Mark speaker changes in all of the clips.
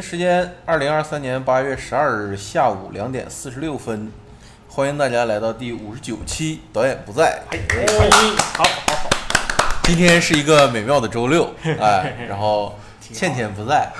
Speaker 1: 时间二零二三年八月十二日下午两点四十六分，欢迎大家来到第五十九期《导演不在》。
Speaker 2: 好，
Speaker 1: 今天是一个美妙的周六，哎，然后倩倩不在，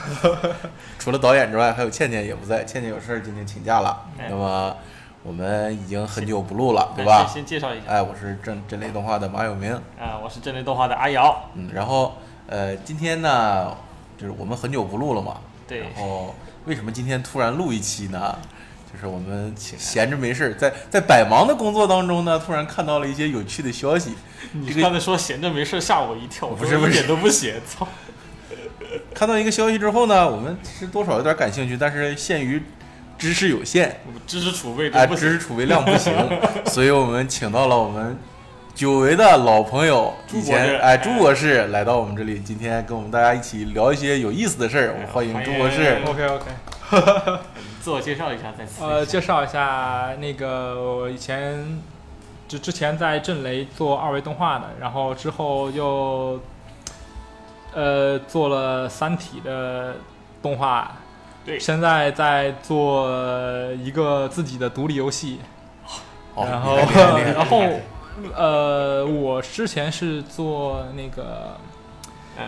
Speaker 1: 除了导演之外，还有倩倩也不在。倩倩有事儿，今天请假了。
Speaker 2: 哎
Speaker 1: 那么我们已经很久不录了，对吧
Speaker 2: 先？先介绍一下
Speaker 1: 哎，我是这这类动画的马有明，
Speaker 2: 啊，我是这类动画的阿瑶，
Speaker 1: 嗯，然后呃，今天呢，就是我们很久不录了嘛，
Speaker 2: 对
Speaker 1: 然后为什么今天突然录一期呢？ 就是我们闲着没事儿，在在百忙的工作当中呢，突然看到了一些有趣的消息。
Speaker 2: 你
Speaker 1: 这
Speaker 2: 刚
Speaker 1: 个
Speaker 2: 才说闲着没事吓我一跳，
Speaker 1: 不
Speaker 2: 我
Speaker 1: 是
Speaker 2: 说
Speaker 1: 不
Speaker 2: 一
Speaker 1: 是
Speaker 2: 点都不闲，操！
Speaker 1: 看到一个消息之后呢，我们其实多少有点感兴趣，但是限于知识有限，
Speaker 2: 我知识储备
Speaker 1: 啊、
Speaker 2: 真不
Speaker 1: 知
Speaker 2: 行。
Speaker 1: 识储备量不 行，所以我们请到了我们久违的老朋友，
Speaker 2: 朱
Speaker 1: 以
Speaker 2: 博士
Speaker 1: 前哎朱博士来到我们这里，今天跟我们大家一起聊一些有意思的事儿。我们欢迎朱博士
Speaker 2: 欢。迎
Speaker 3: OK OK，
Speaker 2: 自我介绍一下，再次
Speaker 3: 呃，介绍一下那个我以前就之前在震雷做二维动画的，然后之后又呃做了《三体》的动画，
Speaker 2: 对
Speaker 3: 现在在做一个自己的独立游戏，
Speaker 1: 哦
Speaker 3: 然后
Speaker 1: 厉害厉害厉害
Speaker 3: 然后呃，我之前是做那个
Speaker 2: 嗯，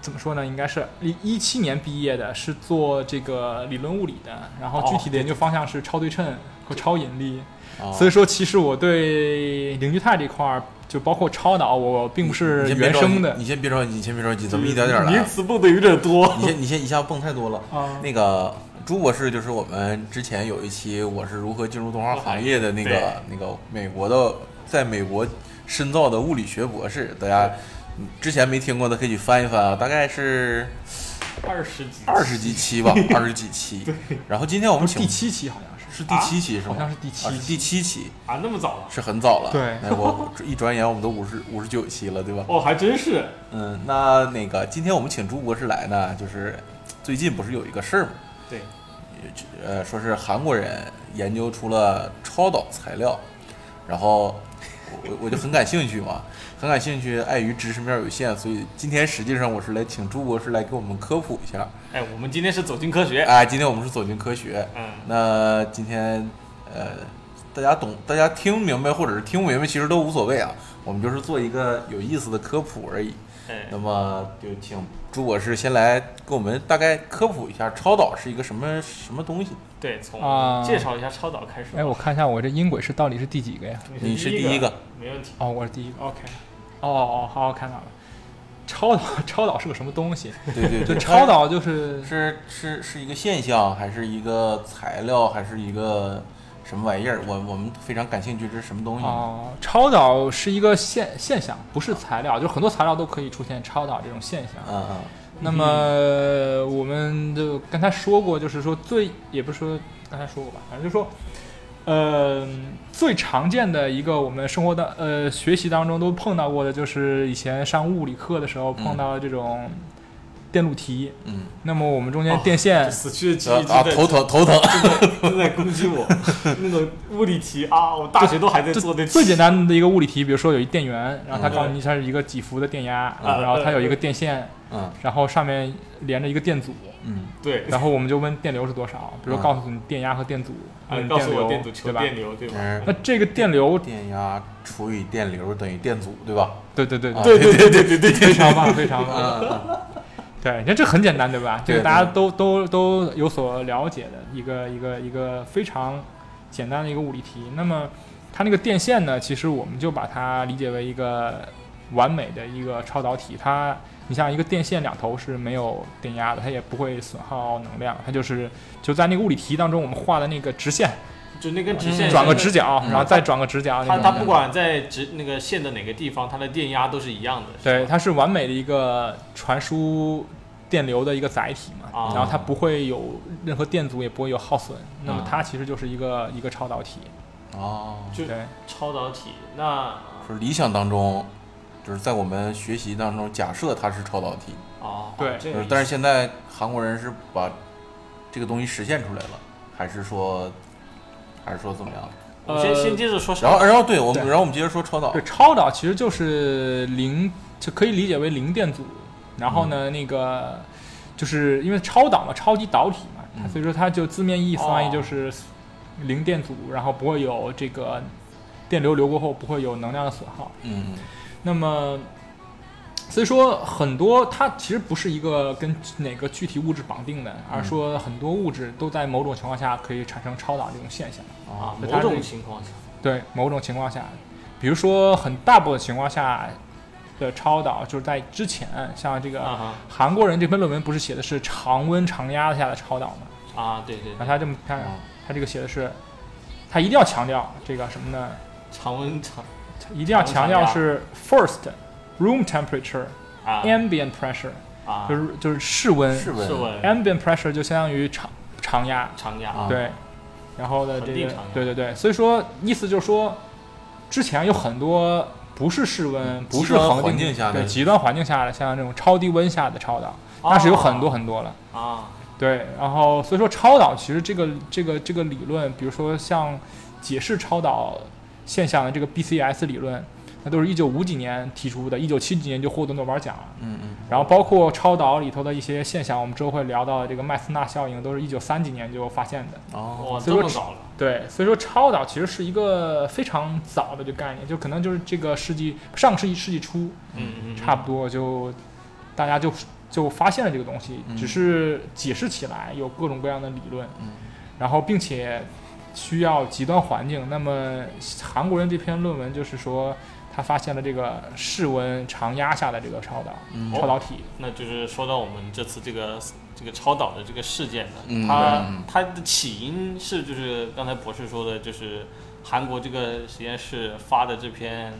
Speaker 3: 怎么说呢？应该是一一七年毕业的，是做这个理论物理的，然后
Speaker 2: 哦
Speaker 3: 具体的研究方向是超对称和超引力。
Speaker 1: 哦
Speaker 3: 所以说，其实我对凝聚态这块儿，就包括超导，我并不
Speaker 1: 你
Speaker 3: 是
Speaker 1: 先别
Speaker 3: 原
Speaker 1: 着急
Speaker 3: 生的
Speaker 1: 你先别着急，你先别着急，咱们一点点来啊
Speaker 2: 名。词蹦的有点多。
Speaker 1: 你先你先一下蹦太多了。
Speaker 3: 啊。
Speaker 1: 那个朱博士就是我们之前有一期我是如何进入动画行业的那
Speaker 2: 对
Speaker 1: 个那个美国的，在美国深造的物理学博士，大家嗯之前没听过的可以去翻一翻啊，大概是
Speaker 2: 二十几，
Speaker 1: 二十几期 吧，二十几期。然后今天我们请
Speaker 3: 第七期好像是，
Speaker 1: 是第七期是吗？
Speaker 3: 好像是第七
Speaker 1: 啊是
Speaker 3: 期
Speaker 1: 第七期
Speaker 2: 啊，那么早了？
Speaker 1: 是很早了。
Speaker 3: 对
Speaker 1: 哎我我一转眼我们都五十五十九期了，对吧？
Speaker 2: 哦，还真是。
Speaker 1: 嗯，那那个今天我们请朱博士来呢，就是最近不是有一个事儿吗？
Speaker 2: 对，
Speaker 1: 呃，说是韩国人研究出了超导材料，然后我我就很感兴趣嘛，很感兴趣，碍于知识面有限，所以今天实际上我是来请朱博士来给我们科普一下。
Speaker 2: 哎，我们今天是走进科学。
Speaker 1: 哎，今天我们是走进科学，
Speaker 2: 嗯，
Speaker 1: 那今天呃，大家懂，大家听明白或者是听不明白，其实都无所谓啊，我们就是做一个有意思的科普而已。
Speaker 2: 哎
Speaker 1: 那，么就请朱博士先来给我们大概科普一下超导是一个什么什么 东西。
Speaker 2: 对，从
Speaker 3: 啊
Speaker 2: 介绍一下超导开始吧。
Speaker 3: 哎，我看一下我这音轨是到底是第几个呀？
Speaker 1: 你是
Speaker 2: 第
Speaker 1: 第一个，
Speaker 2: 没问题。
Speaker 3: 哦，我是第一个。OK。哦哦，好，我看到了。超导，超导是个什么东西？
Speaker 1: 对对
Speaker 3: 就
Speaker 1: 对，
Speaker 3: 超导就是
Speaker 1: 是是是一个现象，还是一个材料，还是一个什么玩意儿？我我们非常感兴趣，这是什么东西？
Speaker 3: 哦，超导是一个现现象，不是材料，就是很多材料都可以出现超导这种现象。
Speaker 1: 嗯嗯，
Speaker 3: 那么我们就刚才说过，就是说最也不是说刚才说过吧，反正就说，呃，最常见的一个我们生活当呃学习当中都碰到过的，就是以前上物理课的时候
Speaker 1: 嗯
Speaker 3: 碰到的这种电路题。
Speaker 1: 嗯
Speaker 3: 那么我们中
Speaker 2: 哦
Speaker 3: 间电线、
Speaker 2: 这死去的记忆
Speaker 1: 嗯，啊，头疼头 疼，
Speaker 2: 正在攻击 我，那种物理题啊，我大学都还在做那
Speaker 3: 最
Speaker 2: 题
Speaker 3: 最简单的一个物理题，比如说有一电源，然后它
Speaker 1: 嗯
Speaker 3: 告诉你它是一个几伏的电压，
Speaker 2: 嗯
Speaker 3: 然后它有一个电线，
Speaker 1: 嗯
Speaker 3: 然后上面连着一个电阻，
Speaker 1: 嗯
Speaker 2: 对，
Speaker 3: 然后我们就问电流是多少，比如
Speaker 1: 嗯
Speaker 3: 说告诉你电压和电阻，
Speaker 2: 啊
Speaker 3: 问
Speaker 2: 告诉我电阻
Speaker 3: 流
Speaker 2: 求
Speaker 3: 对吧？
Speaker 2: 电流对吧？
Speaker 1: 嗯，
Speaker 3: 那这个电流，
Speaker 1: 电压除以电流等于电阻，对吧？
Speaker 3: 对对对
Speaker 1: 啊
Speaker 3: 对，
Speaker 2: 对对对对
Speaker 3: 非常棒，非常
Speaker 1: 嗯
Speaker 3: 棒。
Speaker 1: 嗯嗯
Speaker 3: 对，那这很简单，对吧？这
Speaker 1: 对
Speaker 3: 个大家都都都有所了解的一个一个一个非常简单的一个物理题。那么它那个电线呢，其实我们就把它理解为一个完美的一个超导体。它，你像一个电线两头是没有电压的，它也不会损耗能量，它就是就在那个物理题当中我们画的那个直线，
Speaker 2: 就那根直线
Speaker 3: 转个直角，
Speaker 1: 嗯
Speaker 3: 然后再转个直角，那
Speaker 2: 它
Speaker 3: 种
Speaker 2: 它
Speaker 3: 的
Speaker 2: 不管在直那个线的哪个地方，它的电压都是一样的。
Speaker 3: 对，
Speaker 2: 是吧
Speaker 3: 它是完美的一个传输电流的一个载体嘛，
Speaker 2: 啊
Speaker 3: 然后它不会有任何电阻，也不会有耗损，那么它其实就是一个一个超导体。
Speaker 1: 哦，
Speaker 2: 就
Speaker 3: 对，
Speaker 2: 超导体。那
Speaker 1: 说理想当中，就是在我们学习当中，假设它是超导体，
Speaker 2: 哦，
Speaker 3: 对
Speaker 1: 就
Speaker 2: 这个
Speaker 1: 是
Speaker 2: 意思
Speaker 1: 呃但是现在韩国人是把这个东西实现出来了，还是说还是说怎么样？
Speaker 2: 我们先
Speaker 3: 呃
Speaker 2: 先接着说
Speaker 1: 然后，
Speaker 2: 啥？
Speaker 1: 然后对我们，
Speaker 3: 对
Speaker 1: 然后我们接着说超导
Speaker 3: 对，，超导其实就是零，就可以理解为零电阻。然后呢，那个就是因为超导嘛，超级导体嘛，它
Speaker 1: 嗯
Speaker 3: 所以说它就字面意义
Speaker 2: 哦
Speaker 3: 翻译就是零电阻，然后不会有这个电流流过后不会有能量的损耗。
Speaker 1: 嗯
Speaker 3: 那么，所以说很多它其实不是一个跟哪个具体物质绑定的，而说很多物质都在某种情况下可以产生超导这种现象。
Speaker 2: 啊
Speaker 1: 啊，
Speaker 3: 对
Speaker 2: 某
Speaker 3: 它
Speaker 2: 种
Speaker 3: 是
Speaker 2: 情况下，
Speaker 3: 对，某种情况下，比如说很大部分情况下的超导就是在之前，像这个
Speaker 2: 啊
Speaker 3: 韩国人这篇论文不是写的是常温常压下的超导吗？
Speaker 2: 哈啊，对对
Speaker 3: 然后
Speaker 2: 对，
Speaker 3: 他这么看，
Speaker 1: 哦
Speaker 3: 他这个写的是，他一定要强调这个什么呢？
Speaker 2: 常温常
Speaker 3: 一定要强调是 first room temperature
Speaker 2: 啊
Speaker 3: ambient pressure，
Speaker 2: 啊，
Speaker 3: 就是就是室温
Speaker 1: 室
Speaker 2: 室
Speaker 1: 温
Speaker 2: 温
Speaker 3: ambient pressure 就相当于常常压，
Speaker 2: 常压
Speaker 1: 啊
Speaker 3: 对，然后呢，这
Speaker 2: 恒定
Speaker 3: 个
Speaker 2: 常压
Speaker 3: 对对对，所以说意思就是说，之前有很多不是室温，不是
Speaker 1: 极端
Speaker 3: 恒
Speaker 1: 环
Speaker 3: 定
Speaker 1: 境下的哦
Speaker 3: 对极端环境下的，像这种超低温下的超导，那是有很多很多了。
Speaker 2: 啊
Speaker 3: 对，然后所以说超导其实这个这个这个理论，比如说像解释超导现象的这个 BCS 理论，那都是一九五几年提出的，一九七几年就获得诺贝尔奖了。
Speaker 1: 嗯嗯
Speaker 3: 然后包括超导里头的一些现象，我们之后会聊到的这个麦斯纳效应，都是一九三几年就发现的。
Speaker 1: 哦，
Speaker 2: 哇，这
Speaker 3: 所以说
Speaker 2: 么搞了
Speaker 3: 对，所以说超导其实是一个非常早的这个概念，就可能就是这个世纪上世纪世纪初，
Speaker 2: 嗯嗯嗯
Speaker 3: 差不多就大家就就发现了这个东西，
Speaker 1: 嗯
Speaker 3: 只是解释起来有各种各样的理论，
Speaker 1: 嗯
Speaker 3: 然后并且需要极端环境。那么韩国人这篇论文就是说，他发现了这个室温常压下的这个超导、
Speaker 1: 嗯
Speaker 3: 超导体，
Speaker 2: 那就是说到我们这次这个这个超导的这个事件呢，
Speaker 1: 嗯
Speaker 2: 它
Speaker 1: 嗯
Speaker 2: 它的起因是就是刚才博士说的，就是韩国这个实验室发的这篇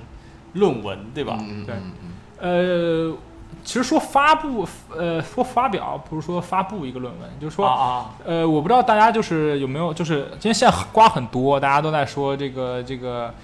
Speaker 2: 论文，对吧？
Speaker 1: 嗯嗯
Speaker 3: 对
Speaker 1: 嗯嗯
Speaker 3: 呃。其实说发布，呃，说发表，不是说发布一个论文，就是说，
Speaker 2: 啊啊，
Speaker 3: 呃，我不知道大家就是有没有，就是今天现在瓜很多，大家都在说这个这个，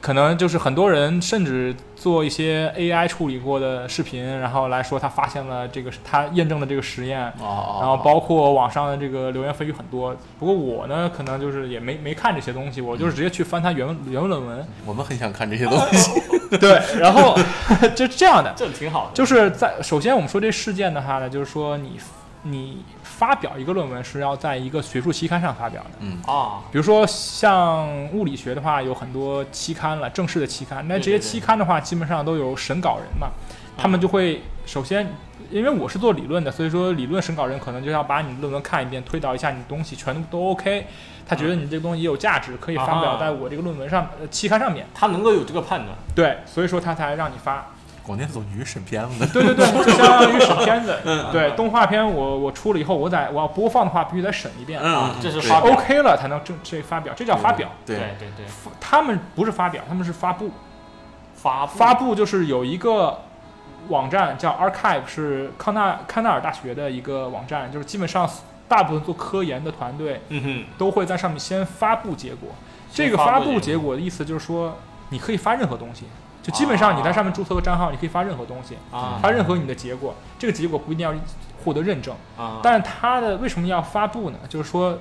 Speaker 3: 可能就是很多人甚至做一些 AI 处理过的视频，然后来说他发现了这个，他验证了这个实验，
Speaker 1: 哦哦，
Speaker 3: 啊然后包括网上的这个流言蜚语很多。不过我呢，可能就是也没没看这些东西，我就是直接去翻它原文原文论文。
Speaker 1: 我们很想看这些东西，
Speaker 3: 对，然后 就这样的，
Speaker 2: 这挺好的，
Speaker 3: 就是在首先我们说这事件的话呢，就是说你你发表一个论文是要在一个学术期刊上发表的。
Speaker 1: 嗯
Speaker 2: 啊，
Speaker 3: 比如说像物理学的话，有很多期刊了，正式的期刊。那
Speaker 2: 对
Speaker 3: 这
Speaker 2: 对
Speaker 3: 些
Speaker 2: 对
Speaker 3: 期刊的话，基本上都有审稿人嘛，他们就会首先，因为我是做理论的，所以说理论审稿人可能就要把你论文看一遍，推导一下你的东西，全都 OK，他觉得你这个东西也有价值，可以发
Speaker 2: 啊
Speaker 3: 表在我这个论文上、呃期刊上面。
Speaker 2: 他能够有这个判断，
Speaker 3: 对，所以说他才让你发。
Speaker 1: 广电总局审片子，
Speaker 3: 对对对，就相当于审片子。嗯
Speaker 2: 啊嗯
Speaker 3: 对，动画片我我出了以后，我在我要播放的话，必须得审一遍。
Speaker 2: 啊这是
Speaker 1: 对
Speaker 2: 发表
Speaker 3: OK 了才能正这发表，这叫发表。啊
Speaker 1: 对对
Speaker 2: 对对，
Speaker 3: 他们不是发表，他们是发布。
Speaker 2: 发
Speaker 3: 发布就是有一个网站叫 Archive，是康纳康奈尔大学的一个网站，就是基本上大部分做科研的团队
Speaker 2: 嗯哼，
Speaker 3: 都会在上面先发布结果。这
Speaker 2: 先
Speaker 3: 个
Speaker 2: 发
Speaker 3: 发
Speaker 2: 布
Speaker 3: 布
Speaker 2: 结
Speaker 3: 结果的意思就是说，你可以发任何东西，就基本上你在上面注册个账号，你可以发任何东西，
Speaker 2: 啊
Speaker 3: 发任何你的结果。这个结果不一定要获得认证，
Speaker 2: 啊，
Speaker 3: 但是它的为什么要发布呢？就是说，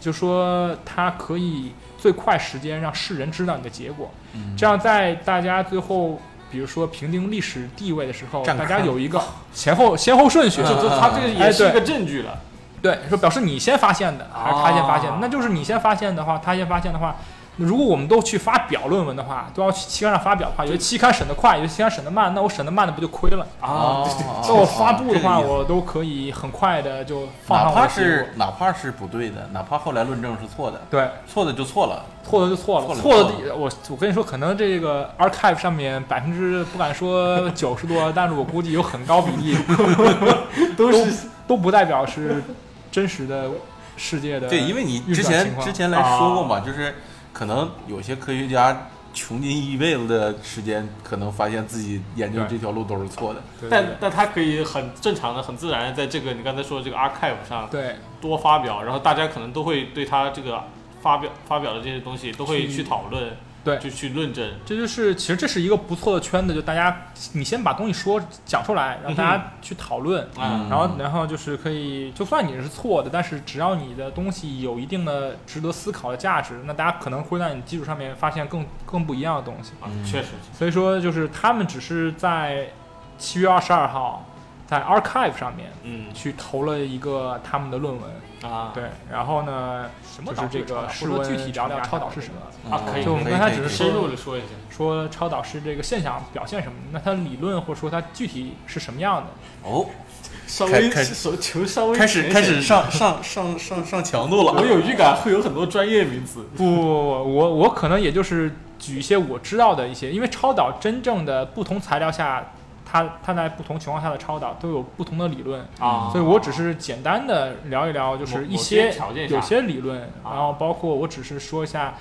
Speaker 3: 就是说它可以最快时间让世人知道你的结果。
Speaker 1: 嗯
Speaker 3: 这样在大家最后，比如说评定历史地位的时候，
Speaker 1: 站
Speaker 3: 大
Speaker 1: 岗
Speaker 3: 家有一个前后先后顺序
Speaker 1: 啊嗯。
Speaker 2: 就就他这个
Speaker 3: 哎
Speaker 2: 也是一个证据了，
Speaker 3: 对，说表示你先发现的，还是他先发现的
Speaker 2: 啊？
Speaker 3: 那就是你先发现的话，他先发现的话。如果我们都去发表论文的话，都要去期刊上发表的话，有些期刊审得快，有些期刊审得慢，那我审得慢的不就亏了？
Speaker 1: 哦
Speaker 2: 啊，
Speaker 3: 哦
Speaker 2: 对对
Speaker 3: 那我发布的话，
Speaker 1: 这个意思
Speaker 3: 我都可以很快的就放
Speaker 1: 哪
Speaker 3: 上我的
Speaker 1: 怕
Speaker 3: 结果
Speaker 1: 是。哪怕是不对的，哪怕后来论证是错的，
Speaker 3: 对，
Speaker 1: 错的就错了，
Speaker 3: 错了就错
Speaker 1: 错
Speaker 3: 了，
Speaker 1: 了错
Speaker 3: 错的我我跟你说，可能这个 archive 上面百分之不敢说九十多，但是我估计有很高比 例都
Speaker 2: 是
Speaker 3: 都不代表是真实的世界的
Speaker 2: 呃
Speaker 1: 对，因为你
Speaker 3: 运
Speaker 1: 之
Speaker 3: 转情
Speaker 1: 前
Speaker 3: 况
Speaker 1: 之前来说过
Speaker 2: 啊
Speaker 1: 嘛，就是可能有些科学家穷尽一辈子的时间，可能发现自己研究
Speaker 3: 对
Speaker 1: 这条路都是错的。
Speaker 3: 对对
Speaker 2: 但但他可以很正常的、很自然的在这个你刚才说的这个 archive 上
Speaker 3: 对
Speaker 2: 多发表，然后大家可能都会对他这个发表发表的这些东西都会
Speaker 3: 去
Speaker 2: 去讨论，
Speaker 3: 对
Speaker 2: 就去论证，
Speaker 3: 这就是其实这是一个不错的圈子，就大家你先把东西说讲出来，让大家去讨论，
Speaker 1: 嗯
Speaker 3: 然后然后就是可以，就算你是错的，但是只要你的东西有一定的值得思考的价值，那大家可能会在你基础上面发现更更不一样的东西。
Speaker 2: 啊
Speaker 1: 嗯，
Speaker 2: 确实，
Speaker 3: 所以说，就是他们只是在七月二十二号在 Archive 上面
Speaker 2: 嗯
Speaker 3: 去投了一个他们的论文，
Speaker 2: 啊，
Speaker 3: 对，然后呢，
Speaker 4: 什么
Speaker 3: 就是
Speaker 4: 导
Speaker 3: 这
Speaker 4: 致超
Speaker 3: 个
Speaker 4: 导
Speaker 3: 室
Speaker 4: 或者
Speaker 3: 温
Speaker 4: 具体聊聊
Speaker 3: 压
Speaker 4: 超
Speaker 3: 导
Speaker 4: 导是
Speaker 3: 这
Speaker 4: 什
Speaker 3: 个
Speaker 4: 么？
Speaker 2: 啊可以
Speaker 3: 就我们
Speaker 1: 可以
Speaker 3: 刚才
Speaker 1: 可以
Speaker 3: 只是
Speaker 1: 可以
Speaker 2: 深入的说一下，
Speaker 3: 说超导是这个现象表现什么？那它理论或者说它具体是什么样的？
Speaker 1: 哦，
Speaker 2: 稍
Speaker 1: 微
Speaker 2: 微手球稍微
Speaker 1: 哦开始开始上上上上上强度
Speaker 2: 我
Speaker 1: 了。
Speaker 2: 有预感会有很多专业名词，
Speaker 3: 不，我我可能也就是举一些我知道的一些，因为超导真正的不同材料下，它它在不同情况下的超导都有不同的理论，
Speaker 2: 啊
Speaker 3: 所以我只是简单的聊一聊，就是一
Speaker 2: 某
Speaker 3: 些
Speaker 2: 些条件下
Speaker 3: 有些理论，
Speaker 2: 啊
Speaker 3: 然后包括我只是说一下，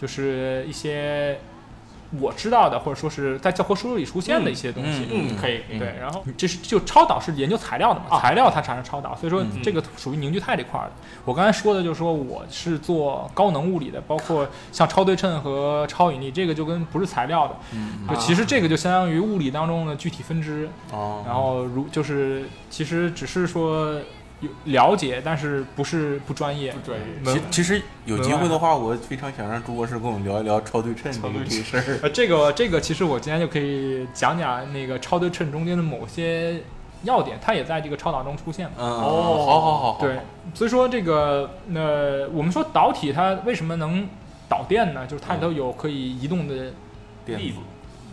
Speaker 3: 就是一些我知道的，或者说是在教科书里出现的一些东西。
Speaker 2: 嗯可以可以
Speaker 3: 对，然后这是就超导是研究材料的嘛，
Speaker 2: 啊
Speaker 3: 材料它产生超导，所以说
Speaker 1: 嗯
Speaker 3: 这个属于凝聚态这块儿的。我刚才说的就是说我是做高能物理的，包括像超对称和超引力，这个就跟不是材料的，
Speaker 1: 嗯，
Speaker 3: 就其实这个就相当于物理当中的具体分支。
Speaker 1: 哦，
Speaker 2: 啊
Speaker 3: 然后如就是其实只是说有了解，但是不是不专业
Speaker 2: 不。专业，
Speaker 1: 其其实有机会的话，我非常想让朱博士跟我们聊一聊超对称这
Speaker 2: 超
Speaker 1: 个
Speaker 2: 对
Speaker 1: 这个事 儿。
Speaker 3: 呃，这个这个其实我今天就可以讲讲那个超对称中间的某些要点，它也在这个超导中出现嘛。
Speaker 1: 嗯，哦，好好好好，
Speaker 3: 对，所以说这个呃，我们说导体它为什么能导电呢？就是它里头有可以移动的
Speaker 1: 电
Speaker 2: 例
Speaker 1: 子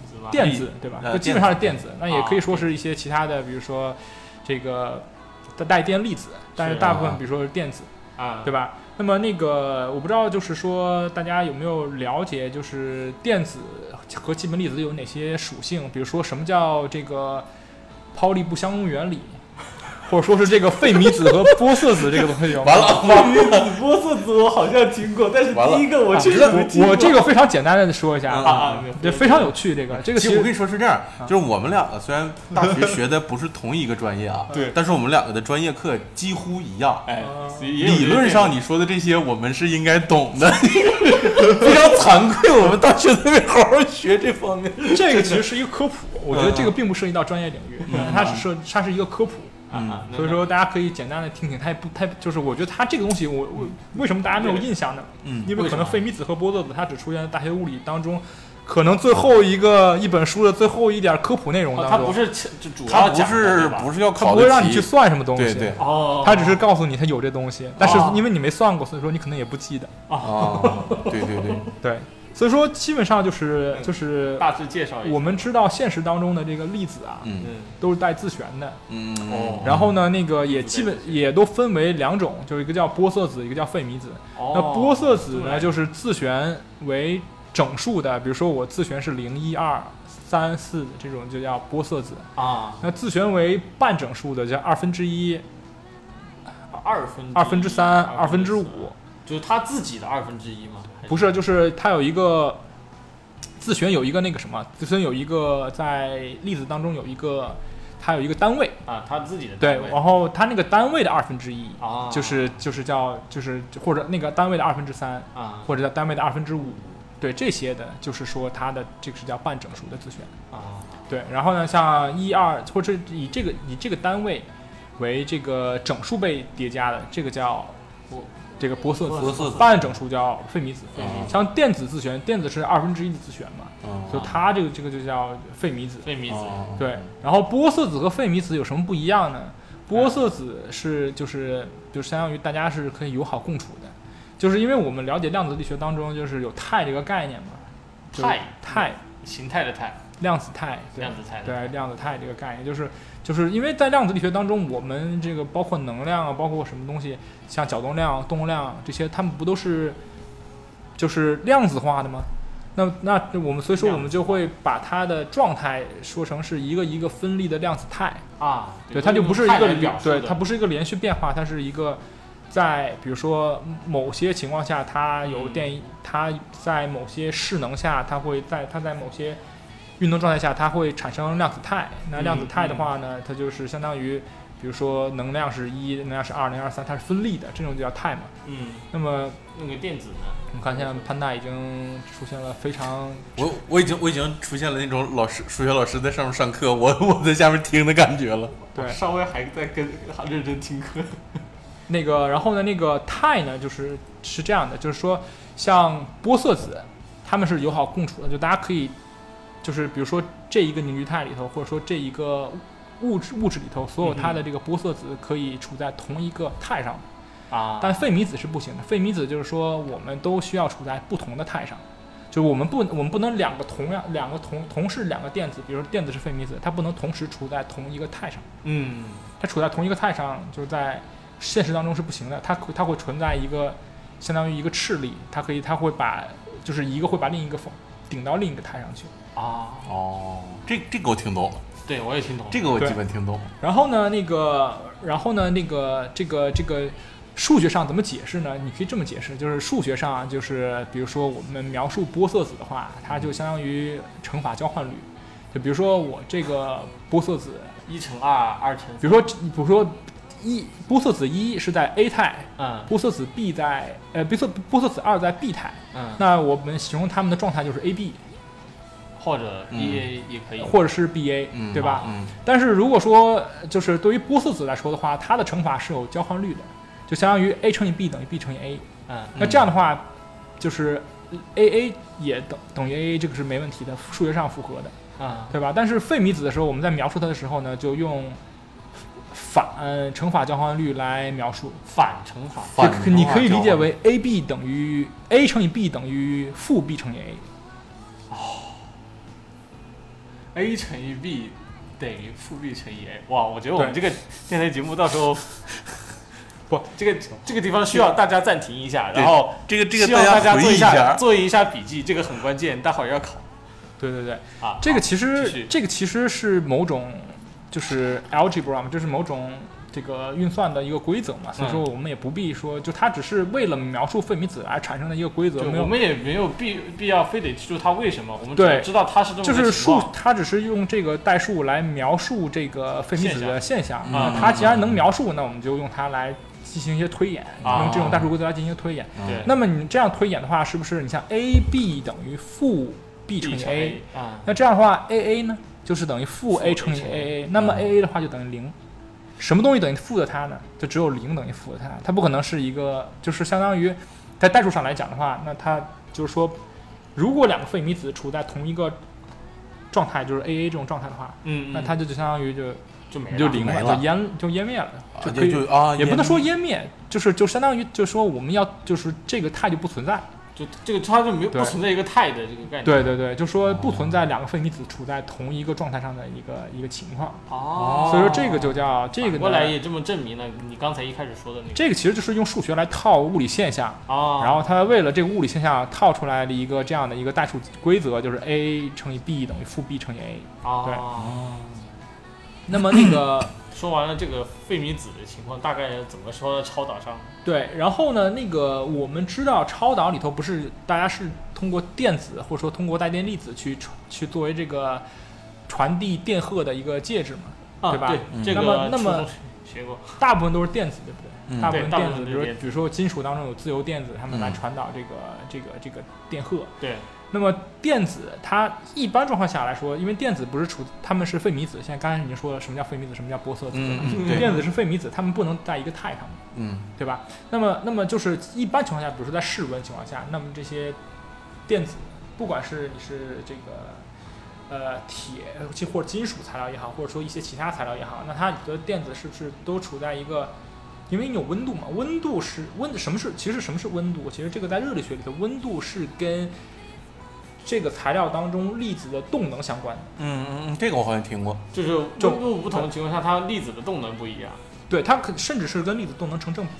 Speaker 2: 子，是吧
Speaker 3: 电子，对吧？
Speaker 1: 呃
Speaker 3: 就基本上是电子，那也可以说是一些其他的，比如说这个带电粒子，但是
Speaker 2: 是
Speaker 3: 大部
Speaker 1: 啊
Speaker 3: 分比如说是电子。
Speaker 2: 啊，
Speaker 3: 对吧？那么那个我不知道，就是说大家有没有了解，就是电子和基本粒子有哪些属性？比如说什么叫这个抛力不相容原理，或者说是这个费米子和玻色子这个东西有吗？
Speaker 1: 完 了完了，
Speaker 2: 子波色子我好像听过，但是
Speaker 1: 完了
Speaker 2: 第一个我
Speaker 3: 啊
Speaker 2: 确实没听
Speaker 3: 我
Speaker 2: 过
Speaker 3: 我这个非常简单的说一下
Speaker 2: 啊
Speaker 3: 啊，
Speaker 2: 啊，
Speaker 3: 这非常有趣。这个这个
Speaker 1: 其
Speaker 3: 其
Speaker 1: 实我跟
Speaker 3: 实
Speaker 1: 你说是这样，就是我们两个虽然大学学的不是同一个专业啊，
Speaker 2: 对
Speaker 1: 但是我们两个的专业课几乎一样。
Speaker 2: 哎，也有
Speaker 1: 嗯理论上你说的这些，我们是应该懂 的。非常惭愧，我们大学都没好好学这方面。
Speaker 3: 这个其实是一个科普，我觉得
Speaker 1: 嗯
Speaker 3: 这个并不涉及到专业领域，它只涉它是一个科普。
Speaker 1: 嗯
Speaker 2: 啊，
Speaker 3: 所以说大家可以简单的听听，它也不太就是我觉得它这个东西我，我为什么大家没有印象呢？
Speaker 1: 嗯
Speaker 3: 因
Speaker 2: 为
Speaker 3: 为
Speaker 2: 什
Speaker 3: 可
Speaker 2: 么
Speaker 3: 能费米子和玻色子它只出现在大学物理当中，可能最后一个一本书的最后一点科普内容
Speaker 2: 哦
Speaker 3: 当
Speaker 2: 它
Speaker 3: 中，
Speaker 2: 不是就主
Speaker 1: 他
Speaker 2: 要
Speaker 1: 不
Speaker 2: 嗯讲的
Speaker 1: 是
Speaker 2: 对吧
Speaker 1: 不是要
Speaker 3: 它
Speaker 1: 考
Speaker 3: 不
Speaker 1: 的
Speaker 3: 会让你
Speaker 1: 题
Speaker 3: 去算什么东西，
Speaker 1: 对对
Speaker 2: 哦，
Speaker 3: 它只是告诉你它有这东西，但是
Speaker 2: 哦
Speaker 3: 因为你没算过，所以说你可能也不记得，
Speaker 1: 啊，对对对，
Speaker 3: 对，所以说基本上就是
Speaker 2: 嗯
Speaker 3: 就是
Speaker 2: 大致介绍一下，
Speaker 3: 我们知道现实当中的这个粒子啊，
Speaker 1: 嗯
Speaker 2: 嗯
Speaker 3: 都是带自旋的，
Speaker 1: 嗯，
Speaker 2: 哦
Speaker 3: 然后呢，那个也
Speaker 2: 子
Speaker 3: 基
Speaker 2: 带
Speaker 3: 本
Speaker 2: 自旋
Speaker 3: 也都分为两种，就是一个叫玻色子，一个叫费米子。
Speaker 2: 哦
Speaker 3: 那玻色子
Speaker 2: 对
Speaker 3: 呢，就是自旋为整数的，比如说我自旋是零、一、二、三、四这种，就叫玻色子。
Speaker 2: 啊
Speaker 3: 那自旋为半整数的，叫二分之一、
Speaker 2: 二分之
Speaker 3: 二分之三、二分之
Speaker 2: 四
Speaker 3: 五，
Speaker 2: 就是他自己的二分之一吗？还
Speaker 3: 不是，就是它有一个自旋有一个那个什么，自旋有一个在粒子当中有一个，它有一个单位，
Speaker 2: 啊，他自己的
Speaker 3: 对
Speaker 2: 单，位
Speaker 3: 然后它那个单位的二分之一
Speaker 2: 啊，
Speaker 3: 就是就是叫就是或者那个单位的二分之三，
Speaker 2: 啊
Speaker 3: 或者叫单位的二分之五，对这些的，就是说它的这个是叫半整数的自旋。
Speaker 2: 啊
Speaker 3: 对，然后呢，像一二或者以这个以这个单位为这个整数被叠加的，这个叫
Speaker 2: 我
Speaker 3: 这个玻色
Speaker 1: 玻色子
Speaker 3: 子，半整数叫费米子。
Speaker 1: 费米子
Speaker 3: 像电子自旋，电子是二分之一的自旋嘛，就它这个这个就叫费米子。
Speaker 2: 费米子
Speaker 1: 嗯哦
Speaker 3: 对，然后玻色子和费米子有什么不一样呢？玻色子是就是就是相当于大家是可以友好共处的，就是因为我们了解量子力学当中就是有态这个概念嘛，就是
Speaker 2: 态
Speaker 3: 态
Speaker 2: 形态的态，
Speaker 3: 量子态对
Speaker 2: 量子态的
Speaker 3: 对量子态这个概念就是就是因为在量子力学当中，我们这个包括能量啊，包括什么东西，像角动量、动量啊这些，它们不都是就是量子化的吗？那那我们所以说我们就会把它的状态说成是一个一个分立的量子态，
Speaker 2: 啊，
Speaker 3: 对，它就不是一
Speaker 2: 用态
Speaker 3: 个
Speaker 2: 来
Speaker 3: 连
Speaker 2: 表述
Speaker 3: 对，
Speaker 2: 的
Speaker 3: 它不是一个连续变化，它是一个在比如说某些情况下，它有
Speaker 2: 嗯
Speaker 3: 电，它在某些势能下，它会在它在某些运动状态下，它会产生量子态。那量
Speaker 2: 嗯
Speaker 3: 子态的话呢，它就是相当于，比如说能量是一，能量是二，能量是三，它是分立的，这种就叫态嘛。
Speaker 2: 嗯，
Speaker 3: 那么
Speaker 2: 那个电子呢，
Speaker 3: 我们看现在潘大已经出现了非常
Speaker 1: 我我已经我已经出现了那种老师数学老师在上面上课，我 我在下面听的感觉了。
Speaker 3: 对
Speaker 2: 稍微还在跟还认真听课
Speaker 3: 那个，然后呢，那个态呢，就是是这样的，就是说，像玻色子，它们是友好共处的，就大家可以，就是比如说这一个凝聚态里头，或者说这一个物物质物质里头所有它
Speaker 2: 嗯
Speaker 3: 的这个玻色子可以处在同一个态上，
Speaker 2: 啊，
Speaker 3: 但费米子是不行的。费米子就是说我们都需要处在不同的态上，就是我们不我们不能两个同样两个同同是两个电子，比如说电子是费米子，它不能同时处在同一个态上。
Speaker 2: 嗯
Speaker 3: 它处在同一个态上，就是在现实当中是不行的。它可它会存在一个相当于一个斥力，它可以它会把就是一个会把另一个否顶到另一个态上去。
Speaker 2: 啊，
Speaker 1: 哦，这这个我听懂了，
Speaker 2: 对我也听懂了
Speaker 1: 这个我
Speaker 3: 对
Speaker 1: 基本听懂了。
Speaker 3: 然后呢，那个然后呢，那个这个这个数学上怎么解释呢？你可以这么解释，就是数学上啊就是比如说我们描述玻色子的话，它就相当于乘法交换律。就比如说我这个玻色子，
Speaker 2: 一乘二，二乘
Speaker 3: 比如说比如说一玻色子一是在 A 态，
Speaker 2: 嗯
Speaker 3: 玻色子 B 在呃玻色玻色子二在 B 态，
Speaker 2: 嗯，
Speaker 3: 那我们形容它们的状态就是 A B
Speaker 2: 或者
Speaker 1: 嗯
Speaker 2: B A 也可以，
Speaker 3: 或者是 B A，、
Speaker 1: 嗯，
Speaker 3: 对吧？
Speaker 1: 嗯，
Speaker 3: 但是如果说就是对于玻色子来说的话，它的乘法是有交换律的，就相当于 a 乘以 b 等于 b 乘以 a。
Speaker 2: 嗯
Speaker 3: 那这样的话，就是 a a 也等等于 a a，这个是没问题的，数学上符合的，
Speaker 2: 嗯
Speaker 3: 对吧？但是费米子的时候，我们在描述它的时候呢，就用反呃乘法交换律来描述。
Speaker 2: 反乘法
Speaker 1: 反
Speaker 3: 就可
Speaker 1: 乘
Speaker 3: 你
Speaker 1: 法
Speaker 3: 可以理
Speaker 1: 交
Speaker 3: 解
Speaker 1: 换
Speaker 3: 为 a b 等于 a 乘以 b 等于负 b 乘以 a。
Speaker 2: ，A 乘以 B 等于负 B 乘以 A。哇，我觉得我们这个 电台节目到时候
Speaker 3: 不，
Speaker 2: 这个这个地方需要大家暂停一下，然后
Speaker 1: 这个这
Speaker 2: 希
Speaker 1: 个
Speaker 2: 望大
Speaker 1: 家
Speaker 2: 做
Speaker 1: 回忆
Speaker 2: 一
Speaker 1: 一
Speaker 2: 下
Speaker 1: 下，
Speaker 2: 做一下笔记，这个很关键，待会儿要考
Speaker 3: 对对对，
Speaker 2: 啊。
Speaker 3: 这个
Speaker 2: 好
Speaker 3: 其
Speaker 2: 继
Speaker 3: 实
Speaker 2: 续
Speaker 3: 这个其实是某种就是 algebra 嘛，就是某种这个运算的一个规则嘛，
Speaker 2: 嗯
Speaker 3: 所以说我们也不必说，就它只是为了描述费米子而产生的一个规则，
Speaker 2: 就
Speaker 3: 没
Speaker 2: 我
Speaker 3: 有。
Speaker 2: 们也没有必必要非得记住它为什么，我们
Speaker 3: 对
Speaker 2: 只知道它是这么
Speaker 3: 就
Speaker 2: 个
Speaker 3: 是
Speaker 2: 情
Speaker 3: 数
Speaker 2: 况，
Speaker 3: 它只是用这个代数来描述这个费米子的现象。
Speaker 1: 现象
Speaker 3: 那
Speaker 2: 嗯
Speaker 3: 它既然能描述，那我们就用它来进行一些推演，
Speaker 2: 啊
Speaker 3: 用这种代数规则来进行推演。
Speaker 1: 嗯
Speaker 2: 对
Speaker 3: 那么你这样推演的话，是不是你像 a b 等于负 b 乘
Speaker 2: B
Speaker 3: 以
Speaker 2: 乘
Speaker 3: a？
Speaker 2: A 啊，
Speaker 3: 那这样的话，a a 呢，就是等于负
Speaker 2: 负
Speaker 3: a 乘以
Speaker 2: A 乘
Speaker 3: a 嗯 a，那么 a a 的话就等于零。什么东西等于负的它呢？就只有零等于负的它，它不可能是一个，就是相当于在代数上来讲的话，那它就是说，如果两个费米子处在同一个状态，就是 a a 这种状态的话，
Speaker 2: 嗯，
Speaker 3: 那
Speaker 2: 嗯
Speaker 3: 它就就相当于就
Speaker 2: 就没了
Speaker 3: 就零
Speaker 1: 没
Speaker 3: 了，
Speaker 1: 了
Speaker 3: 就湮就湮灭了，
Speaker 1: 啊
Speaker 3: 就可
Speaker 1: 就
Speaker 3: 以
Speaker 1: 就啊，
Speaker 3: 也不能
Speaker 1: 也
Speaker 3: 说湮灭，就是就相当于就说我们要就是这个态就不存在。
Speaker 2: 就这个它就没有
Speaker 3: 对
Speaker 2: 不存在一个态的这个概念。
Speaker 3: 对哦对对，就说不存在两个费米子处在同一个状态上的一个一个情况。
Speaker 2: 哦，
Speaker 3: 所以说这个就叫这个
Speaker 2: 反过来
Speaker 3: 呢，
Speaker 2: 也这么证明了你刚才一开始说的那个
Speaker 3: 这个其实就是用数学来套物理现象，
Speaker 2: 啊，
Speaker 3: 然后它为了这个物理现象套出来了一个这样的一个代数规则，就是 a 乘以 b 等于负 b 乘以 a。对
Speaker 2: 啊，
Speaker 3: 那么那个
Speaker 2: 说完了这个费米子的情况，大概怎么说呢？超导上
Speaker 3: 对，然后呢，那个我们知道超导里头不是大家是通过电子或者说通过带电粒子去传去作为这个传递电荷的一个 介质嘛，
Speaker 2: 啊，
Speaker 3: 对吧
Speaker 1: 嗯
Speaker 2: 这
Speaker 3: 那么
Speaker 2: 个
Speaker 3: 那么
Speaker 2: 初中学过，
Speaker 3: 大部分都是电子，对不对？
Speaker 1: 嗯
Speaker 3: 大部分
Speaker 2: 对大部
Speaker 3: 电
Speaker 2: 分
Speaker 3: 子，
Speaker 2: 都是
Speaker 3: 比如
Speaker 2: 电子
Speaker 3: 比如说金属当中有自由电子，它们来
Speaker 1: 嗯
Speaker 3: 传导这个、这个这个电荷。
Speaker 2: 对，
Speaker 3: 那么电子它一般状况下来说，因为电子不是处，它们是费米子。现在刚才已经说了什么叫费米子，什么叫玻色子，
Speaker 1: 嗯
Speaker 3: 对吧
Speaker 1: 嗯
Speaker 2: 嗯
Speaker 1: 对，
Speaker 3: 电子是费米子，它们不能在一个态上，
Speaker 1: 嗯
Speaker 3: 对吧？那么那么就是一般情况下，比如说在室温情况下，那么这些电子，不管是你是这个。呃，铁其或者金属材料也好，或者说一些其他材料也好，那它的电子是不是都处在一个，因为你有温度嘛？温度是温什么是？其实什么是温度？其实这个在热力学里头，温度是跟这个材料当中粒子的动能相关的。
Speaker 1: 嗯嗯嗯，这个我好像听过。
Speaker 2: 就是温
Speaker 3: 就
Speaker 2: 度不同的情况下，它粒子的动能不一样
Speaker 3: 对，它可甚至是跟粒子动能成正比。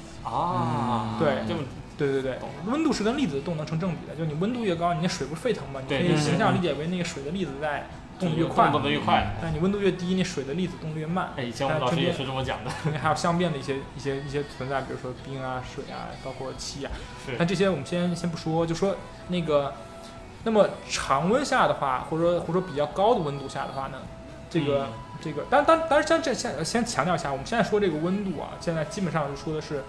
Speaker 1: 嗯
Speaker 2: 啊
Speaker 3: 对
Speaker 2: 这么
Speaker 3: 对对对
Speaker 2: 懂了，
Speaker 3: 温度是跟粒子的动能成正比的，就你温度越高，你那水不是沸腾吗？你可
Speaker 2: 对
Speaker 3: 以
Speaker 2: 对
Speaker 3: 形
Speaker 2: 对
Speaker 3: 象
Speaker 1: 对
Speaker 3: 理解为那个水的粒子在动得越快，嗯
Speaker 2: 动得越快。
Speaker 3: 但你温度越低，那水的粒子动得越慢。
Speaker 2: 哎，以前我们老师也是这么讲的，
Speaker 3: 肯定还有相变的一些一些一些存在，比如说冰啊、水啊，包括气啊
Speaker 2: 是。
Speaker 3: 但这些我们先先不说，就说那个，那么常温下的话，或者说或者说比较高的温度下的话呢，这个、
Speaker 2: 嗯
Speaker 3: 这个，但但但是像这先先强调一下，我们现在说这个温度啊，现在基本上是说的是，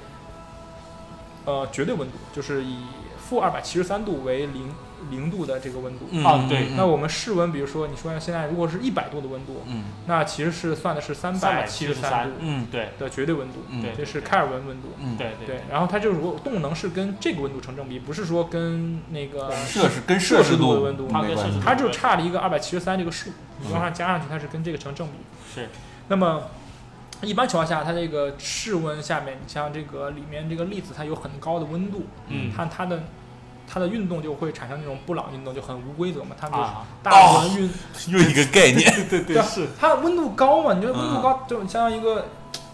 Speaker 3: 呃，绝对温度，就是以负二百七十三度为零零度的这个温度。
Speaker 1: 嗯
Speaker 2: 啊对
Speaker 3: 那
Speaker 1: 嗯
Speaker 3: 我们室温，比如说你说现在如果是一百度的温度，
Speaker 1: 嗯
Speaker 3: 那其实是算的是三百七十
Speaker 2: 373
Speaker 3: 三度
Speaker 1: 嗯
Speaker 2: 对
Speaker 3: 的绝对温度。
Speaker 1: 嗯
Speaker 2: 对
Speaker 3: 这是开尔文温度。
Speaker 1: 嗯，
Speaker 2: 对
Speaker 3: 对，然后它就是说动能是跟这个温度成正比，不是说跟那个，
Speaker 1: 摄氏跟
Speaker 3: 摄
Speaker 1: 摄
Speaker 3: 氏
Speaker 1: 氏
Speaker 3: 度
Speaker 1: 度
Speaker 3: 的温度
Speaker 1: 没
Speaker 2: 它跟
Speaker 1: 关
Speaker 2: 摄氏
Speaker 1: 系
Speaker 2: 度
Speaker 3: 它就差了一个二百七十三这个数，你往上加上去，它是跟这个成正比。
Speaker 2: 是
Speaker 3: 那么一般情况下，它这个室温下面，你像这个里面这个粒子，它有很高的温度，
Speaker 2: 嗯
Speaker 3: 它它的它的运动就会产生那种布朗运动，就很无规则嘛，它们就是
Speaker 2: 啊，
Speaker 3: 大轮运，
Speaker 1: 又一个概念，
Speaker 2: 对
Speaker 3: 对
Speaker 2: 对
Speaker 3: 啊
Speaker 2: 是，
Speaker 3: 它温度高嘛，你觉得
Speaker 1: 嗯
Speaker 3: 温度高就相当于一个，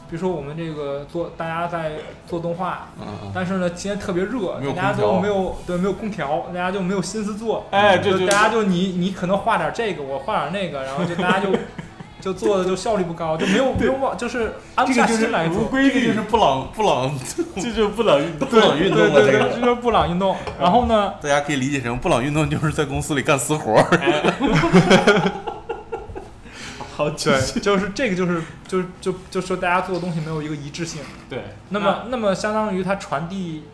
Speaker 3: 比如说我们这个做大家在做动画，
Speaker 1: 嗯
Speaker 3: 但是呢今天特别热
Speaker 1: 没有，
Speaker 3: 大家
Speaker 1: 空
Speaker 3: 都
Speaker 1: 调
Speaker 3: 没有对没有空调，大家就没有心思做，
Speaker 2: 哎，对
Speaker 3: 就
Speaker 2: 对，
Speaker 3: 大家
Speaker 2: 对
Speaker 3: 就你你可能画点这个，我画点那个，然后就大 家就就做的就效率不高，就没有没有往就是安不
Speaker 2: 这个
Speaker 3: 下
Speaker 2: 就是
Speaker 3: 心来
Speaker 2: 无
Speaker 3: 做。
Speaker 2: 规
Speaker 1: 这个
Speaker 2: 律
Speaker 1: 就，是布朗布朗
Speaker 2: 这就是不冷运动，
Speaker 1: 布朗运动
Speaker 3: 对
Speaker 1: 了，这
Speaker 3: 对对，
Speaker 1: 个嗯
Speaker 3: 这就是布朗运动。然后呢，
Speaker 1: 大家可以理解成布朗运动就是在公司里干私活儿，
Speaker 2: 好久
Speaker 3: 对， 就是这个就是就是就就说大家做的东西没有一个一致性。
Speaker 2: 对，
Speaker 3: 那么
Speaker 1: 嗯
Speaker 3: 那么相当于它传递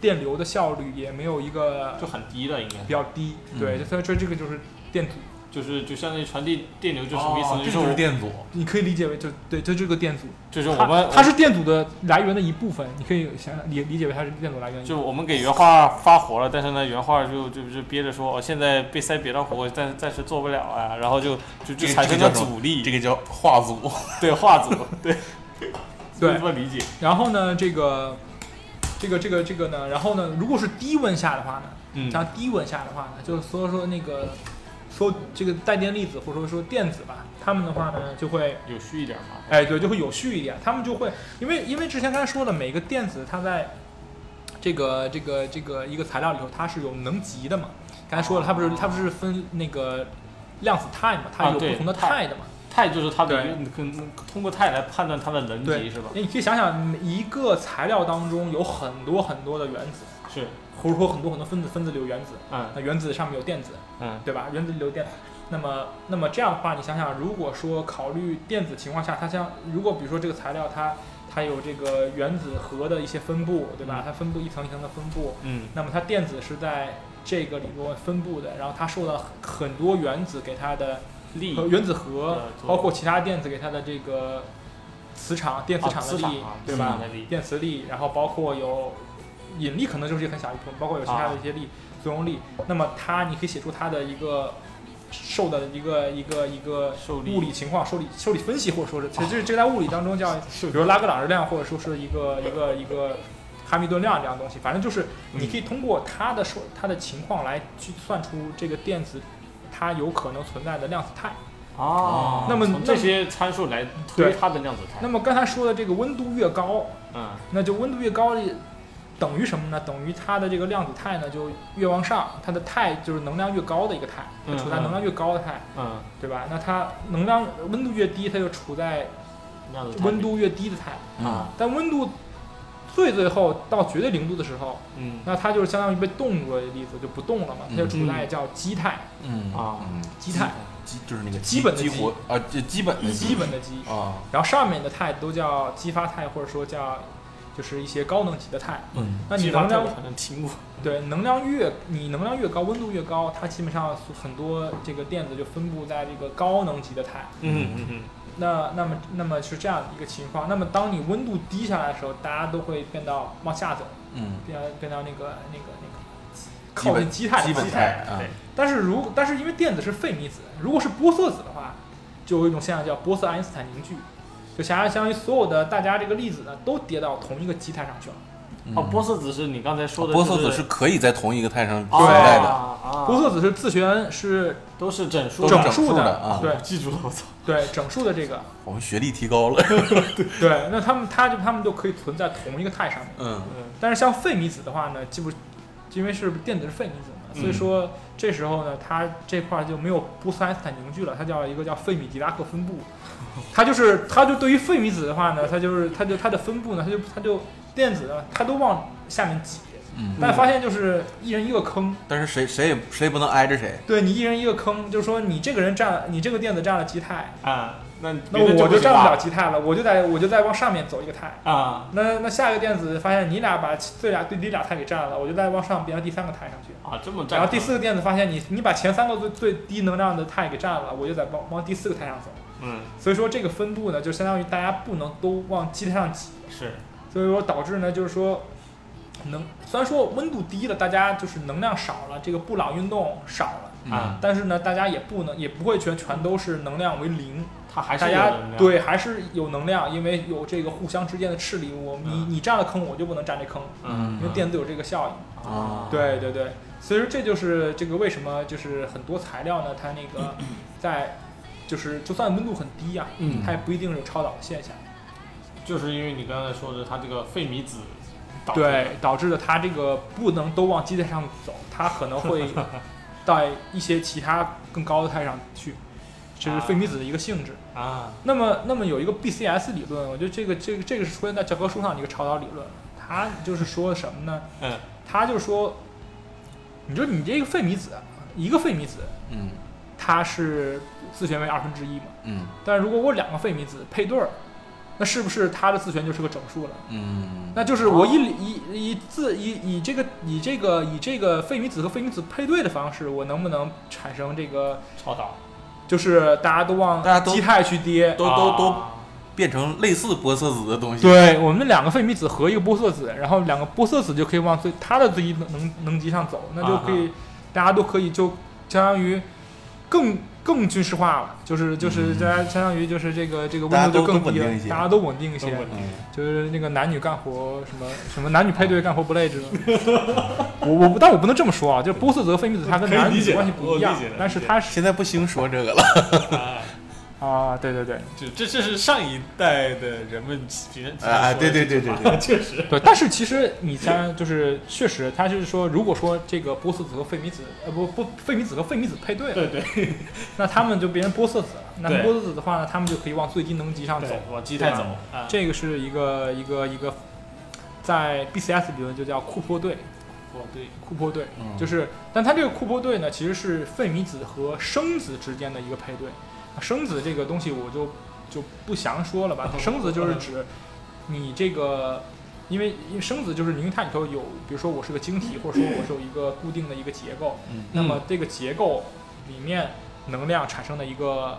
Speaker 3: 电流的效率也没有一个
Speaker 2: 那就很低了，应该
Speaker 3: 比较低。
Speaker 1: 嗯
Speaker 3: 对，所以说这个就是电阻，
Speaker 2: 就是就相当于传递电流，就什么意思
Speaker 1: 哦
Speaker 2: 呢？
Speaker 1: 这
Speaker 2: 是
Speaker 1: 就是
Speaker 2: 我
Speaker 1: 电阻，
Speaker 3: 你可以理解为就对，就这个电阻。
Speaker 2: 就是我们
Speaker 3: 它它是电阻的来源的一部分，你可以想想理理解为它是电阻来源的一部分。
Speaker 2: 就我们给原画发活了，但是呢，原画就就就憋着说，哦，现在被塞别的活，暂暂时做不了啊，然后就就 就
Speaker 1: 这个
Speaker 2: 产生
Speaker 1: 这
Speaker 2: 了
Speaker 1: 个叫什么
Speaker 2: 阻力，
Speaker 1: 这个叫画阻。
Speaker 2: 对画组， 对
Speaker 3: 对
Speaker 2: 这么理解，
Speaker 3: 然后呢，这个这个这个这个呢，然后呢，如果是低温下的话呢，
Speaker 2: 嗯
Speaker 3: 像低温下的话呢，就是所以说那个说这个带电粒子或者说说电子吧，它们的话呢就会。
Speaker 2: 有序一点嘛，
Speaker 3: 哎，对，就会有序一点，它们就会，因为因为之前刚才说的，每个电子它在这个这个这个一个材料里头，它是有能级的嘛。刚才说了，它不是它不是分那个量子态嘛，它
Speaker 2: 啊
Speaker 3: 有不
Speaker 2: 对
Speaker 3: 同的
Speaker 2: 态
Speaker 3: 态的嘛。
Speaker 2: 态就是它的
Speaker 3: 对，
Speaker 2: 跟通过态来判断它的能级
Speaker 3: 对
Speaker 2: 是吧？
Speaker 3: 那你可以想想，每一个材料当中有很多很多的原子，
Speaker 2: 是，
Speaker 3: 或者说很多很多分子，分子里有原子，
Speaker 2: 嗯
Speaker 3: 那原子上面有电子，
Speaker 2: 嗯，
Speaker 3: 对吧？原子里有电子。那么，那么这样的话，你想想，如果说考虑电子情况下，它像如果比如说这个材料它它有这个原子核的一些分布，对吧
Speaker 2: 嗯？
Speaker 3: 它分布一层一层的分布，
Speaker 2: 嗯
Speaker 3: 那么它电子是在这个里面分布的，然后它受到很很多原子给它的
Speaker 2: 力
Speaker 3: 和原子核
Speaker 2: 呃，作用
Speaker 3: 包括其他电子给它的这个磁场、电磁场的
Speaker 2: 啊磁场
Speaker 3: 力
Speaker 2: 啊，
Speaker 3: 对
Speaker 2: 磁
Speaker 3: 吧
Speaker 2: 场的力？
Speaker 3: 电磁力，然后包括有引力，可能就是一个很小一部分，包括有其
Speaker 2: 啊
Speaker 3: 他的一些力作用力。那么它，你可以写出它的一个受的一个一个一个
Speaker 2: 受力
Speaker 3: 物理情况、受力受力分析，或者说是，其实这这在物理当中
Speaker 2: 啊
Speaker 3: 叫，比如拉格朗日量，或者说是一个一个一个哈密顿量这样的东西。反正就是
Speaker 2: 嗯
Speaker 3: 你可以通过它的受它的情况来去算出这个电子它有可能存在的量子态。
Speaker 2: 啊
Speaker 3: 那么
Speaker 2: 从这些参数来推
Speaker 3: 对
Speaker 2: 它的量子态，
Speaker 3: 那么刚才说的这个温度越高，
Speaker 2: 嗯
Speaker 3: 那就温度越高，等于什么呢？等于它的这个量子态呢就越往上，它的态就是能量越高的一个态，它
Speaker 2: 嗯
Speaker 3: 处在能量越高的态，
Speaker 2: 嗯，
Speaker 3: 对吧？那它能量温度越低，它就处在
Speaker 2: 量子态
Speaker 3: 温度越低的态。
Speaker 1: 嗯，
Speaker 2: 啊，
Speaker 3: 但温度最最后到绝对零度的时候，
Speaker 2: 嗯
Speaker 3: 那它就是相当于被冻住了的例子，就不动了嘛，它就处在叫基态，
Speaker 1: 嗯
Speaker 2: 啊
Speaker 1: 嗯
Speaker 3: 基态，
Speaker 1: 基就是那个
Speaker 3: 基本的
Speaker 1: 激
Speaker 3: 基
Speaker 1: 活啊，就基本的
Speaker 3: 基本的基。
Speaker 1: 啊，
Speaker 3: 然后上面的态都叫激发态，或者说叫就是一些高能级的态。
Speaker 1: 嗯
Speaker 3: 那你
Speaker 2: 激发
Speaker 3: 能
Speaker 2: 态
Speaker 3: 量
Speaker 2: 我好像听过，
Speaker 3: 对，能量越你能量越高，温度越高，它基本上很多这个电子就分布在这个高能级的态。
Speaker 2: 嗯嗯嗯，
Speaker 3: 那那么那么是这样的一个情况。那么当你温度低下来的时候，大家都会变到往下走，
Speaker 1: 嗯，
Speaker 3: 变到变到那个那个那个
Speaker 1: 基
Speaker 3: 靠
Speaker 1: 本
Speaker 3: 近基态的
Speaker 1: 基本
Speaker 3: 方向
Speaker 1: 态啊
Speaker 2: 嗯对，
Speaker 3: 但是如但是因为电子是费米子，如果是玻色子的话，就有一种现象叫玻色爱因斯坦凝聚，就相相当于所有的大家这个粒子呢都跌到同一个基态上去了。
Speaker 1: 嗯哦
Speaker 2: 哦，玻色子是你刚才说的，
Speaker 1: 玻色子
Speaker 2: 就是
Speaker 1: 可以在同一个态上
Speaker 2: 啊
Speaker 3: 哦
Speaker 1: 存在的，
Speaker 2: 啊，
Speaker 3: 玻色子是自旋是
Speaker 2: 都是整数
Speaker 1: 都
Speaker 2: 的
Speaker 1: 是整
Speaker 3: 数
Speaker 1: 数的啊
Speaker 3: 对
Speaker 2: 记住了，我操，
Speaker 3: 对整数的这个。
Speaker 1: 我们学历提高了，
Speaker 3: 对，那他们他就他们就可以存在同一个态上面。
Speaker 1: 嗯
Speaker 2: 嗯
Speaker 3: 但是像费米子的话呢，就不因为是电子是费米子嘛，所以
Speaker 1: 嗯
Speaker 3: 说这时候呢，它这块儿就没有波斯爱因斯坦凝聚了，它叫一个叫费米狄拉克分布。它就是它就对于费米子的话呢，它就是它就它的分布呢，它就它就电子呢，它都往下面挤，
Speaker 1: 嗯，
Speaker 3: 但发现就是一人一个坑。
Speaker 1: 但是谁谁也谁也不能挨着谁，
Speaker 3: 对你一人一个坑，就是说你这个人占，你这个电子占了基态，
Speaker 2: 啊，那
Speaker 3: 那
Speaker 2: 别人
Speaker 3: 我
Speaker 2: 不
Speaker 3: 就
Speaker 2: 行
Speaker 3: 占不了
Speaker 2: 吧
Speaker 3: 基态了，我就在我就在往上面走一个态，
Speaker 2: 啊
Speaker 3: 那那下一个电子发现你俩把最俩最低俩台给占了，我就再往上变到第三个台上去。
Speaker 2: 啊，这么占，
Speaker 3: 然后第四个电子发现你你把前三个最最低能量的态给占了，我就再往往第四个台上走。
Speaker 2: 嗯
Speaker 3: 所以说这个分布呢，就相当于大家不能都往基台上挤，
Speaker 2: 是
Speaker 3: 所以说导致呢就是说能虽然说温度低了，大家就是能量少了，这个布朗运动少了，
Speaker 2: 啊
Speaker 3: 但是呢，大家也不能也不会全全都是能量为零，
Speaker 2: 它还是
Speaker 3: 大
Speaker 2: 有
Speaker 3: 家
Speaker 2: 能量
Speaker 3: 对还是有能量，因为有这个互相之间的斥力。我你
Speaker 2: 嗯
Speaker 3: 你占了坑，我就不能占这坑，
Speaker 2: 嗯哦
Speaker 3: 因为电子有这个效应。
Speaker 1: 啊
Speaker 3: 对对对，所以说这就是这个为什么就是很多材料呢，它那 个在就是就算温度很低啊，
Speaker 2: 嗯
Speaker 3: 它也不一定有超导的现象，
Speaker 2: 就是因为你刚才说的它这个费米子导致的
Speaker 3: 对，导致了它这个不能都往基带上走，它可能 会到一些其他更高的态上去，这是费米子的一个性质。
Speaker 2: 啊
Speaker 3: 那么那么有一个 BCS 理论，我觉得这个这个这个是出现在教科书上的一个超导理论，它就是说什么呢？
Speaker 2: 嗯
Speaker 3: 它就说，你说你这个费米子，一个费米子。
Speaker 1: 嗯
Speaker 3: 它是自旋为二分之一嘛。
Speaker 1: 嗯
Speaker 3: 但如果我两个费米子配对儿，那是不是它的自旋就是个整数了？
Speaker 1: 嗯，
Speaker 3: 那就是我以以以自以以这个以这个以这个费米子和费米子配对的方式，我能不能产生这个
Speaker 2: 超导
Speaker 3: 就是大家都往
Speaker 1: 大家都
Speaker 3: 基态去跌？
Speaker 1: 都都都
Speaker 2: 啊
Speaker 1: 变成类似玻色子的东西。
Speaker 3: 对，我们两个费米子和一个玻色子，然后两个玻色子就可以往最它的最低能能能级上走，那就可以，大家都可以就相当于更更军事化了，就是就是
Speaker 1: 嗯
Speaker 3: 大家相当于就是这个这个
Speaker 1: 大家
Speaker 3: 温度就
Speaker 1: 都
Speaker 3: 更
Speaker 1: 都
Speaker 3: 低
Speaker 1: 稳定一
Speaker 3: 了，
Speaker 1: 些
Speaker 3: 大家都稳定一
Speaker 2: 都
Speaker 3: 些，
Speaker 2: 稳
Speaker 1: 嗯，
Speaker 3: 就是那个男女干活什么什么男女配对干活不累之类的。我我不但我不能这么说啊，就是玻色子和费米子它跟
Speaker 2: 可以
Speaker 3: 男
Speaker 2: 理
Speaker 3: 女
Speaker 2: 解
Speaker 3: 关系
Speaker 2: 的
Speaker 3: 不
Speaker 2: 我
Speaker 3: 一
Speaker 2: 理
Speaker 3: 样
Speaker 2: 解的，
Speaker 3: 但是
Speaker 2: 理解
Speaker 3: 它是
Speaker 1: 现在不兴说这个了。
Speaker 2: 哎
Speaker 3: 啊对对对
Speaker 2: 就这这是上一代的人们别人
Speaker 1: 哎哎对对对对对，
Speaker 2: 确实
Speaker 3: 对，但是其实你像就是确实，他就是说，如果说这个玻色子和费米子，呃不不，费米子和费米子配对了，
Speaker 2: 对对
Speaker 3: 那他们就变成玻色子了。那
Speaker 2: 对
Speaker 3: 玻色子的话呢，他们就可以往最低能级上走
Speaker 2: 对。往基
Speaker 3: 对
Speaker 2: 态
Speaker 3: 吧
Speaker 2: 走啊
Speaker 3: 这个是一个一个一个，在 BCS 理论就叫库坡队，
Speaker 2: 哦对
Speaker 3: 库坡队
Speaker 1: 嗯
Speaker 3: 就是，但它这个库坡队呢，其实是费米子和生子之间的一个配对。生子这个东西我就就不详说
Speaker 1: 啊
Speaker 3: 了吧，
Speaker 2: 嗯
Speaker 3: 生子就是指你这个，因为因为生子就是凝聚态里头有，比如说我是个晶体，或者说我是有一个固定的一个结构，
Speaker 1: 嗯
Speaker 3: 那么这个结构里面能量产生的一个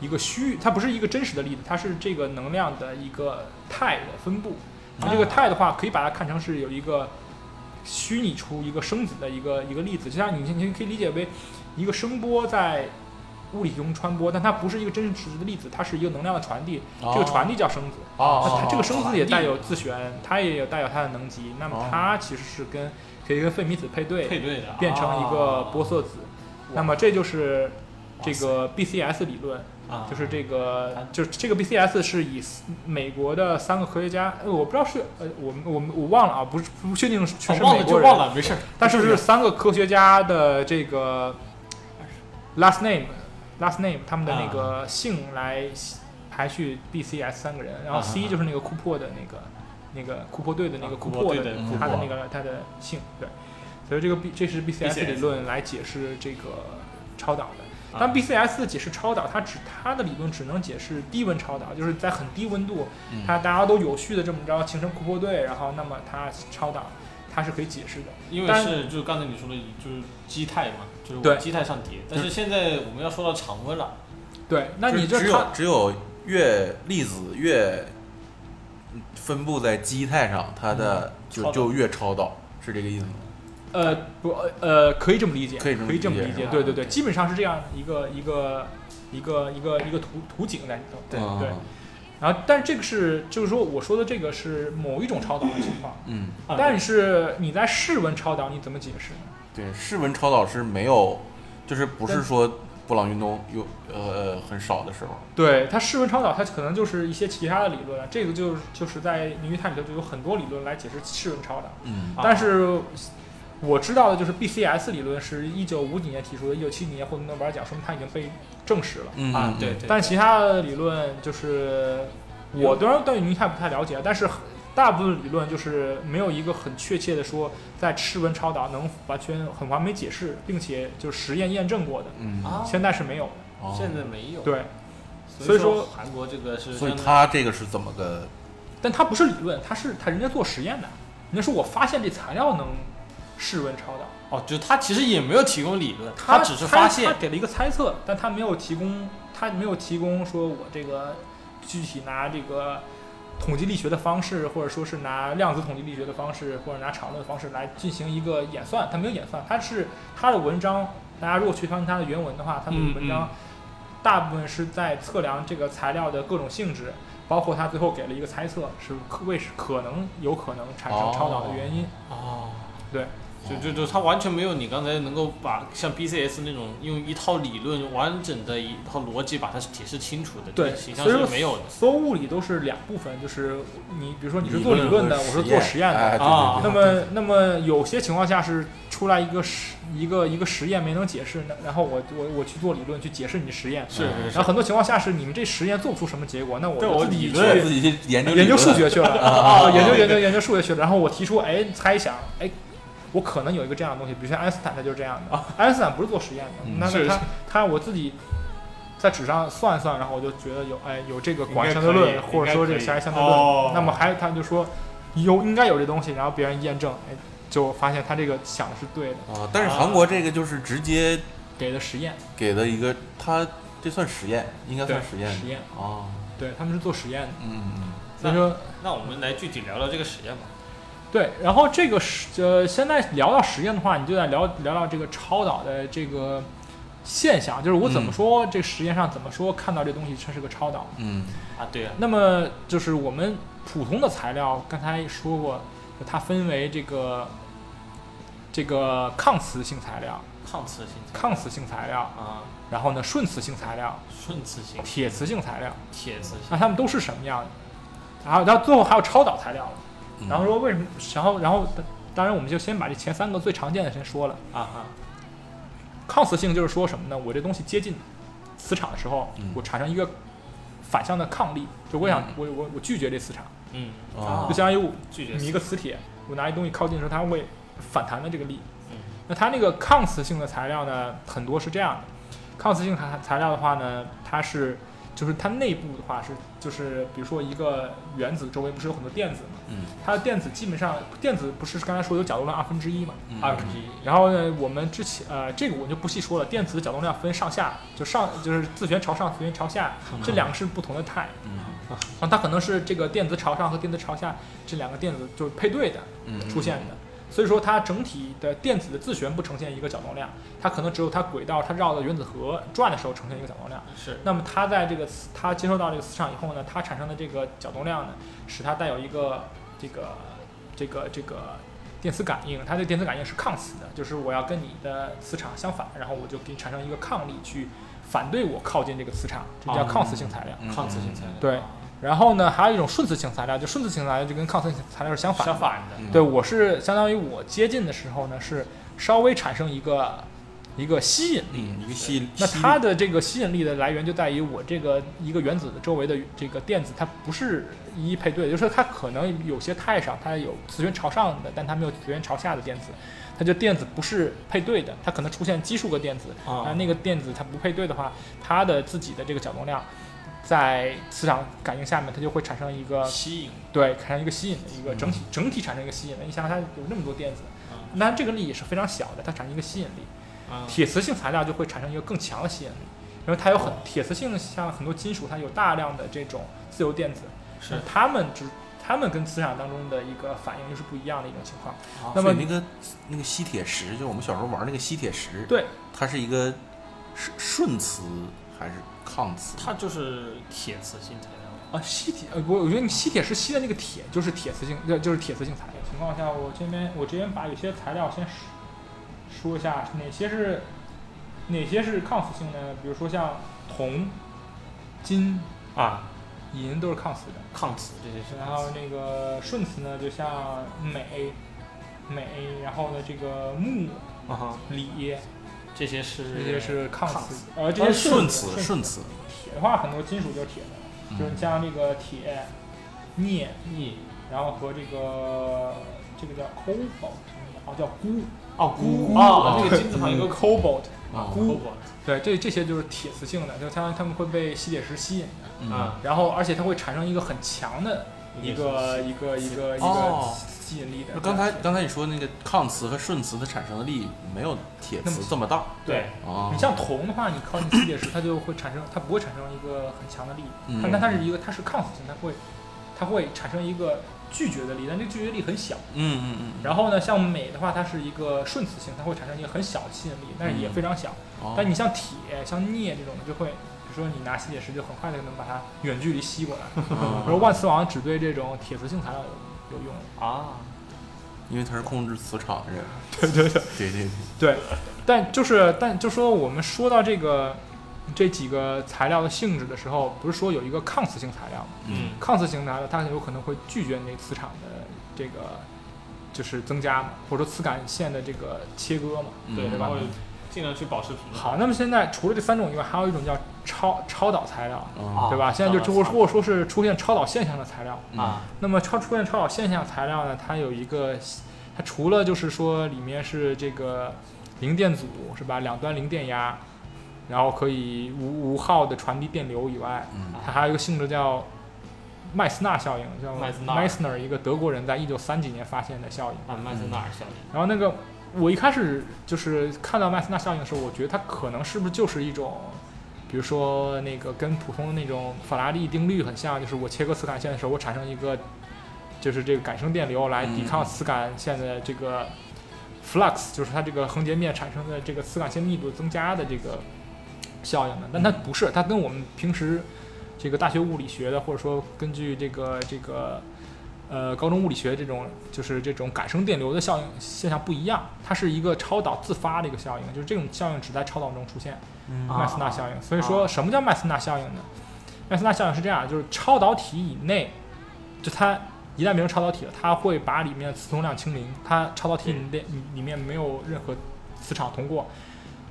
Speaker 3: 一个虚，它不是一个真实的粒子，它是这个能量的一个态的分布。那这个态的话，可以把它看成是有一个虚拟出一个生子的一个一个粒子，就像你你可以理解为一个声波在物理中穿播，但它不是一个真实的粒子，它是一个能量的传递，这个传递叫生子。
Speaker 1: 哦
Speaker 3: 那 它这个生子也带有自旋，它也有带有它的能级，那么
Speaker 1: 哦
Speaker 3: 它其实是跟可以跟费米子配对，
Speaker 2: 配对的啊
Speaker 3: 变成一个玻色子。那么这就是这个 BCS 理论，
Speaker 2: 啊
Speaker 3: 就是这个
Speaker 2: 啊，
Speaker 3: 就是这个 BCS 是以四美国的三个科学家，呃，我不知道是呃，我们我们我忘了啊，不是不确定是
Speaker 2: 哦
Speaker 3: 全是
Speaker 2: 忘
Speaker 3: 美
Speaker 2: 了就
Speaker 3: 国
Speaker 2: 忘
Speaker 3: 人，
Speaker 2: 了没事儿
Speaker 3: 但是是三个科学家的这个 last name last name 他们的那
Speaker 2: 啊
Speaker 3: 个姓来排序 BCS 三个人，然后
Speaker 2: 啊
Speaker 3: C 就是那个库珀的那个那个库珀队的那个
Speaker 2: 啊库
Speaker 3: 库
Speaker 2: 珀
Speaker 3: 珀
Speaker 2: 队
Speaker 3: 的
Speaker 2: 的
Speaker 1: 库
Speaker 3: 他的
Speaker 1: 珀
Speaker 3: 那个他的姓对，所以这个 B 这是 BCS
Speaker 2: BCS
Speaker 3: 理论来解释这个超导的。
Speaker 2: 啊
Speaker 3: 但 BCS 解释超导，它只它的理论只能解释低温超导，就是在很低温度，
Speaker 1: 嗯
Speaker 3: 它大家都有序的这么着形成库珀队，然后那么它超导，它是可以解释的。
Speaker 2: 因为
Speaker 3: 但
Speaker 2: 是就是刚才你说的，就是基态嘛，就是
Speaker 3: 对
Speaker 2: 往基态上叠。但是现在我们要说到常温了，
Speaker 3: 对，那你
Speaker 1: 就
Speaker 3: 这
Speaker 1: 只
Speaker 3: 它
Speaker 1: 有只有越粒子越分布在基态上，它的就
Speaker 2: 超
Speaker 3: 嗯
Speaker 2: 导
Speaker 1: 就越超导，是这个意思吗？
Speaker 3: 呃不呃呃可以这么理解，
Speaker 1: 可以这么
Speaker 3: 这么
Speaker 1: 理解
Speaker 3: 理解，
Speaker 1: 啊
Speaker 3: 对对对，基本上是这样一个一个一个一个一个图图景在里头。
Speaker 1: 嗯
Speaker 3: 对，然后但这个是就是说我说的这个是某一种超导的情况，
Speaker 1: 嗯，
Speaker 2: 啊
Speaker 3: 但是你在室温超导你怎么解释呢？
Speaker 1: 对，室温超导是没有，就是不是说布朗运动有呃很少的时候，
Speaker 3: 对它室温超导，它可能就是一些其他的理论，啊这个就是就是在凝聚态里头就有很多理论来解释室温超导。
Speaker 1: 嗯
Speaker 2: 啊
Speaker 3: 但是我知道的就是 BCS 理论是一九五几年提出的，一九七几年获得诺贝尔奖，说明它已经被证实了。
Speaker 1: 嗯
Speaker 2: 啊
Speaker 1: 嗯
Speaker 2: 对对，
Speaker 3: 但其他的理论就是，我当然对凝聚态不太了解，但是很大部分理论就是没有一个很确切的说在室温超导能完全很完美解释，并且就是实验验证过的，
Speaker 1: 嗯，
Speaker 2: 啊
Speaker 3: 现在是没有的。
Speaker 1: 哦
Speaker 2: 现在没有，，
Speaker 3: 对，
Speaker 2: 所
Speaker 3: 所以说
Speaker 2: 韩国这个是
Speaker 1: 所以
Speaker 2: 相当于
Speaker 1: 它这个是怎么个
Speaker 3: 但它不是理论，它是它人家做实验的，人家说我发现这材料能室温超导。
Speaker 2: 哦，就他其实也没有提供理论，
Speaker 3: 他
Speaker 2: 只是发
Speaker 3: 他
Speaker 2: 现
Speaker 3: 他给了一个猜测，但他没有提供，他没有提供说我这个具体拿这个统计力学的方式，或者说是拿量子统计力学的方式，或者拿场论的方式来进行一个演算。它没有演算，它是它的文章，大家如果去翻它的原文的话，它的
Speaker 2: 嗯
Speaker 3: 文章大部分是在测量这个材料的各种性质，包括它最后给了一个猜测，是可为可能有可能产生超导的原因。
Speaker 2: 哦，
Speaker 3: 对，
Speaker 2: 就就就它完全没有你刚才能够把像 BCS 那种用一套理论完整的一套逻辑把它解释清楚的，
Speaker 3: 对
Speaker 2: 这形象
Speaker 3: 所以
Speaker 2: 是
Speaker 3: 说
Speaker 2: 没有的。
Speaker 3: 所有物理都是两部分，就是你比如说你是做理论的，
Speaker 1: 和
Speaker 3: 我是做实验的。
Speaker 1: 哎对对对
Speaker 2: 啊
Speaker 3: 那么，那么有些情况下是出来一个实一个一个实验没能解释，那然后我我我去做理论去解释你的实验，嗯
Speaker 2: 是是
Speaker 3: 然后很多情况下是你们这实验做不出什么结果，那我
Speaker 2: 对
Speaker 3: 就
Speaker 2: 我
Speaker 3: 自己
Speaker 2: 理
Speaker 3: 去
Speaker 2: 论
Speaker 1: 自己去研究
Speaker 3: 研究
Speaker 1: 理
Speaker 3: 数
Speaker 1: 论
Speaker 3: 学去了，
Speaker 2: 啊
Speaker 1: 哦
Speaker 3: 啊，研究
Speaker 2: 对
Speaker 3: 研究研究数学去了，然后我提出哎猜想哎。我可能有一个这样的东西，比如像爱因斯坦，他就是这样的。爱因斯坦不是做实验的，
Speaker 1: 嗯
Speaker 3: 那
Speaker 2: 是
Speaker 3: 那他
Speaker 2: 是
Speaker 3: 他我自己在纸上算一算，然后我就觉得有哎有这个
Speaker 4: 应
Speaker 3: 广义
Speaker 4: 该
Speaker 3: 相对
Speaker 4: 可以
Speaker 3: 论，
Speaker 4: 应
Speaker 3: 或者
Speaker 4: 该
Speaker 3: 说
Speaker 4: 可
Speaker 3: 这个
Speaker 4: 以
Speaker 3: 狭义相对论，
Speaker 2: 哦，
Speaker 3: 那么还他们就说有应该有这东西，然后别人验证，哎，就发现他这个想的是对的，
Speaker 1: 啊，但是韩国这个就是直接
Speaker 3: 给的实验，
Speaker 1: 给了一个，他这算实验，应该
Speaker 3: 对
Speaker 1: 算实验
Speaker 3: 实验，
Speaker 1: 啊，
Speaker 3: 对他们是做实验的，
Speaker 1: 嗯，
Speaker 3: 所以说
Speaker 2: 那我们来具体聊聊这个实验吧。
Speaker 3: 对，然后这个实呃，现在聊到实验的话，你就得聊聊聊这个超导的这个现象，就是我怎么
Speaker 1: 嗯
Speaker 3: 说、这个实验上怎么说看到这东西它是个超导，
Speaker 1: 嗯
Speaker 2: 啊，对啊，
Speaker 3: 那么就是我们普通的材料，刚才说过，它分为这个这个抗磁性材料、
Speaker 2: 抗磁性材
Speaker 3: 抗磁性材料，
Speaker 2: 啊，
Speaker 3: 然后呢顺磁性材料。
Speaker 2: 顺磁性、
Speaker 3: 铁磁性材料，
Speaker 2: 铁磁性
Speaker 3: 那它们都是什么样的？然后，然后最后还有超导材料，
Speaker 1: 嗯，
Speaker 3: 然后说为什么？然后，然后，当然我们就先把这前三个最常见的先说了。
Speaker 2: 啊啊，
Speaker 3: 抗磁性就是说什么呢？我这东西接近磁场的时候
Speaker 1: 嗯，
Speaker 3: 我产生一个反向的抗力，就我想
Speaker 1: 嗯
Speaker 3: 我我我拒绝这磁场，
Speaker 2: 嗯，
Speaker 1: 啊
Speaker 2: 啊
Speaker 3: 就，相当于我
Speaker 2: 拒绝
Speaker 3: 你一个磁铁，我拿一东西靠近的时候，它会反弹的这个力
Speaker 2: 嗯。
Speaker 3: 那它那个抗磁性的材料呢，很多是这样的。抗磁性材材料的话呢，它是就是它内部的话是就是比如说一个原子周围不是有很多电子嘛，
Speaker 1: 嗯
Speaker 3: 它的电子基本上电子不是刚才说有角动量二分之一嘛，
Speaker 1: 嗯
Speaker 2: 二分之一，
Speaker 3: 然后呢，我们之前呃，这个我就不细说了。电子的角动量分上下，就上就是自旋朝上、自旋朝下，这两个是不同的态。
Speaker 1: 嗯
Speaker 3: 啊，它可能是这个电子朝上和电子朝下这两个电子就是配对的
Speaker 1: 嗯
Speaker 3: 出现的，所以说它整体的电子的自旋不呈现一个角动量，它可能只有它轨道它绕着原子核转的时候呈现一个角动量。
Speaker 2: 是
Speaker 3: 那么它在这个磁它接收到这个磁场以后呢，它产生的这个角动量呢，使它带有一个这个这个这个电磁感应，它的电磁感应是抗磁的，就是我要跟你的磁场相反，然后我就给你产生一个抗力去反对我靠近这个磁场，这叫抗磁性材料。
Speaker 1: 嗯
Speaker 2: 抗磁性材料，
Speaker 3: 对然后呢，还有一种顺磁性材料，就顺磁性材料就跟抗磁性材料是相反的。
Speaker 2: 相反的，
Speaker 1: 嗯
Speaker 3: 对，我是相当于我接近的时候呢，是稍微产生一个一个吸引力。
Speaker 1: 嗯，一个吸
Speaker 3: 那
Speaker 1: 吸
Speaker 3: 它
Speaker 1: 力
Speaker 3: 的这个吸引力的来源就在于我这个一个原子的周围的这个电子，它不是一一配对的，就是说它可能有些态上它有磁旋朝上的，但它没有磁旋朝下的电子，它就电子不是配对的，它可能出现奇数个电子，
Speaker 2: 啊
Speaker 3: 啊，那个电子它不配对的话，它的自己的这个角动量在磁场感应下面，它就会产生一个
Speaker 2: 啊吸引，
Speaker 3: 对，产生一个吸引的一个整体整体产生一个吸引的。你想想，它有那么多电子
Speaker 2: 嗯，
Speaker 3: 那这个力也是非常小的，它产生一个吸引力。
Speaker 2: 啊
Speaker 3: 铁磁性材料就会产生一个更强的吸引力，因为它有很铁磁性像很多金属，它有大量的这种自由电子，
Speaker 2: 是，
Speaker 3: 它们只它们跟磁场当中的一个反应又是不一样的一种情况。
Speaker 2: 啊
Speaker 3: 那
Speaker 1: 所
Speaker 3: 么
Speaker 1: 以那个那个吸铁石，就是我们小时候玩那个吸铁石，
Speaker 3: 对，
Speaker 1: 它是一个顺顺磁还是抗磁？
Speaker 2: 它就是铁磁性材料。
Speaker 3: 啊，吸铁，呃，我我觉得你吸铁是吸的那个铁，就是铁磁性，呃，就是铁磁性材料。情况下，我这边我这边把有些材料先说说一下，哪些是哪些是抗磁性呢？比如说像铜、金、
Speaker 2: 啊，
Speaker 3: 银都是抗磁的。
Speaker 2: 抗磁这些是
Speaker 3: 然后那个顺磁呢，就像镁、镁，然后呢这个钼、
Speaker 2: 啊哈，
Speaker 3: 锂，
Speaker 2: 这些是
Speaker 3: 这些是抗
Speaker 2: 抗
Speaker 3: 磁，呃，这
Speaker 1: 它
Speaker 3: 些
Speaker 1: 是
Speaker 3: 顺
Speaker 1: 磁，
Speaker 3: 顺
Speaker 1: 顺磁，
Speaker 3: 铁的话，很多金属就是铁的。就是
Speaker 1: 嗯
Speaker 3: 你像这个铁、镍，
Speaker 2: 镍、
Speaker 3: 然后和这个这个叫 cobalt，哦嗯叫钴，
Speaker 2: 哦钴
Speaker 3: 钴
Speaker 2: 啊，
Speaker 1: 哦
Speaker 2: 那个金字旁有个
Speaker 3: 嗯啊 cobalt，
Speaker 1: 哦
Speaker 3: 钴，
Speaker 2: cobalt
Speaker 3: 对，这这些就是铁磁性的，就相当于它们会被吸铁石吸引的，
Speaker 1: 嗯
Speaker 2: 啊，
Speaker 3: 然后而且它会产生一个很强的一个一个一个一个
Speaker 1: 哦
Speaker 3: 吸引力的。
Speaker 1: 那刚才刚才你说那个抗磁和顺磁它产生的力没有铁
Speaker 3: 那么
Speaker 1: 磁这么大
Speaker 2: 对，
Speaker 1: 啊。
Speaker 3: 你像铜的话，你靠近吸铁石，它就会产生，它不会产生一个很强的力，
Speaker 1: 嗯
Speaker 3: 但但它是一个，它是抗磁性，它会它会产生一个拒绝的力，但这个拒绝力很小。
Speaker 1: 嗯嗯嗯嗯，
Speaker 3: 然后呢，像镁的话，它是一个顺磁性，它会产生一个很小的吸引力，但是也非常小。
Speaker 1: 哦
Speaker 3: 但你像铁、像镍这种的，就会，比如说你拿吸铁石，就很快就能把它远距离吸过来。
Speaker 1: 嗯
Speaker 3: 比如万磁王只对这种铁磁性材料有有用。
Speaker 2: 啊，
Speaker 1: 因为它是控制磁场的 人，
Speaker 3: 对对对。
Speaker 1: 对对对，
Speaker 3: 对，但就是但就说我们说到这个这几个材料的性质的时候，不是说有一个抗磁性材料吗？
Speaker 2: 嗯
Speaker 3: 抗磁性材料它很有可能会拒绝你这磁场的这个就是增加嘛，或者说磁感线的这个切割嘛。
Speaker 1: 嗯
Speaker 2: 对，
Speaker 3: 对
Speaker 2: 然
Speaker 3: 吧
Speaker 2: 后尽量去保持平衡。
Speaker 3: 好，那么现在除了这三种以外，还有一种叫超超导材料，
Speaker 1: 嗯
Speaker 3: 对吧？
Speaker 2: 啊
Speaker 3: 现在就
Speaker 2: 超导
Speaker 3: 如果
Speaker 2: 材
Speaker 3: 如果说是出现超导现象的材料，
Speaker 1: 嗯
Speaker 2: 啊，
Speaker 3: 那么超出现超导现象材料呢，它有一个，它除了就是说里面是这个零电阻是吧，两端零电压，然后可以无无耗的传递电流以外，
Speaker 1: 嗯
Speaker 3: 它还有一个性质叫麦斯纳效应，叫
Speaker 2: 麦斯纳
Speaker 3: Meissner 一个德国人在一九三几年发现的效应。
Speaker 2: 啊，麦森纳尔效应
Speaker 3: 然后那个我一开始就是看到麦斯纳效应的时候，我觉得它可能是不是就是一种，比如说那个跟普通的那种法拉利定律很像，就是我切割磁感线的时候，我产生一个就是这个感生电流来抵抗
Speaker 1: 嗯
Speaker 3: 磁感线的这个 flux，就是它这个横截面产生的这个磁感线密度增加的这个效应的。但它不是，它跟我们平时这个大学物理学的，或者说根据这个这个呃高中物理学这种就是这种感生电流的效应现象不一样，它是一个超导自发的一个效应，就是这种效应只在超导中出现，
Speaker 1: 嗯
Speaker 2: 啊
Speaker 3: 麦斯纳效应。所以说什么叫麦斯纳效应呢？麦斯纳效应是这样，就是超导体以内，就它一旦变成超导体了，它会把里面的磁通量清零，它超导体里面里面没有任何磁场通过，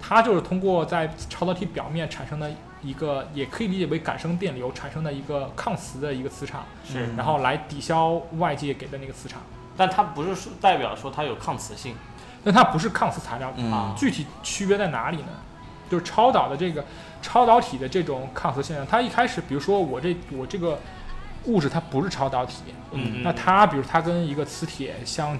Speaker 3: 它就是通过在超导体表面产生的一个，也可以理解为感生电流产生的一个抗磁的一个磁场，
Speaker 2: 是
Speaker 1: 嗯
Speaker 3: 然后来抵消外界给的那个磁场。
Speaker 2: 但它不是说代表说它有抗磁性
Speaker 3: 但它不是抗磁材料，
Speaker 1: 嗯
Speaker 2: 啊
Speaker 3: 具体区别在哪里呢？就是超导的这个超导体的这种抗磁现象，它一开始，比如说我这我这个物质它不是超导体，
Speaker 2: 嗯嗯
Speaker 3: 那它比如它跟一个磁铁相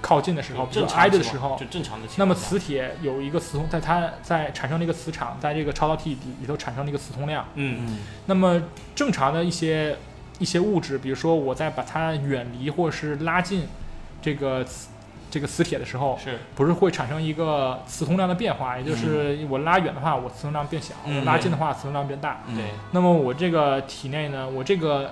Speaker 3: 靠近的时候，比
Speaker 2: 正
Speaker 3: 如说
Speaker 2: 常
Speaker 3: 挨着的
Speaker 2: 情
Speaker 3: 时
Speaker 2: 况
Speaker 3: 候
Speaker 2: 就，正常的情况下。
Speaker 3: 那么磁铁有一个磁通，在它在产生了一个磁场，在这个超导体里里头产生了一个磁通量。
Speaker 2: 嗯
Speaker 1: 嗯
Speaker 3: 那么正常的一些一些物质，比如说我在把它远离或是拉近这个磁这个磁铁的时候，
Speaker 2: 是
Speaker 3: 不是会产生一个磁通量的变化，也就是我拉远的话，我磁通量变小；
Speaker 1: 嗯
Speaker 3: 我拉近的话，磁通量变大。
Speaker 1: 嗯
Speaker 2: 对
Speaker 3: 那么我这个体内呢，我这个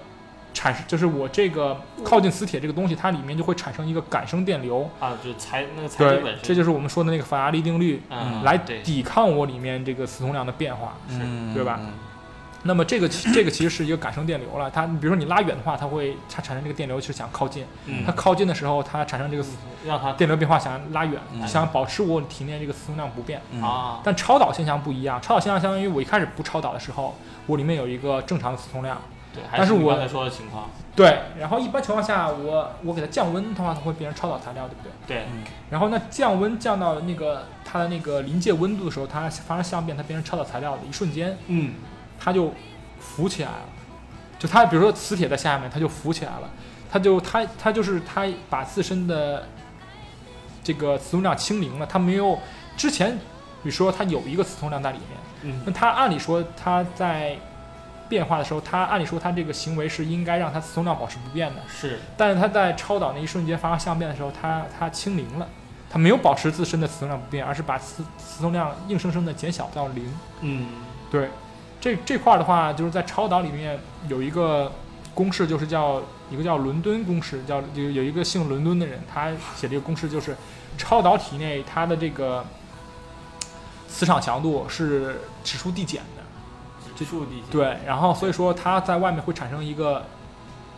Speaker 3: 产生就是我这个靠近磁铁这个东西，它里面就会产生一个感生电流。
Speaker 2: 啊，就是材那个材质
Speaker 3: 对
Speaker 2: 本，身
Speaker 3: 这就是我们说的那个法拉利定律，
Speaker 2: 嗯
Speaker 3: 来
Speaker 2: 对
Speaker 3: 抵抗我里面这个磁通量的变化。
Speaker 2: 是
Speaker 1: 嗯
Speaker 3: 对吧？那么这个其这个其实是一个感生电流了，它你比如说你拉远的话，它会它产生这个电流是想靠近，
Speaker 2: 嗯
Speaker 3: 它靠近的时候它产生这个
Speaker 2: 让它
Speaker 3: 电流变化想拉远，
Speaker 1: 嗯
Speaker 3: 想保持我体内这个磁通量不变。
Speaker 1: 嗯
Speaker 2: 啊
Speaker 3: 但超导现象不一样，超导现象相当于我一开始不超导的时候，我里面有一个正常的磁通量，
Speaker 2: 对，
Speaker 3: 但
Speaker 2: 还
Speaker 3: 是
Speaker 2: 你
Speaker 3: 我
Speaker 2: 刚才说的情况
Speaker 3: 对，然后一般情况下我我给它降温的话，它会变成超导材料，对不对？
Speaker 2: 对
Speaker 1: 嗯
Speaker 3: 然后那降温降到那个它的那个临界温度的时候，它发生相变，它变成超导材料的一瞬间，
Speaker 2: 嗯
Speaker 3: 它就浮起来了。就它，比如说磁铁在下面，它就浮起来了，它就它它就是它把自身的这个磁通量清零了，它没有之前，你说它有一个磁通量在里面，
Speaker 2: 嗯
Speaker 3: 那它按理说它在变化的时候，它按理说它这个行为是应该让它磁通量保持不变的，
Speaker 2: 是
Speaker 3: 但是它在超导那一瞬间发生相变的时候，它它清零了，它没有保持自身的磁通量不变，而是把磁磁通量硬生生的减小到零。
Speaker 2: 嗯
Speaker 3: 对，这这块儿的话，就是在超导里面有一个公式，就是叫一个叫伦敦公式，叫有有一个姓伦敦的人，他写了一个公式，就是超导体内它的这个磁场强度是指数递减的。
Speaker 2: 指数递减
Speaker 3: 对，然后所以说它在外面会产生一个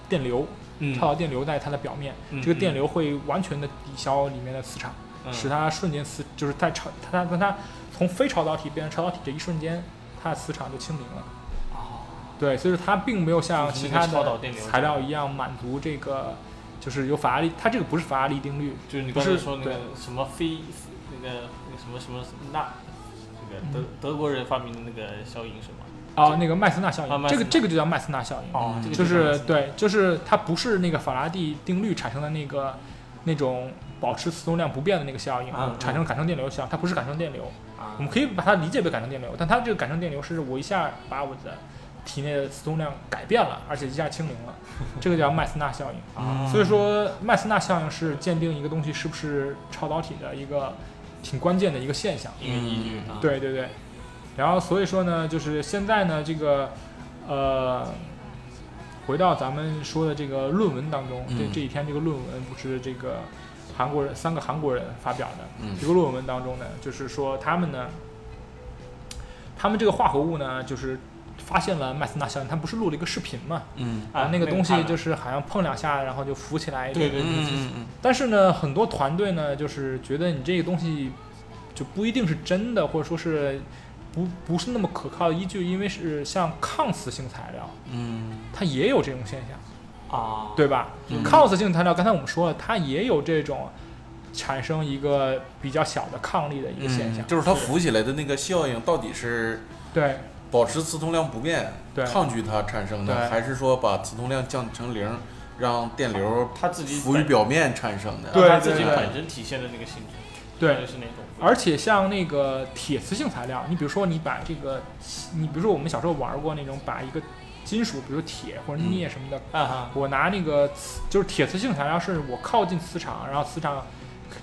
Speaker 3: 电流，
Speaker 2: 嗯
Speaker 3: 超导电流在它的表面，
Speaker 2: 嗯
Speaker 3: 这个电流会完全的抵消里面的磁场，
Speaker 2: 嗯
Speaker 3: 使它瞬间磁就是在超它它它从非超导体变成超导体这一瞬间，它的磁场就清零了。
Speaker 2: 啊
Speaker 3: 对，所以说它并没有像
Speaker 2: 就是
Speaker 3: 其
Speaker 2: 那
Speaker 3: 他
Speaker 2: 个超导
Speaker 3: 的
Speaker 2: 电流
Speaker 3: 材料一样满足这个，就是有法拉利，它这个不是法拉利定律，
Speaker 2: 就是你
Speaker 3: 不
Speaker 2: 刚
Speaker 3: 是
Speaker 2: 才说那
Speaker 3: 对
Speaker 2: 个什么非那个那个什么什么那那个
Speaker 3: 嗯
Speaker 2: 德德国人发明的那个效应是吗？
Speaker 3: 哦，那个麦斯纳效
Speaker 2: 啊
Speaker 3: 应，
Speaker 2: 麦
Speaker 3: 这
Speaker 2: 斯
Speaker 3: 个
Speaker 2: 纳
Speaker 3: 这个就叫麦斯纳效应。
Speaker 2: 哦，这个
Speaker 3: 就是
Speaker 2: 麦森纳
Speaker 3: 对，就是它不是那个法拉第定律产生的那个那种保持磁通量不变的那个效应，
Speaker 2: 嗯嗯
Speaker 3: 产生感生电流效应，它不是感生电流，
Speaker 2: 啊
Speaker 3: 我们可以把它理解为感生电流，但它这个感生电流是我一下把我的体内的磁动量改变了，而且一下清零了，这个叫麦斯纳效应。
Speaker 1: 嗯
Speaker 2: 啊
Speaker 3: 所以说，麦斯纳效应是鉴定一个东西是不是超导体的一个挺关键的一个现象。
Speaker 2: 一个依据啊，
Speaker 3: 嗯对对对。然后所以说呢，就是现在呢，这个呃，回到咱们说的这个论文当中，这
Speaker 1: 嗯
Speaker 3: 这几天这个论文不是这个韩国人三个韩国人发表的，
Speaker 1: 嗯
Speaker 3: 这个论文当中呢，就是说他们呢，他们这个化合物呢，就是发现了麦斯纳效应，他们不是录了一个视频嘛？
Speaker 1: 嗯
Speaker 2: 啊
Speaker 3: 啊，那个东
Speaker 2: 看
Speaker 3: 西
Speaker 2: 了
Speaker 3: 就是好像碰两下，然后就浮起来一
Speaker 2: 对
Speaker 3: 点。
Speaker 2: 对对对，
Speaker 1: 嗯
Speaker 3: 但是呢，很多团队呢，就是觉得你这个东西就不一定是真的，或者说是不不是那么可靠的依据，因为是像抗磁性材料，
Speaker 1: 嗯
Speaker 3: 它也有这种现象，
Speaker 2: 啊，
Speaker 3: 对吧？
Speaker 1: 嗯
Speaker 3: 抗磁性材料，刚才我们说了，它也有这种产生一个比较小的抗力的一个现象。
Speaker 1: 就是它浮起来的那个效应到底是
Speaker 3: 对
Speaker 1: 保持磁通量不变，
Speaker 3: 对
Speaker 1: 抗拒它产生的，
Speaker 3: 对
Speaker 1: 还是说把磁通量降成零，让电流
Speaker 2: 它自己
Speaker 1: 浮于
Speaker 2: 本
Speaker 1: 表面产生的？
Speaker 3: 对
Speaker 2: 它自己
Speaker 3: 对对
Speaker 2: 本身体现的那个性质，到
Speaker 3: 对
Speaker 2: 底，是哪种？
Speaker 3: 而且像那个铁磁性材料，你比如说你把这个，你比如说我们小时候玩过那种把一个金属，比如铁或者镍什么的，
Speaker 2: 啊哈，
Speaker 3: 我拿那个磁就是铁磁性材料，是我靠近磁场，然后磁场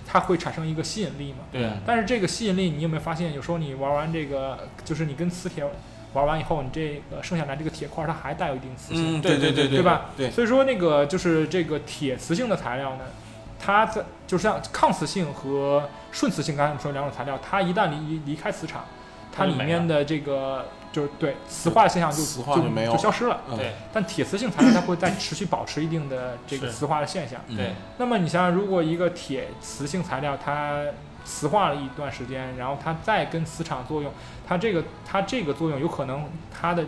Speaker 3: 它会产生一个吸引力嘛。
Speaker 2: 对
Speaker 1: 嗯
Speaker 2: 啊，
Speaker 3: 但是这个吸引力，你有没有发现，有时候你玩完这个，就是你跟磁铁玩完以后，你这个剩下来这个铁块，它还带有一定磁性，
Speaker 1: 嗯，
Speaker 2: 对
Speaker 1: 对
Speaker 2: 对对
Speaker 1: 对，
Speaker 3: 对吧？
Speaker 1: 对，
Speaker 3: 所以说那个就是这个铁磁性的材料呢，它在就像抗磁性和顺磁性，刚才我们说两种材料，它一旦离离开磁场，它
Speaker 2: 它就
Speaker 3: 里
Speaker 2: 没
Speaker 3: 面的这个就是对磁化的现象就
Speaker 1: 磁化
Speaker 3: 就
Speaker 1: 就没有
Speaker 3: 就消失了。
Speaker 1: 嗯
Speaker 2: 对
Speaker 3: 但铁磁性材料它会在持续保持一定的这个
Speaker 2: 是
Speaker 3: 磁化的现象。
Speaker 1: 嗯
Speaker 2: 对，
Speaker 3: 那么你想想，如果一个铁磁性材料它磁化了一段时间，然后它再跟磁场作用，它这个它这个作用有可能它的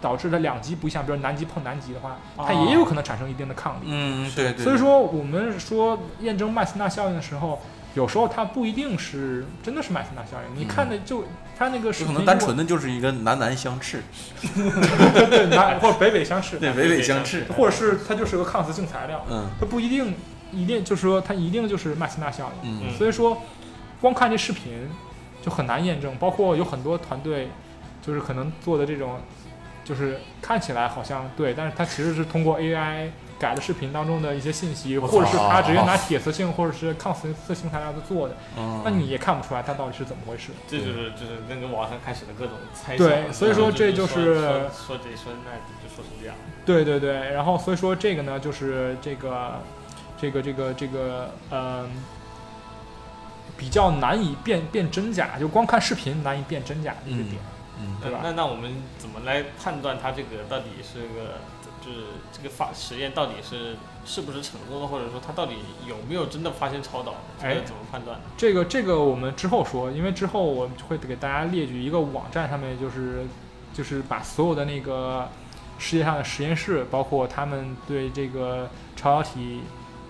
Speaker 3: 导致的两极不一样，比如南极碰南极的话，它也有可能产生一定的抗力。
Speaker 1: 嗯，哦对对，
Speaker 3: 所以说，我们说验证麦斯纳效应的时候。有时候它不一定是真的是麦斯纳效应，你看的就它那
Speaker 1: 对
Speaker 3: 个
Speaker 1: 嗯
Speaker 3: 视
Speaker 1: 有可能
Speaker 3: 频，
Speaker 1: 单纯的就是一个南南相斥，
Speaker 3: 对 南或者北北相斥，
Speaker 1: 对，
Speaker 2: 对
Speaker 1: 北北
Speaker 2: 对
Speaker 1: 相
Speaker 2: 对
Speaker 1: 斥，
Speaker 3: 或者是它就是个抗磁性材料，
Speaker 1: 嗯
Speaker 3: 它不一定一定就是说它一定就是麦斯纳效应。
Speaker 1: 嗯
Speaker 2: 嗯
Speaker 3: 所以说，光看这视频就很难验证，包括有很多团队就是可能做的这种，就是看起来好像对，但是它其实是通过 AI 改的视频当中的一些信息，
Speaker 1: 我
Speaker 3: 或者是
Speaker 1: 操
Speaker 3: 它直接拿铁磁性或者是抗磁磁性材料去做的，
Speaker 1: 嗯，
Speaker 3: 那你也看不出来它到底是怎么回事。
Speaker 2: 这就是就是那个网上开始的各种猜想，嗯
Speaker 3: 对所以说这
Speaker 2: 就
Speaker 3: 就
Speaker 2: 是说说这说那就说成这样，
Speaker 3: 对对对，然后所以说这个呢，就是这个，这个这个这个，嗯、比较难以辨辨真假，就光看视频难以辨真假的一个点。
Speaker 1: 嗯
Speaker 3: 对吧
Speaker 2: 那那我们怎么来判断它这个到底是个，就是这个发实验到底是是不是成功的，或者说它到底有没有真的发现超导？
Speaker 3: 哎
Speaker 2: 这个怎么判断？
Speaker 3: 这个这个我们之后说，因为之后我会给大家列举一个网站，上面就是就是把所有的那个世界上的实验室，包括他们对这个超导体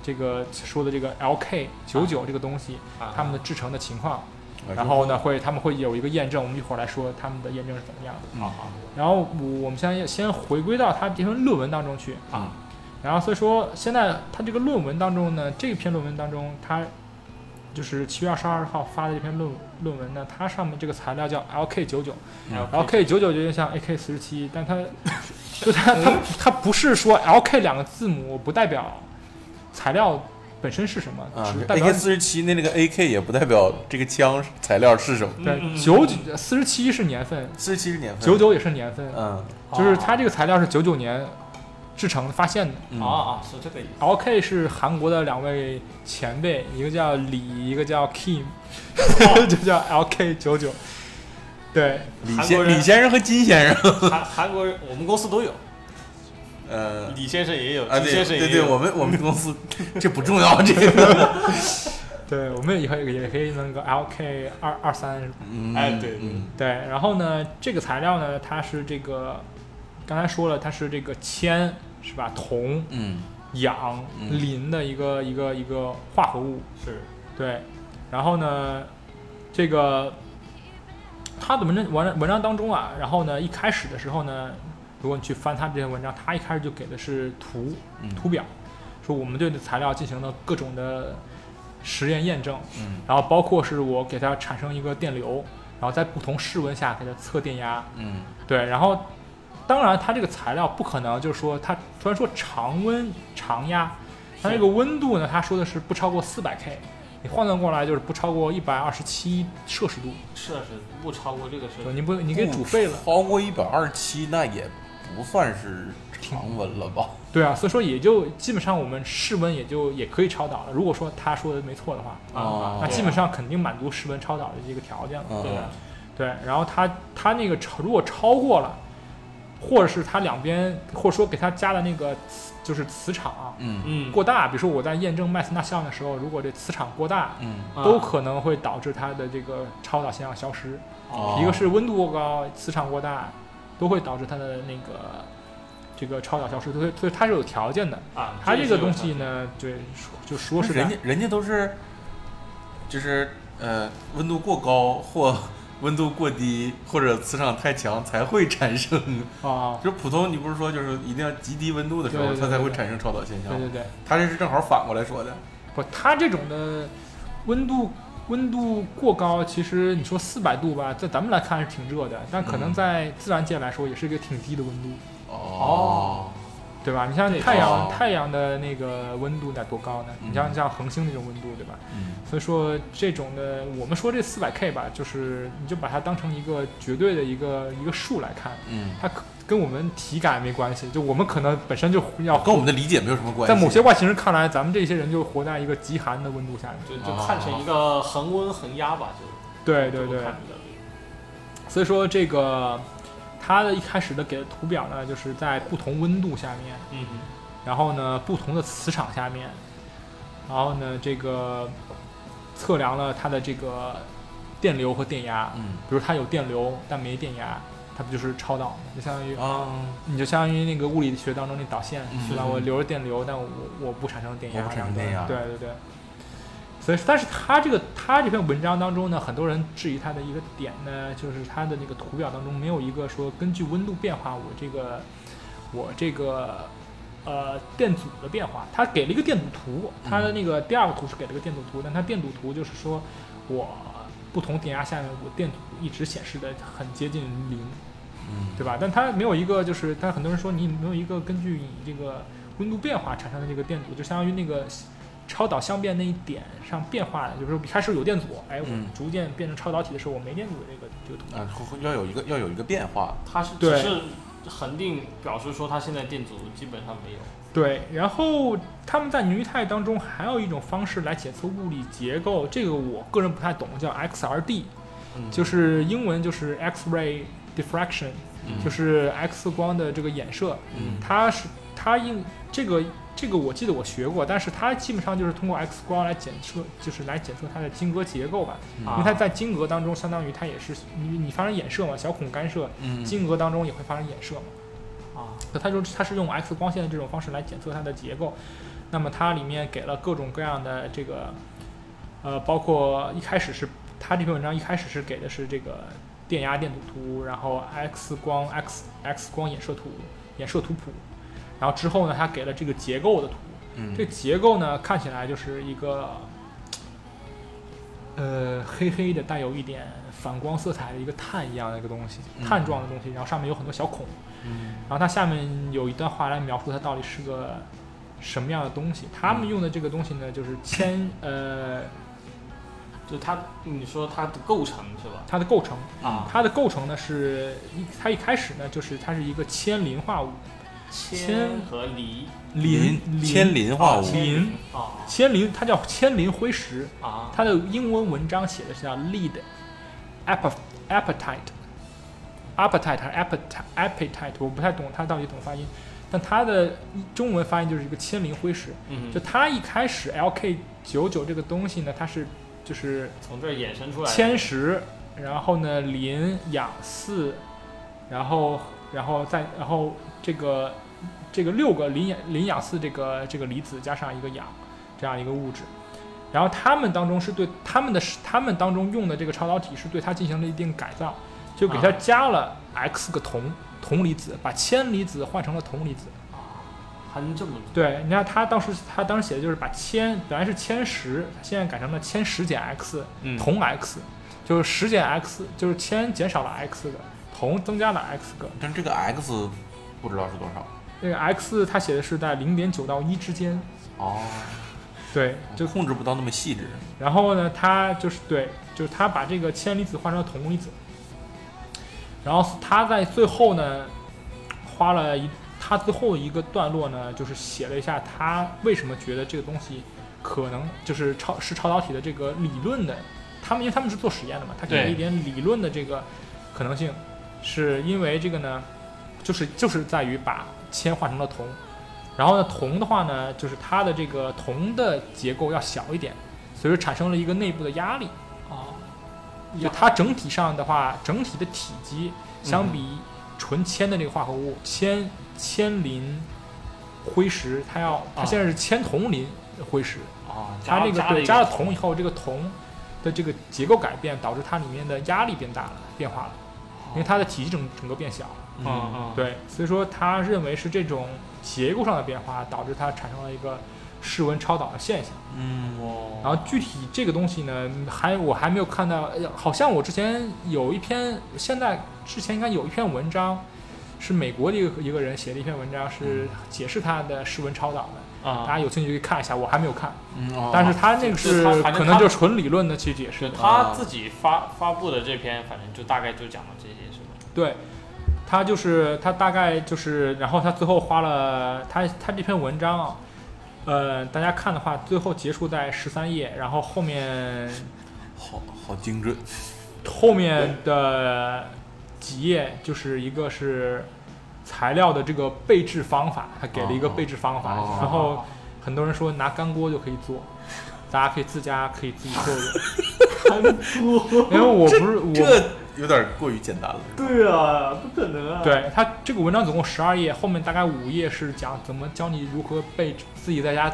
Speaker 3: 这个说的这个 LK 九九这个东西，
Speaker 2: 啊，
Speaker 3: 他们的制成的情况。
Speaker 1: 嗯
Speaker 3: 然后呢，会他们会有一个验证，我们一会儿来说他们的验证是怎么样
Speaker 1: 嗯
Speaker 3: 的。
Speaker 2: 好好
Speaker 3: 然后我我们现在要先回归到他这篇论文当中去，
Speaker 1: 啊，
Speaker 3: 然后所以说现在他这个论文当中呢，这篇论文当中，他就是七月二十二号发的这篇论论文呢，它上面这个材料叫 LK 九九
Speaker 1: 嗯
Speaker 3: ，LK 九嗯九就有点像 AK 四十七，但它就它它它不是说 LK 两个字母不代表材料本身是什么，
Speaker 1: 啊
Speaker 3: 只代表
Speaker 1: ，AK 四十七那那个 AK 也不代表这个枪材料是什么，
Speaker 3: 对九九四十七是年份，
Speaker 1: 四十七是年份，
Speaker 3: 九，九也是年份，
Speaker 1: 嗯
Speaker 3: 就是它这个材料是九九年制成发现的。
Speaker 1: 嗯
Speaker 2: 啊啊是这个意思
Speaker 3: LK 是韩国的两位前辈，一个叫李，一个叫 Kim，就
Speaker 1: 哦
Speaker 3: 叫 LK 九九。对，
Speaker 1: 李
Speaker 2: 韩国
Speaker 1: 先
Speaker 2: 人
Speaker 1: 李先生和金先生，，
Speaker 2: 韩韩国人我们公司都有，
Speaker 1: 呃，
Speaker 2: 李先生也有，
Speaker 1: 啊，
Speaker 2: 金
Speaker 1: 对
Speaker 2: 先生
Speaker 1: 对
Speaker 2: 也
Speaker 1: 对，我
Speaker 2: 有，
Speaker 1: 们我们公 司这不重要，这个，
Speaker 3: 对，我们以后也可以弄个 LK 二二三。
Speaker 1: 嗯
Speaker 2: 哎对对
Speaker 1: 嗯
Speaker 3: 对，然后呢，这个材料呢，它是这个，刚才说了，它是这个铅是吧，铜、
Speaker 1: 嗯
Speaker 3: 氧、
Speaker 1: 嗯
Speaker 3: 磷的一个一个一个化合物。
Speaker 2: 是
Speaker 3: 对，然后呢，这个他的文章文章文章当中啊，然后呢，一开始的时候呢，如果你去翻他这篇文章，他一开始就给的是图
Speaker 1: 嗯
Speaker 3: 图表，说我们对这材料进行了各种的实验验证，
Speaker 1: 嗯
Speaker 3: 然后包括是我给它产生一个电流，然后在不同室温下给它测电压，
Speaker 1: 嗯
Speaker 3: 对，然后。当然，它这个材料不可能就是说它虽然说常温常压，它这个温度呢，它说的是不超过四百 K，你换算过来就是不超过一百二十七摄氏度，
Speaker 2: 摄氏不超过这个摄
Speaker 3: 对
Speaker 2: 氏，
Speaker 3: 你不你
Speaker 1: 哦
Speaker 3: 给煮沸了，
Speaker 1: 超过一百二十七，那也不算是常温了吧？
Speaker 3: 对啊，所以说也就基本上我们室温也就也可以超导了。如果说他说的没错的话，
Speaker 2: 啊
Speaker 1: 哦
Speaker 3: 那基本上肯定满足室温超导的这个条件了。
Speaker 1: 嗯
Speaker 2: 对啊，
Speaker 3: 对，然后它它那个超如果超过了，或者是它两边或者说给它加的那个磁就是磁场啊、
Speaker 1: 嗯
Speaker 2: 嗯，
Speaker 3: 过大，比如说我在验证麦斯纳效应的时候，如果这磁场过大，
Speaker 1: 嗯
Speaker 2: 啊
Speaker 3: 都可能会导致它的这个超导现象消失。
Speaker 1: 哦
Speaker 3: 一个是温度过高，磁场过大，都会导致它的那个这个超导消失。所以所以它是有条件的。
Speaker 2: 啊，
Speaker 3: 它这
Speaker 2: 这
Speaker 3: 个东西呢，对，说就说是
Speaker 1: 人
Speaker 3: 在
Speaker 1: 家人家都是，就是呃温度过高或 温度过低或者磁场太强才会产生，
Speaker 3: 啊，
Speaker 1: 就是普通你不是说就是一定要极低温度的时候
Speaker 3: 对对对
Speaker 1: 它才会
Speaker 3: 对
Speaker 1: 产生超导现象
Speaker 3: 对对
Speaker 1: 吗？
Speaker 3: 对，
Speaker 1: 他这是正好反过来说的。
Speaker 3: 不，它这种的温度温度过高，其实你说四百度吧，在咱们来看是挺热的，但可能
Speaker 1: 嗯
Speaker 3: 在自然界来说也是一个挺低的温度，
Speaker 1: 哦，
Speaker 3: 对吧？你像
Speaker 2: 对
Speaker 3: 太阳
Speaker 1: 哦
Speaker 3: 太阳的那个温度得多高呢？你像
Speaker 1: 嗯
Speaker 3: 像恒星那种温度，对吧？
Speaker 1: 嗯
Speaker 3: 所以说这种的，我们说这四百 K 吧，就是你就把它当成一个绝对的一个一个数来看，
Speaker 1: 嗯，
Speaker 3: 它可跟我们体感没关系，就我们可能本身就要
Speaker 1: 哦跟我们的理解没有什么关系。
Speaker 3: 在某些外星人看来，咱们这些人就活在一个极寒的温度下面。
Speaker 2: 就就看成一个恒温恒压吧，就
Speaker 3: 对对
Speaker 2: 就
Speaker 3: 对，
Speaker 2: 看着的
Speaker 3: 所以说这个它的一开始的给的图表呢，就是在不同温度下面，
Speaker 2: 嗯哼，
Speaker 3: 然后呢不同的磁场下面，然后呢这个测量了它的这个电流和电压，
Speaker 1: 嗯
Speaker 3: 比如它有电流但没电压，它不就是超导吗？就相当于
Speaker 1: 啊，
Speaker 3: 你就相当于那个物理学当中那导线
Speaker 1: 嗯，
Speaker 3: 是吧？
Speaker 1: 嗯
Speaker 3: 我留着电流，但我我不产生电压，
Speaker 1: 我不产生电压
Speaker 3: 对对对。所以，但是他这个他这篇文章当中呢，很多人质疑他的一个点呢，就是他的那个图表当中没有一个说根据温度变化，我这个我这个呃电阻的变化，他给了一个电阻图，他的那个第二个图是给了个电阻图，
Speaker 1: 嗯
Speaker 3: 但他电阻图就是说我不同电压下面我电阻一直显示的很接近零，
Speaker 1: 嗯，
Speaker 3: 对吧？但它没有一个，就是但很多人说你没有一个根据你这个温度变化产生的这个电阻，就相当于那个超导相变那一点上变化了，就是说开始有电阻，哎，我
Speaker 1: 嗯
Speaker 3: 逐渐变成超导体的时候，我没电阻的这个这个图。
Speaker 1: 啊，会会要有一个要有一个变化。
Speaker 2: 它是只
Speaker 3: 对
Speaker 2: 是恒定表示说它现在电阻基本上没有，
Speaker 3: 对，然后他们在凝聚态当中还有一种方式来检测物理结构，这个我个人不太懂，叫 XRD，
Speaker 1: 嗯
Speaker 3: 就是英文就是 X-ray diffraction，
Speaker 1: 嗯
Speaker 3: 就是 X 光的这个衍射。
Speaker 1: 嗯
Speaker 3: 它是它应这个这个我记得我学过，但是它基本上就是通过 X 光来检测，就是来检测它的晶格结构吧。
Speaker 2: 嗯啊
Speaker 3: 因为它在晶格当中，相当于它也是你你发生衍射嘛，小孔干涉，
Speaker 1: 嗯
Speaker 3: 晶格当中也会发生衍射嘛。
Speaker 2: 啊，
Speaker 3: 那它就它是用 X 光线的这种方式来检测它的结构。那么它里面给了各种各样的这个，呃，包括一开始是它这篇文章一开始是给的是这个电压电阻图，然后 X 光 X X 光衍射图衍射图谱，然后之后呢，它给了这个结构的图。
Speaker 1: 嗯
Speaker 3: 这个结构呢，看起来就是一个，呃，黑黑的带有一点反光色彩的一个碳一样的一个东西，
Speaker 1: 嗯
Speaker 3: 碳状的东西，然后上面有很多小孔。
Speaker 1: 嗯
Speaker 3: 然后它下面有一段话来描述它到底是个什么样的东西。他们用的这个东西呢，就是铅，呃，
Speaker 2: 就它你说它的构成是吧？
Speaker 3: 它的构成，
Speaker 2: 啊，
Speaker 3: 它的构成呢是一，它一开始呢就是它是一个铅磷化物，
Speaker 2: 铅和锂
Speaker 3: 磷
Speaker 1: 铅磷化物
Speaker 3: 啊，铅磷
Speaker 2: 啊
Speaker 3: 铅磷，它叫铅磷辉石，
Speaker 2: 啊，
Speaker 3: 它的英文文章写的是叫 lead ap- appetite appetite 还是 appetite appetite，我不太懂它到底怎么发音，但它的中文发音就是一个铅磷辉石。
Speaker 2: 嗯
Speaker 3: 就，它一开始 LK 九九这个东西呢，它是就是
Speaker 2: 从这儿衍生出来的
Speaker 3: 铅石，然后呢磷、氧四，然后然后再然后这个这个六个磷氧磷氧四这个这个离子加上一个氧这样一个物质，然后它们当中是对它们的它们当中用的这个超导体是对它进行了一定改造，就给它
Speaker 2: 啊
Speaker 3: 加了 X 个铜铜离子，把铅离子换成了铜离子。
Speaker 2: 还能这么
Speaker 3: 对，你看他当时他当时写的就是把铅本来是铅十，他现在改成了铅十减 x，
Speaker 2: 嗯
Speaker 3: 铜 x，就是十减 x，就是铅减少了 x 的，从增加了 x 个。
Speaker 1: 但是这个 x 不知道是多少
Speaker 3: 那个 x 它写的是在零点九到一之间，
Speaker 1: 哦，
Speaker 3: 对，
Speaker 1: 就
Speaker 3: 就
Speaker 1: 控制不到那么细致。
Speaker 3: 然后呢，它就是对，就是它把这个铅离子换成了铜离子，然后它在最后呢，花了一它最后一个段落呢，就是写了一下他为什么觉得这个东西可能就是超是超导体的这个理论的，他们因为他们是做实验的嘛，他给了
Speaker 2: 对
Speaker 3: 一点理论的这个可能性，是因为这个呢，就是就是在于把铅换成了铜。然后呢，铜的话呢，就是它的这个铜的结构要小一点，所以说产生了一个内部的压力。啊
Speaker 2: 哦，
Speaker 3: 就它整体上的话，整体的体积相比纯铅的这个化合物，铅铅磷灰石，它要它
Speaker 2: 啊
Speaker 3: 现在是铅铜磷灰石，
Speaker 2: 哦，
Speaker 3: 它那个对
Speaker 2: 加
Speaker 3: 加了铜以后，这个铜的这个结构改变，导致它里面的压力变大了，变化了，因为它的体积整整个变小了。
Speaker 2: 嗯嗯，
Speaker 3: 对，所以说他认为是这种结构上的变化导致它产生了一个室温超导的现象。
Speaker 1: 嗯，
Speaker 2: 哦，
Speaker 3: 然后具体这个东西呢，还我还没有看到，哎呀好像我之前有一篇，现在之前应该有一篇文章，是美国的一个一个人写的一篇文章，是解释它的室温超导的，大
Speaker 2: 啊，
Speaker 3: 家有兴趣可以看一下，我还没有看，
Speaker 1: 嗯哦
Speaker 3: 但是他那个
Speaker 2: 就是
Speaker 3: 是
Speaker 2: 它反正
Speaker 3: 可能
Speaker 2: 它
Speaker 3: 就纯理论的去解释
Speaker 2: 是
Speaker 3: 的，
Speaker 2: 他自己发发布的这篇，反正就大概就讲了这些，是吧？
Speaker 3: 对，他就是他大概就是，然后他最后花了他他这篇文章啊，呃，大家看的话，最后结束在十三页，然后后面
Speaker 1: 好好精准。
Speaker 3: 后面的几页就是一个是材料的这个备制方法，他给了一个备制方法，
Speaker 1: 哦
Speaker 3: 然后很多人说拿干锅就可以做。大家可以自家可以自己做的， 因为我不是我
Speaker 1: 这有点过于简单了。
Speaker 2: 对啊，不可能啊，
Speaker 3: 对它这个文章总共十二页，后面大概五页是讲怎么教你如何备自己在家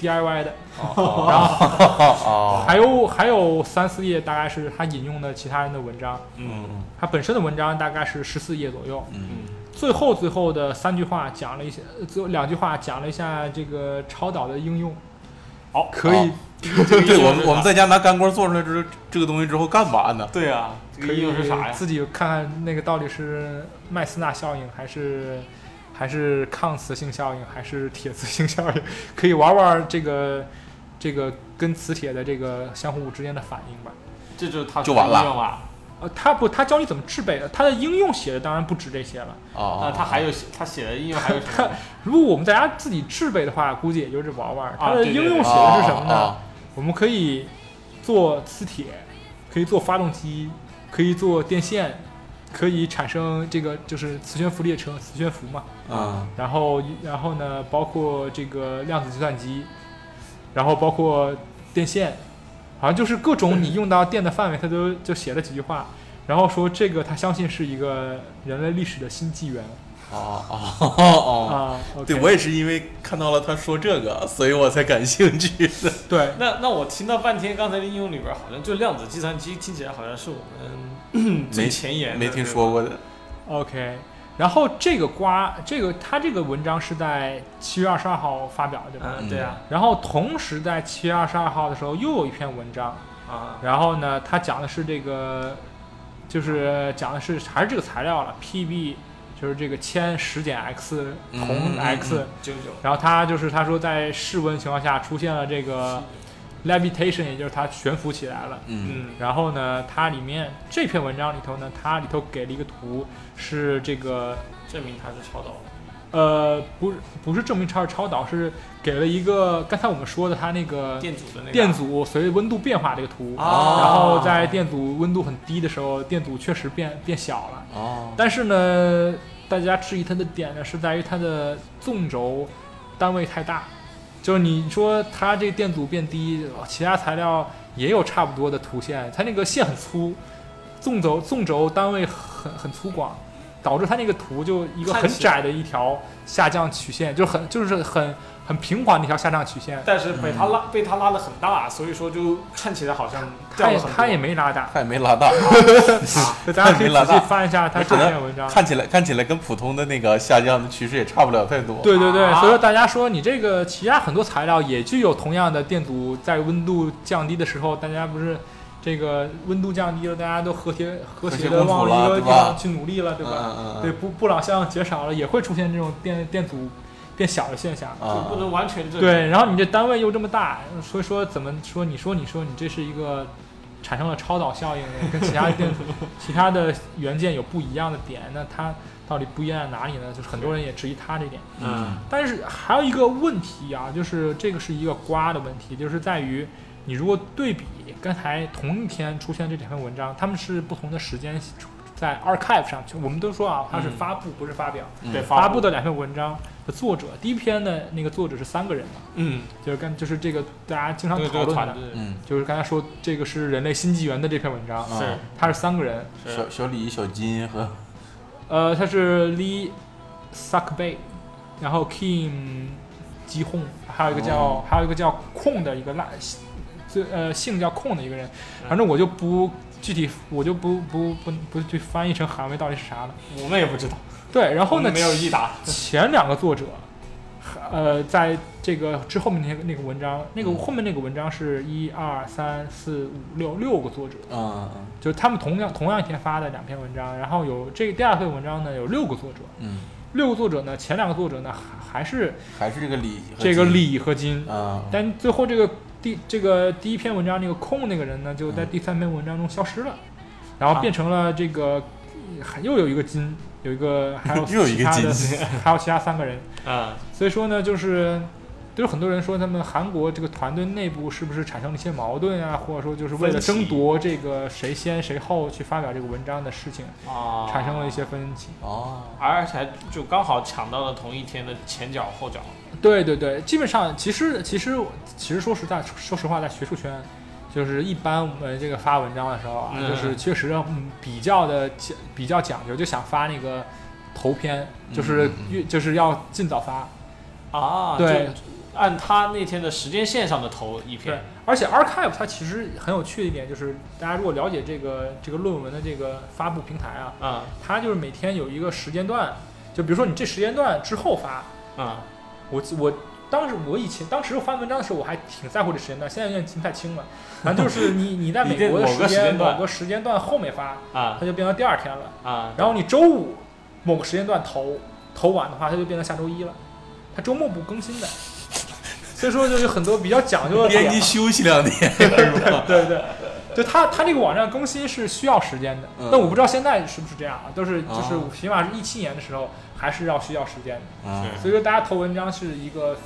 Speaker 3: DIY 的，然后
Speaker 1: 哦，
Speaker 3: 还有还有三四页大概是他引用的其他人的文章，
Speaker 2: 嗯
Speaker 3: 他本身的文章大概是十四页左右，
Speaker 1: 嗯
Speaker 2: 嗯，
Speaker 3: 最后最后的三句话讲了一些，呃最后两句话讲了一下这个超导的应用，
Speaker 2: 好
Speaker 3: 可以
Speaker 1: 哦对我们我们在家拿干锅做出来之后这个东西之后干嘛呢？
Speaker 2: 对啊，这
Speaker 3: 可
Speaker 2: 个应
Speaker 3: 以
Speaker 2: 用是啥呀？
Speaker 3: 自己看看那个到底是麦斯纳效应还是还是抗磁性效应还是铁磁性效应，可以玩玩这个这个跟磁铁的这个相互之间的反应吧。
Speaker 2: 这就是他
Speaker 1: 就完了
Speaker 2: 应用啊。
Speaker 3: 呃，他不，他教你怎么制备的，他的应用写的当然不止这些了。
Speaker 1: 哦，
Speaker 2: 那呃啊他还有写他写的应用还有什 么？
Speaker 3: 如果我们大家自己制备的话，估计也就是玩玩。它的
Speaker 2: 啊对对
Speaker 3: 应
Speaker 2: 对啊
Speaker 3: 用
Speaker 2: 不
Speaker 3: 写的是什么呢？
Speaker 1: 哦？
Speaker 3: 我们可以做磁铁，可以做发动机，可以做电线，可以产生这个就是磁悬浮列车、磁悬浮嘛。
Speaker 1: 哦哦
Speaker 3: 然后，然后呢，包括这个量子计算机，然后包括电线，好像就是各种你用到电的范围，他都就写了几句话，然后说这个他相信是一个人类历史的新纪元
Speaker 1: 嗯哦哦哦哦。
Speaker 3: 啊。o
Speaker 1: 对，我也是因为看到了他说这个，所以我才感兴趣的。
Speaker 3: 对
Speaker 2: 那那我听到半天，刚才的应用里边好像就量子计算机听起来好像是我们嗯最
Speaker 1: 没
Speaker 2: 前沿的
Speaker 1: 没听说过的。
Speaker 3: OK，然后这个瓜，这个他这个文章是在七月二十二号发表的，
Speaker 2: 对
Speaker 3: 对吧？
Speaker 2: 吧嗯，对啊，
Speaker 3: 然后同时在七月二十二号的时候又有一篇文章，
Speaker 2: 啊，
Speaker 3: 然后呢，他讲的是这个，就是讲的是还是这个材料了，PB，就是这个铅十减 X
Speaker 1: 嗯嗯
Speaker 3: 铜
Speaker 1: 嗯
Speaker 3: X，、
Speaker 2: 九九，
Speaker 3: 然后他就是他说在室温情况下出现了这个 levitation，也就是它悬浮起来了。
Speaker 1: 嗯
Speaker 2: 嗯，
Speaker 3: 然后呢，它里面这篇文章里头呢，它里头给了一个图，是这个
Speaker 2: 证明它是超导的。
Speaker 3: 呃，不是不是证明超是超导，是给了一个刚才我们说的它那个
Speaker 2: 电阻的那个
Speaker 3: 嗯电阻随温度变化这个图，
Speaker 2: 啊
Speaker 3: 然后在电阻温度很低的时候，电阻确实变变小了，
Speaker 1: 哦
Speaker 3: 但是呢，大家质疑它的点呢是在于它的纵轴单位太大，就是你说它这个电阻变低，其他材料也有差不多的图线，它那个线很粗，纵轴纵轴单位很很粗犷，导致它那个图就一个
Speaker 2: 看
Speaker 3: 很
Speaker 2: 起来
Speaker 3: 窄的一条下降曲线，就是很就是很很平缓的一条下降曲线，
Speaker 2: 但是被它拉、被它拉的很大，所以说就看起来好像掉
Speaker 3: 它
Speaker 2: 了
Speaker 3: 也
Speaker 2: 很多。
Speaker 3: 它也 没拉大，
Speaker 1: 他也没拉大，
Speaker 3: 所以大家可以
Speaker 1: 没拉
Speaker 3: 仔
Speaker 1: 大
Speaker 3: 细翻一下
Speaker 2: 哎
Speaker 3: 它这
Speaker 1: 可
Speaker 3: 篇
Speaker 1: 能
Speaker 3: 文章。
Speaker 1: 看起来看起来跟普通的那个下降的趋势也差不了太多。
Speaker 3: 对对对，
Speaker 2: 啊
Speaker 3: 所以说大家说你这个其他很多材料也具有同样的电阻，在温度降低的时候，大家不是这个温度降低了，大家都和谐和
Speaker 1: 谐
Speaker 3: 谐
Speaker 1: 共
Speaker 3: 的
Speaker 1: 处
Speaker 3: 往
Speaker 1: 了
Speaker 3: 一个
Speaker 1: 对
Speaker 3: 地
Speaker 1: 吧
Speaker 3: 方去努力了，对吧？
Speaker 1: 嗯嗯嗯
Speaker 3: 对布布朗效应减少了，也会出现这种电电阻变小的现象。
Speaker 2: 就不能
Speaker 1: 啊，
Speaker 2: 完全证明
Speaker 3: 对，然后你这单位又这么大，所以说怎么说？你说你说你这是一个产生了超导效应，跟其他 电其他的元件有不一样的点，那它到底不一样在哪里呢？就是很多人也质疑它这点。
Speaker 2: 嗯
Speaker 3: 但是还有一个问题啊，就是这个是一个瓜的问题，就是在于你如果对比刚才同一天出现这两篇文章，他们是不同的时间出在 archive 上去，我们都说啊，它是
Speaker 2: 嗯
Speaker 3: 发布、不是发表。
Speaker 1: 嗯
Speaker 2: 对
Speaker 3: 发
Speaker 2: 发
Speaker 3: 布的两篇文章的作者，第一篇的那个作者是三个人嘛，
Speaker 2: 嗯，
Speaker 3: 就是跟就是这个大家经常
Speaker 2: 对
Speaker 3: 讨
Speaker 2: 这个
Speaker 3: 论
Speaker 2: 团
Speaker 3: 的，
Speaker 2: 队
Speaker 1: 嗯，
Speaker 3: 就是刚才说这个是人类新纪元的这篇文章，
Speaker 1: 啊
Speaker 2: 是
Speaker 3: 他是三个人，
Speaker 2: 是
Speaker 1: 小小李、小金和
Speaker 3: 呃，他是 Lee Suckbay，然后 Kim Ji Hong，还有一个叫、
Speaker 1: 哦
Speaker 3: 还有一个叫控的一个辣，最呃姓叫控的一个人，
Speaker 2: 嗯
Speaker 3: 反正我就不具体我就不不不不去翻译成韩文到底是啥了。
Speaker 2: 我们也不知道，
Speaker 3: 对，然后
Speaker 2: 我
Speaker 3: 呢
Speaker 2: 们没有益达，
Speaker 3: 前两个作者，呃，在这个之后面那个那个文章，那
Speaker 2: 嗯
Speaker 3: 个后面那个文章是一二三四五六六个作者，
Speaker 1: 嗯
Speaker 3: 就是他们同样同样一天发的两篇文章，然后有这个第二篇文章呢有六个作者，
Speaker 1: 嗯，
Speaker 3: 六个作者呢前两个作者呢还还是
Speaker 1: 还是这个李和
Speaker 3: 这个
Speaker 1: 金
Speaker 3: 李和金，
Speaker 1: 啊，
Speaker 3: 但最后这个第这个第一篇文章那个空那个人呢就
Speaker 1: 嗯
Speaker 3: 在第三篇文章中消失了，然后变成了这个还又有一个金，有一个还有
Speaker 1: 又有一
Speaker 3: 其
Speaker 1: 个
Speaker 3: 他
Speaker 1: 金
Speaker 3: 的 还有其他三个人。
Speaker 2: 啊，
Speaker 3: 所以说呢，就是都有很多人说他们韩国这个团队内部是不是产生了一些矛盾啊，或者说就是为了
Speaker 2: 分歧
Speaker 3: 争夺这个谁先谁后去发表这个文章的事情，
Speaker 2: 啊，
Speaker 3: 产生了一些分歧。
Speaker 1: 哦，
Speaker 2: 而且还就刚好抢到了同一天的前脚后脚，
Speaker 3: 对对对，基本上其实其实其实说实在说实话，在学术圈。就是一般我们这个发文章的时候啊，
Speaker 2: 嗯
Speaker 3: 就是确实嗯比较的讲比较讲究，就想发那个头篇，就是
Speaker 1: 嗯嗯嗯
Speaker 3: 越就是要尽早发，
Speaker 2: 啊，
Speaker 3: 对，
Speaker 2: 按他那天的时间线上的头一
Speaker 3: 对
Speaker 2: 篇，，
Speaker 3: 而且 Archive 它其实很有趣的一点就是，大家如果了解这个这个论文的这个发布平台啊，
Speaker 2: 嗯
Speaker 3: 它就是每天有一个时间段，就比如说你这时间段之后发，
Speaker 2: 嗯，
Speaker 3: 我我当时我以前当时我发文章的时候我还挺在乎这时间段，现在有点记不太清了。反正就是你你在
Speaker 2: 你
Speaker 3: 美国的
Speaker 2: 这某个时
Speaker 3: 时
Speaker 2: 间
Speaker 3: 间
Speaker 2: 段
Speaker 3: 某个时间段后面发，
Speaker 2: 啊
Speaker 3: 它就变到第二天了。
Speaker 2: 啊，
Speaker 3: 然后你周五某个时间段投投完的话，它就变成下周一了，它周末不更新的。所以说就有很多比较讲究的点
Speaker 1: 连
Speaker 3: 啊。
Speaker 1: 你休息两天，
Speaker 3: 对对，就他他这个网站更新是需要时间的
Speaker 1: 嗯，
Speaker 3: 但我不知道现在是不是这样啊，都是就
Speaker 1: 哦
Speaker 3: 是起码是一七年的时候还是要需要时间的，
Speaker 1: 嗯，
Speaker 3: 所以说大家投文章是一个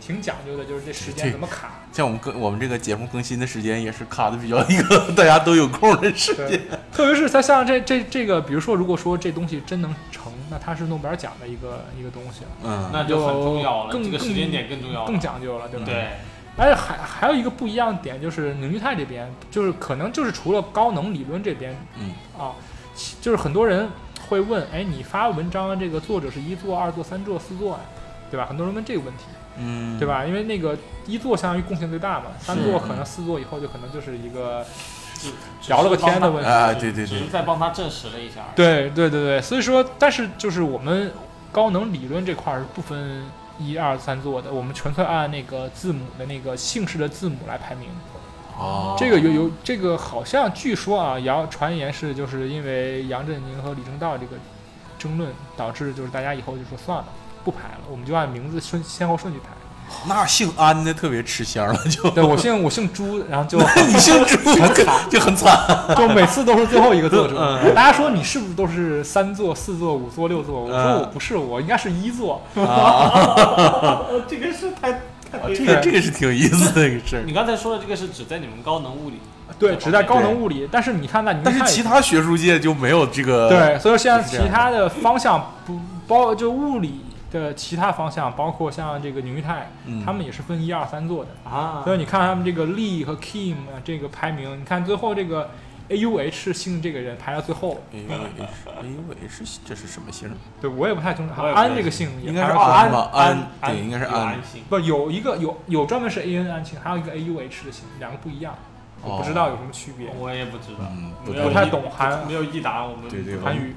Speaker 3: 挺讲究的，就是这时间
Speaker 1: 对
Speaker 3: 怎么卡。
Speaker 1: 像我们更我们这个节目更新的时间也是卡的比较一个 大家都有空的时
Speaker 3: 对
Speaker 1: 间，，
Speaker 3: 特别是它像这这这个，比如说，如果说这东西真能成，那它是诺贝尔奖的一个一个东西了，
Speaker 1: 嗯，
Speaker 2: 那就很重要了，
Speaker 3: 更
Speaker 2: 这个时间点更
Speaker 1: 哦
Speaker 2: 重要
Speaker 3: 更
Speaker 2: 了，
Speaker 3: 讲究了，对吧？
Speaker 2: 对，
Speaker 3: 而且还还有一个不一样的点就是凝聚态这边，就是可能就是除了高能理论这边，
Speaker 1: 嗯
Speaker 3: 啊，其就是很多人会问，哎，你发文章这个作者是一作、二作、三作、四作呀，啊对吧？很多人问这个问题，
Speaker 1: 嗯，
Speaker 3: 对？吧？因为那个一作相当于贡献最大嘛，三
Speaker 1: 是
Speaker 3: 作
Speaker 1: 嗯
Speaker 3: 可能四作以后就可能就是一个，
Speaker 2: 只
Speaker 3: 聊了个天的
Speaker 2: 是帮
Speaker 3: 问
Speaker 2: 他
Speaker 3: 题
Speaker 1: 啊，对对
Speaker 2: 只
Speaker 1: 对
Speaker 3: 嗯
Speaker 2: 是，在帮他证实了一下而已，
Speaker 3: 对对对对，所以说，但是就是我们高能理论这块儿是不分一二三作的，我们纯粹按那个字母的那个姓氏的字母来排名。
Speaker 1: 哦，
Speaker 3: 这个有有这个好像据说啊，谣传言是就是因为杨振宁和李政道这个争论导致，就是大家以后就说算了，不排了，我们就按名字顺先后 顺序排。
Speaker 1: 那姓安的特别吃香了， 就
Speaker 3: 对我姓我姓朱，然 后就
Speaker 1: 你姓朱 就很惨，
Speaker 3: 就每次都是最后一个作
Speaker 1: 嗯
Speaker 3: 者。大家说你是不是都是三座、四座、五座、六座？我说
Speaker 1: 嗯
Speaker 3: 我不是，我应该是一座。
Speaker 1: 啊，
Speaker 2: 哦，这个是太
Speaker 1: 这个这个是挺有意思的一个事儿
Speaker 2: 你。刚才说的这个是只在你们高能物理，
Speaker 3: 对，只在高能
Speaker 1: 对
Speaker 3: 物理，但是你看在你
Speaker 1: 但是其他学术界就没有这个，哎
Speaker 3: 对，所以说现在
Speaker 1: 呃是这
Speaker 3: 其
Speaker 1: 样的
Speaker 3: 他的方向不包就物理的其他方向，包括像这个凝聚态，
Speaker 1: 嗯
Speaker 3: 他们也是分一二三做的。
Speaker 2: 啊
Speaker 3: 所以你看他们这个 Lee 和 Kim 啊这个排名，你看最后这个 AUH 姓这个人排到最后，
Speaker 1: 哎呦喂，哎呦喂，是这是什么姓？
Speaker 3: 对我也不太清楚。
Speaker 2: 我也不太
Speaker 3: 安这个姓也
Speaker 1: 应该是
Speaker 3: 排到最后
Speaker 1: 啊安吧？
Speaker 2: 安
Speaker 1: 对，应该是
Speaker 2: 有
Speaker 1: 安
Speaker 2: 安。心，
Speaker 3: 不有一个有有专门是 AN 安庆，还有一个 AUH 的姓，两个不一样，
Speaker 1: 哦
Speaker 3: 我不知道有什么区别。
Speaker 2: 我也不知道，
Speaker 1: 嗯不
Speaker 2: 没
Speaker 1: 太
Speaker 2: 有一
Speaker 3: 不太懂韩
Speaker 2: 没有益达，我们
Speaker 1: 对对
Speaker 2: 不
Speaker 3: 韩
Speaker 2: 太
Speaker 3: 语，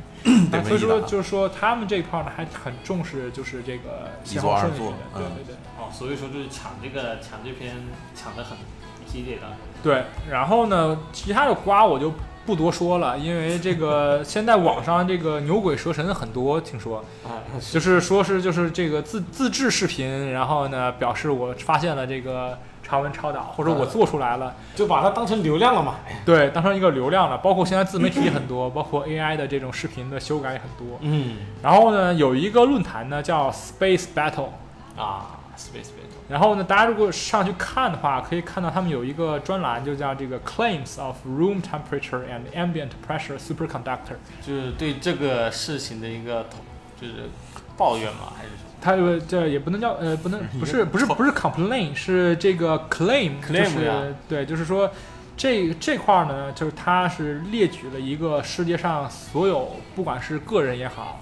Speaker 1: 对
Speaker 3: 啊所
Speaker 1: 文
Speaker 3: 以说
Speaker 1: 艺的啊
Speaker 3: 就是说他们这一块呢还很重视，就是这个
Speaker 1: 一
Speaker 3: 先
Speaker 1: 座
Speaker 3: 后
Speaker 1: 二
Speaker 3: 顺序
Speaker 1: 座
Speaker 3: 的，对
Speaker 1: 嗯
Speaker 3: 对对。
Speaker 2: 哦，所以说就是抢这个抢这篇抢的很激烈的，
Speaker 3: 对，然后呢，其他的瓜我就不多说了，因为 这个现在网上这个牛鬼蛇神很多，听说
Speaker 2: 啊，
Speaker 3: 就是说是就是这个自自制视频，然后呢表示我发现了这个长文超导，或者
Speaker 1: 嗯
Speaker 3: 我做出来了，
Speaker 2: 就把它当成流量了嘛。
Speaker 3: 对，当成一个流量了。包括现在自媒体很多，包括 AI 的这种视频的修改也很多。
Speaker 2: 嗯
Speaker 3: 然后呢，有一个论坛呢叫 Space Battle，
Speaker 2: 啊，space battle
Speaker 3: 然后呢，大家如果上去看的话，可以看到他们有一个专栏，就叫这个 Claims of Room Temperature and Ambient Pressure Superconductor。
Speaker 2: 就是对这个事情的一个投就是抱怨嘛，还是什么
Speaker 3: 它有这 也不能叫呃，不能不是不是不是 complain，是这个 claim，
Speaker 2: Claim
Speaker 3: 就是
Speaker 2: 呀
Speaker 3: 对，就是说这这块儿呢，就是它是列举了一个世界上所有不管是个人也好，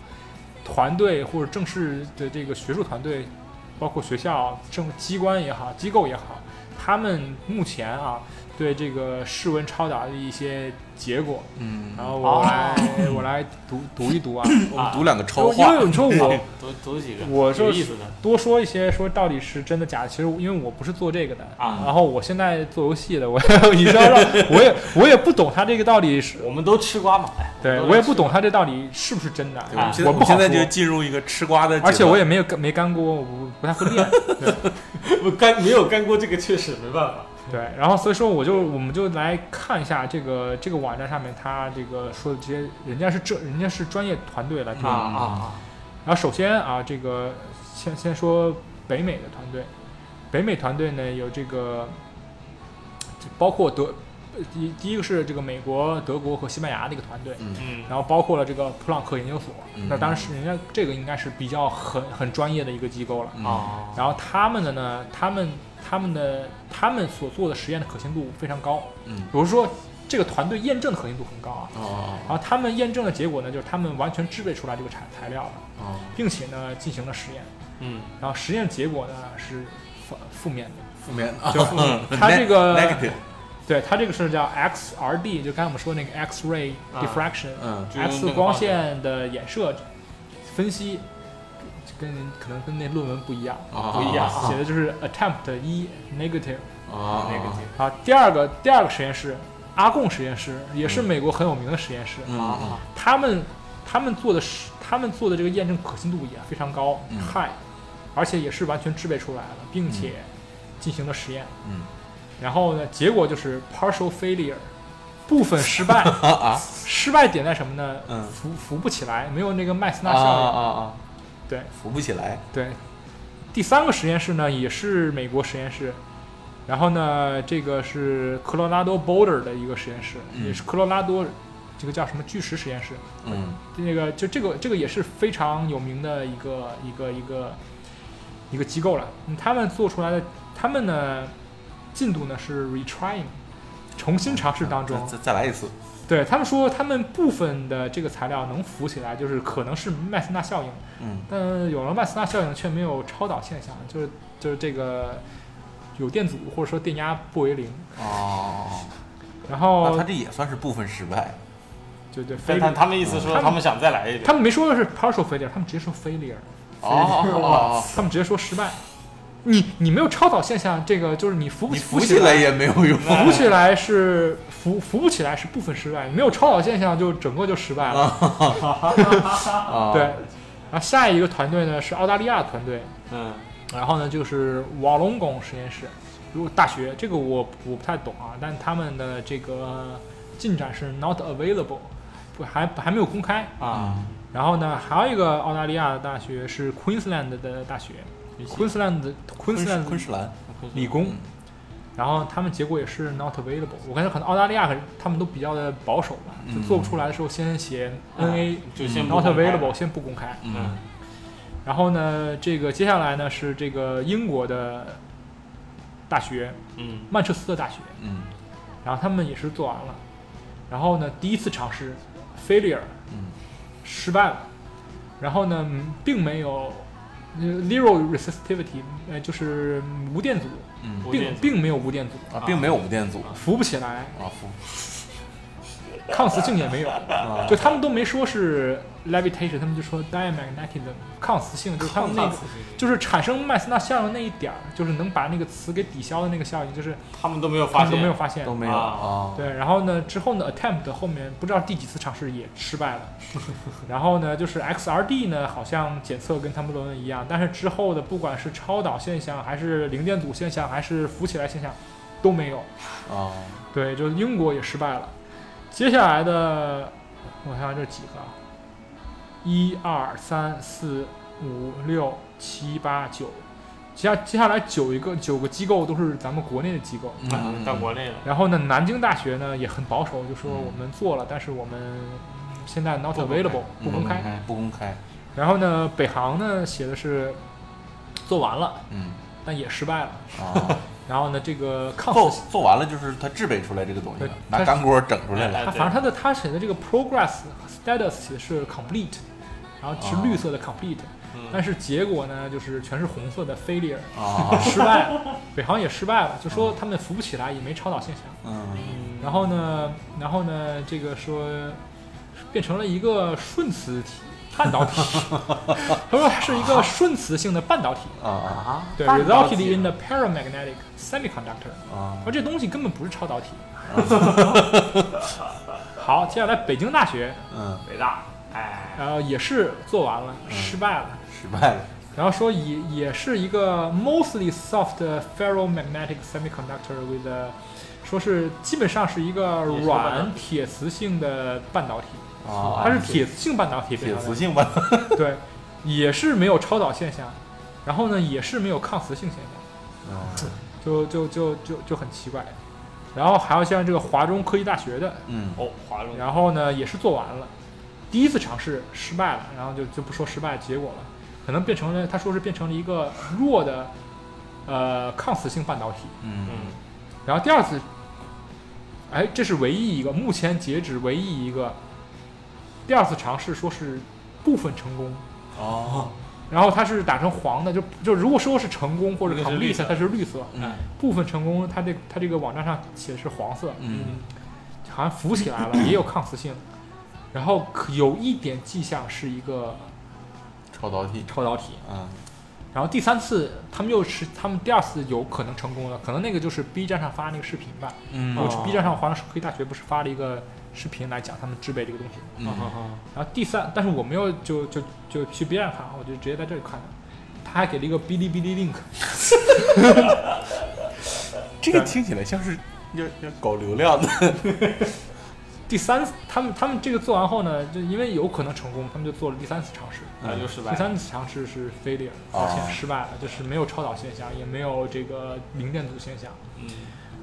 Speaker 3: 团队或者正式的这个学术团队，包括学校、政机关也好、机构也好，他们目前啊对这个室温超导的一些结果，
Speaker 1: 嗯，
Speaker 3: 然后我来、我来读读一 读啊，
Speaker 1: 我们读两个超
Speaker 3: 啊因
Speaker 1: 话
Speaker 3: 为，你说 我。
Speaker 2: 读读几个，
Speaker 3: 我
Speaker 2: 有
Speaker 3: 说
Speaker 2: 意思的
Speaker 3: 多说一些，说到底是真的假的。其实我因为我不是做这个的，
Speaker 2: 啊，
Speaker 3: 然后我现在做游戏的， 我你知道吧，我也我也不懂他这个到底是，
Speaker 2: 我们都吃瓜嘛，哎，
Speaker 3: 对
Speaker 2: 们都
Speaker 3: 我也
Speaker 2: 吃
Speaker 3: 不懂他这到底是不是真的
Speaker 1: 嗯
Speaker 3: 啊
Speaker 1: 对，我们现在我
Speaker 3: 我不
Speaker 1: 们
Speaker 3: 好
Speaker 1: 现在就
Speaker 3: 说。
Speaker 1: 进入一个吃瓜的阶段，
Speaker 3: 而且我也没有没干锅，我不不太会 练。
Speaker 2: 不 干没有干锅这个确实没办法。
Speaker 3: 对，然后所以说我就我们就来看一下这个这个网站上面他这个说的这些，人家是这人家是专业团队来做
Speaker 2: 啊
Speaker 3: 的。
Speaker 2: 啊啊！
Speaker 3: 然后首先啊，这个先先说北美的团队，北美团队呢有这个，包括德，呃第第一个是这个美国、德国和西班牙的一个团队，
Speaker 2: 嗯
Speaker 3: 然后包括了这个普朗克研究所，
Speaker 1: 嗯
Speaker 3: 那当时人家这个应该是比较很很专业的一个机构了。
Speaker 1: 嗯
Speaker 2: 啊
Speaker 3: 然后他们的呢，他们他们的他们所做的实验的可信度非常高，
Speaker 1: 嗯
Speaker 3: 比如说这个团队验证的可信度很高啊。
Speaker 1: 哦
Speaker 3: 然后他们验证的结果呢，就是他们完全制备出来这个材材料了。
Speaker 1: 哦
Speaker 3: 并且呢进行了实验，
Speaker 2: 嗯
Speaker 3: 然后实验结果呢是负负面的，
Speaker 1: 负面啊，
Speaker 3: 就负面。它这个
Speaker 1: negative，
Speaker 3: 对它这个是叫 XRD，就刚才我们说那个 X-ray
Speaker 2: 啊
Speaker 3: diffraction，、
Speaker 1: 嗯
Speaker 2: 就用那
Speaker 3: X
Speaker 2: 个
Speaker 3: 光
Speaker 2: 方法
Speaker 3: 线的衍射分析，跟可能跟那论文不一样，
Speaker 1: 啊
Speaker 2: 不一样啊
Speaker 3: 写的就是 attempt 一 negative。
Speaker 1: 啊
Speaker 2: 嗯那个劲
Speaker 3: 啊，第二个第二个实验室阿贡实验室也是美国很有名的实验室，
Speaker 1: 嗯
Speaker 2: 啊
Speaker 3: 他们他们做的是他们做的这个验证可信度也非常高、
Speaker 1: 嗯
Speaker 3: h i g h 而且也是完全制备出来了，并且进行了实验。
Speaker 1: 嗯
Speaker 3: 然后呢，结果就是 partial failure，部分失败。
Speaker 1: 啊 啊
Speaker 3: 失败点在什么呢？
Speaker 1: 嗯
Speaker 3: 浮浮不起来，没有那个麦斯纳
Speaker 1: 啊
Speaker 3: 效应。
Speaker 1: 啊啊，
Speaker 3: 对
Speaker 1: 扶不起来，
Speaker 3: 对。第三个实验室呢，也是美国实验室。然后呢，这个是科罗拉多 Boulder 的一个实验室，
Speaker 1: 嗯
Speaker 3: 也是科罗拉多这个叫什么巨石实验室。
Speaker 1: 嗯
Speaker 3: 那个就这个这个也是非常有名的一个一个一个一个机构了。嗯他们做出来的，他们呢进度呢是 retrying，重新尝试当中。
Speaker 1: 再再来一次，
Speaker 3: 对他们说，他们部分的这个材料能浮起来，就是可能是麦斯纳效应，
Speaker 1: 嗯
Speaker 3: 但有了麦斯纳效应却没有超导现象，就是就是这个有电阻或者说电压不为零。
Speaker 1: 哦，
Speaker 3: 然
Speaker 1: 那
Speaker 3: 后
Speaker 1: 他这也算是部分失败，
Speaker 3: 对对，
Speaker 2: 但他
Speaker 3: failure，
Speaker 2: 他们意思说
Speaker 3: 嗯
Speaker 2: 他们想再来一遍。
Speaker 3: 他们没说的是 partial failure，他们直接说 failure。
Speaker 1: 哦哦，
Speaker 3: 他们直接说失败。你你没有超导现象，这个就是你扶不
Speaker 1: 你
Speaker 3: 起
Speaker 1: 扶起来也没有用
Speaker 3: 扶不起来是扶扶不起来是部分失败，没有超导现象就整个就失败了。
Speaker 1: 啊，
Speaker 3: 对，，然后下一个团队呢是澳大利亚团队，
Speaker 2: 嗯
Speaker 3: 然后呢就是瓦隆贡实验室，如果大学这个我我不太懂啊，但他们的这个进展是 not available，不还还没有公开。
Speaker 2: 啊，
Speaker 3: 然后呢，还有一个澳大利亚的大学是 Queensland 的大学，Queensland
Speaker 1: 昆士
Speaker 3: Queensland
Speaker 1: 昆士兰，
Speaker 3: 理工，
Speaker 1: 嗯
Speaker 3: 然后他们结果也是 not available。我感觉可能澳大利亚他们都比较的保守吧，
Speaker 1: 嗯
Speaker 3: 就做不出来的时候先写 NA、
Speaker 2: 就先不
Speaker 3: not
Speaker 2: 公开
Speaker 3: available，先不公开。
Speaker 1: 嗯
Speaker 3: 然后呢，这个接下来呢是这个英国的大学
Speaker 2: 嗯
Speaker 3: 曼彻斯特大学，
Speaker 1: 嗯
Speaker 3: 然后他们也是做完了，然后呢第一次尝试 failure
Speaker 1: 嗯
Speaker 3: 失败了，然后呢嗯并没有呃 zero resistivity，呃就是无电阻，
Speaker 1: 嗯
Speaker 2: 无电
Speaker 3: 并
Speaker 2: 阻
Speaker 3: 并没有无电阻，
Speaker 1: 啊，并没有无电阻
Speaker 3: 扶不起来。
Speaker 1: 啊，扶
Speaker 3: 抗磁性也没有，
Speaker 1: 啊
Speaker 3: 就他们都没说是 levitation，他们就说 diamagnetism，抗磁性就是他们那
Speaker 2: 抗
Speaker 3: 个
Speaker 2: 磁性
Speaker 3: 就是产生麦斯纳效应那一点儿，就是能把那个磁给抵消的那个效应，就是
Speaker 2: 他们都没有
Speaker 3: 他
Speaker 2: 发
Speaker 3: 们都
Speaker 2: 现，
Speaker 3: 没有发现
Speaker 1: 都。没有
Speaker 2: 啊
Speaker 1: 啊。
Speaker 3: 对，然后呢，之后呢，attempt 后面不知道第几次尝试也 失败了。然后呢，就是 XRD 呢，好像检测跟他们论文一样，但是之后的不管是超导现象，还是零电阻现象，还是浮起来现象，都没有。
Speaker 1: 啊，
Speaker 3: 对，就是英国也失败了。接下来的，我看看这几个啊，一二三四五六七八九，接下接下来九一个九个机构都是咱们国内的机构。
Speaker 2: 啊到国内了，
Speaker 3: 然后呢，南京大学呢也很保守，就说
Speaker 1: 嗯
Speaker 3: 我们做了，但是我们嗯现在 not
Speaker 2: 不公开
Speaker 3: available 不公开。，
Speaker 1: 不公嗯开，
Speaker 3: 然后呢，北航呢写的是做完了，
Speaker 1: 嗯
Speaker 3: 但也失败了。
Speaker 1: 啊，
Speaker 3: 然后呢，这个抗
Speaker 1: 做
Speaker 3: 磁性
Speaker 1: 做完了就是他制备出来这个东西了
Speaker 3: 对，
Speaker 1: 拿干锅整出来了
Speaker 2: 哎
Speaker 3: 他反正他的他写的这个 progress 和 status 写的是 complete，然后是
Speaker 1: 哦
Speaker 3: 绿色的 complete，、
Speaker 2: 嗯，
Speaker 3: 但是结果呢就是全是红色的 failure，
Speaker 2: 哦
Speaker 1: 啊，
Speaker 3: 失败 了，北航也失败了，就说他们扶不起来，也没超导现象。
Speaker 1: 嗯
Speaker 3: 然后呢，然后呢，这个说变成了一个顺磁体半导 体，他说是一个顺磁性的半导体，
Speaker 1: 啊啊
Speaker 2: 啊
Speaker 3: 对
Speaker 2: 半导体
Speaker 3: ，resulted in the paramagnetic semiconductor，
Speaker 1: 啊
Speaker 3: 而这东西根本不是超导体。好，接下来北京大学，
Speaker 1: 嗯，
Speaker 2: 北大，哎，
Speaker 3: 然后也是做完了，
Speaker 1: 嗯
Speaker 3: 失败了。
Speaker 1: 失败了，
Speaker 3: 然后说也也是一个 mostly soft ferromagnetic semiconductor with a, 说是基本上是一个
Speaker 2: 也是个半导体
Speaker 3: 软铁磁性的半导体，
Speaker 1: 啊，
Speaker 3: 它是铁磁性半导体，
Speaker 1: 铁磁
Speaker 3: 性
Speaker 1: 性吧？
Speaker 3: 对，也是没有超导现象，然后呢也是没有抗磁性现象，就就就就就很奇怪。然后还有像这个华中科技大学的，
Speaker 1: 嗯
Speaker 2: 哦，华中，
Speaker 3: 然后呢也是做完了，第一次尝试失败了，然后就就不说失败结果了，可能变成了他说是变成了一个弱的呃抗磁性半导体，
Speaker 1: 嗯
Speaker 2: 嗯，
Speaker 3: 然后第二次，哎，这是唯一一个目前截止唯一一个第二次尝试说是部分成功。
Speaker 1: 哦，
Speaker 3: 然后它是打成黄的，就就如果说是成功或者
Speaker 2: 那个是
Speaker 3: complete，
Speaker 2: 绿色
Speaker 3: 它是绿色；
Speaker 1: 嗯
Speaker 3: 部分成功，它这它这个网站上写的是黄色。
Speaker 1: 嗯
Speaker 3: 好像浮起来了，也有抗磁性，然后可有一点迹象是一个
Speaker 1: 超导体，
Speaker 3: 超导体。
Speaker 1: 嗯
Speaker 3: 然后第三次他们又是他们第二次有可能成功了，可能那个就是 B 站上发那个视频吧。
Speaker 1: 嗯
Speaker 3: 我
Speaker 2: 哦
Speaker 3: 去 B 站上华中科技大学不是发了一个视频来讲他们制备这个东西。
Speaker 1: 嗯
Speaker 3: 然后第三，但是我没有就就就去 B 站看，我就直接在这里看的。他还给了一个哔哩哔哩 link，
Speaker 1: 这个听起来像是要要搞流量的，
Speaker 3: 第三他们他们这个做完后呢，就因为有可能成功，他们就做了第三次尝试。
Speaker 2: 那就失败
Speaker 3: 第
Speaker 2: 了，
Speaker 3: 三次尝试是 failure，抱歉失败了，就是没有超导现象，也没有这个零电阻现象，
Speaker 2: 嗯，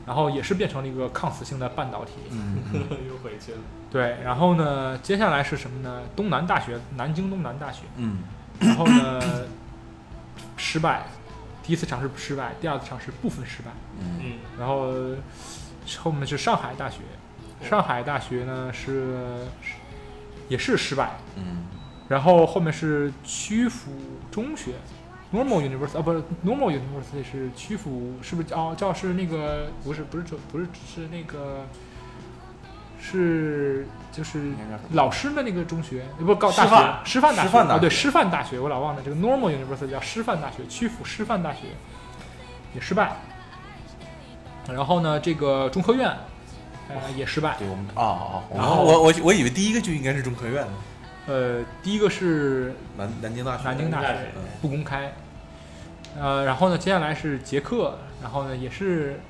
Speaker 3: 然后也是变成了一个抗磁性的半导体。
Speaker 1: 嗯
Speaker 2: 又回去了，
Speaker 3: 对，然后呢，接下来是什么呢？东南大学，南京东南大学，
Speaker 1: 嗯
Speaker 3: 然后呢，失败，第一次尝试失败，第二次尝试部分失败，
Speaker 1: 嗯
Speaker 2: 嗯，
Speaker 3: 然后后面是上海大学，上海大学呢是是也是失败，
Speaker 1: 嗯
Speaker 3: 然后后面是曲阜中学，Normal University 啊，不是 Normal University 是曲阜，是不是哦？叫是那个不是不是不是是那个是就是
Speaker 1: 应该是
Speaker 3: 老师的那个中学，呃不高
Speaker 2: 师
Speaker 3: 大
Speaker 2: 范
Speaker 3: 学师范大学
Speaker 1: 师范大
Speaker 3: 啊，对
Speaker 1: 学
Speaker 3: 师范大学，我老忘了这个 Normal University 叫师范大学，曲阜师范大学也失败。然后呢，这个中科院呃也失败，
Speaker 1: 对我们啊啊，我
Speaker 3: 然后
Speaker 1: 我我我以为第一个就应该是中科院呢，
Speaker 3: 呃，第一个是
Speaker 1: 南南京大学，
Speaker 3: 南京大
Speaker 2: 南
Speaker 3: 学
Speaker 2: 京大学
Speaker 3: 不公开。呃，然后呢，接下来是捷克，然后呢也是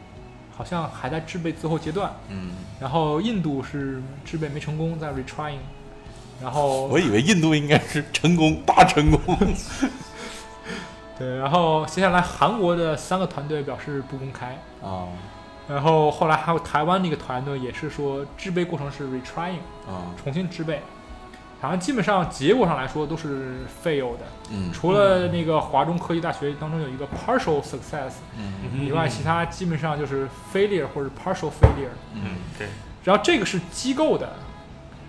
Speaker 3: 好像还在制备最后阶段，
Speaker 1: 嗯，
Speaker 3: 然后印度是制备没成功，在 retrying，然后
Speaker 1: 我以为印度应该是成功大成功，
Speaker 3: 对，然后接下来韩国的三个团队表示不公开，
Speaker 1: 啊
Speaker 3: 然后后来还有台湾的一个团队也是说制备过程是 retrying，
Speaker 1: 啊
Speaker 3: 重新制备，反正基本上结果上来说都是 fail 的，
Speaker 1: 嗯
Speaker 3: 除了那个华中科技大学当中有一个 partial success，
Speaker 1: 嗯
Speaker 3: 以外，其他基本上就是 failure 或者 partial failure。
Speaker 2: 嗯，对，
Speaker 3: 然后这个是机构的，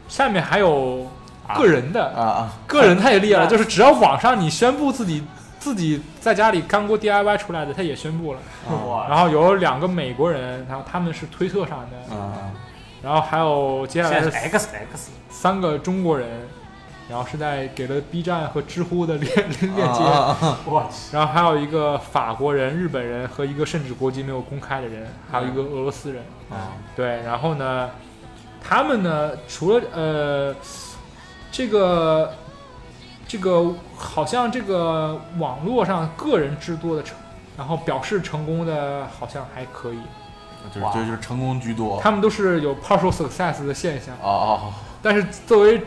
Speaker 3: 下面还有个人的，
Speaker 1: 啊啊
Speaker 3: 个人太厉害了，就是只要网上你宣布自己自己在家里干过 DIY 出来的，他也宣布了。
Speaker 1: 啊
Speaker 2: 哇，
Speaker 3: 然后有两个美国人，然后他们是推特上的
Speaker 1: 啊
Speaker 3: 然后还有接下
Speaker 2: 现在
Speaker 3: 来
Speaker 2: 是
Speaker 1: 哎
Speaker 3: 是
Speaker 2: X X，
Speaker 3: 三个中国人，然后是在给了 B 站和知乎的链链接，
Speaker 1: 啊啊啊
Speaker 2: 我去，
Speaker 3: 然后还有一个法国人、日本人和一个甚至国籍没有公开的人，还有一个俄罗斯人。
Speaker 1: 啊
Speaker 3: 对，然后呢，他们呢，除了呃，这个这个好像这个网络上个人之多的成，然后表示成功的好像还可以，
Speaker 1: 就是
Speaker 2: 哇
Speaker 1: 就就是成功居
Speaker 2: 哦
Speaker 1: 多。
Speaker 3: 他们都是有 partial success 的现象，
Speaker 1: 啊啊
Speaker 3: 但是作为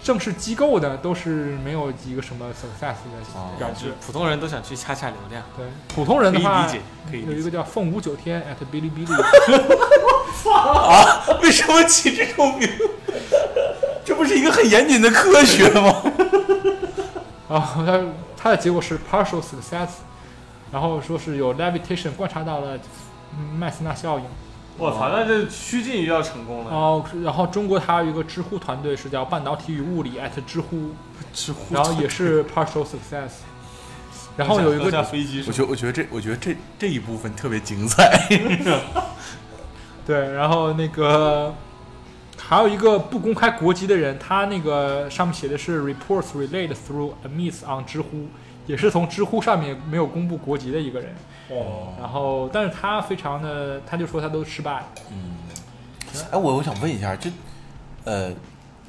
Speaker 3: 正式机构的都是没有一个什么 success
Speaker 1: 哦
Speaker 3: 的表
Speaker 2: 就
Speaker 3: 示
Speaker 2: 是。普通人都想去掐掐流量，
Speaker 3: 对，普通人
Speaker 2: 可以
Speaker 3: 的话
Speaker 2: 理，解，可以
Speaker 3: 有
Speaker 2: 理
Speaker 3: 一
Speaker 2: 解。
Speaker 3: 个叫凤舞九天 at 哔哩哔哩。
Speaker 1: 啊！ 为什么起这种名？ 这不是一个很严谨的科学吗？
Speaker 3: 然后他他的结果是 partial success，然后说是有 levitation 观察到了嗯麦斯纳效应，
Speaker 2: 我操，那这趋近于要成功
Speaker 3: 然
Speaker 2: 了。
Speaker 3: 后然后中国还有一个知乎团队是叫半导体与物理 at 知乎，
Speaker 2: 知乎
Speaker 3: 然后也是 partial success，然后有一
Speaker 2: 下
Speaker 3: 个
Speaker 2: 飞机
Speaker 1: 我
Speaker 2: 是吧，
Speaker 1: 觉得我觉得这我觉得这这一部分特别精彩。
Speaker 3: 对，然后那个还有一个不公开国籍的人，他那个上面写的是 reports relayed through a miss on 知乎，也是从知乎上面没有公布国籍的一个人，
Speaker 2: 哦，
Speaker 3: 然后但是他非常的他就说他都失败了。
Speaker 1: 嗯， 哎，我我想问一下，这呃，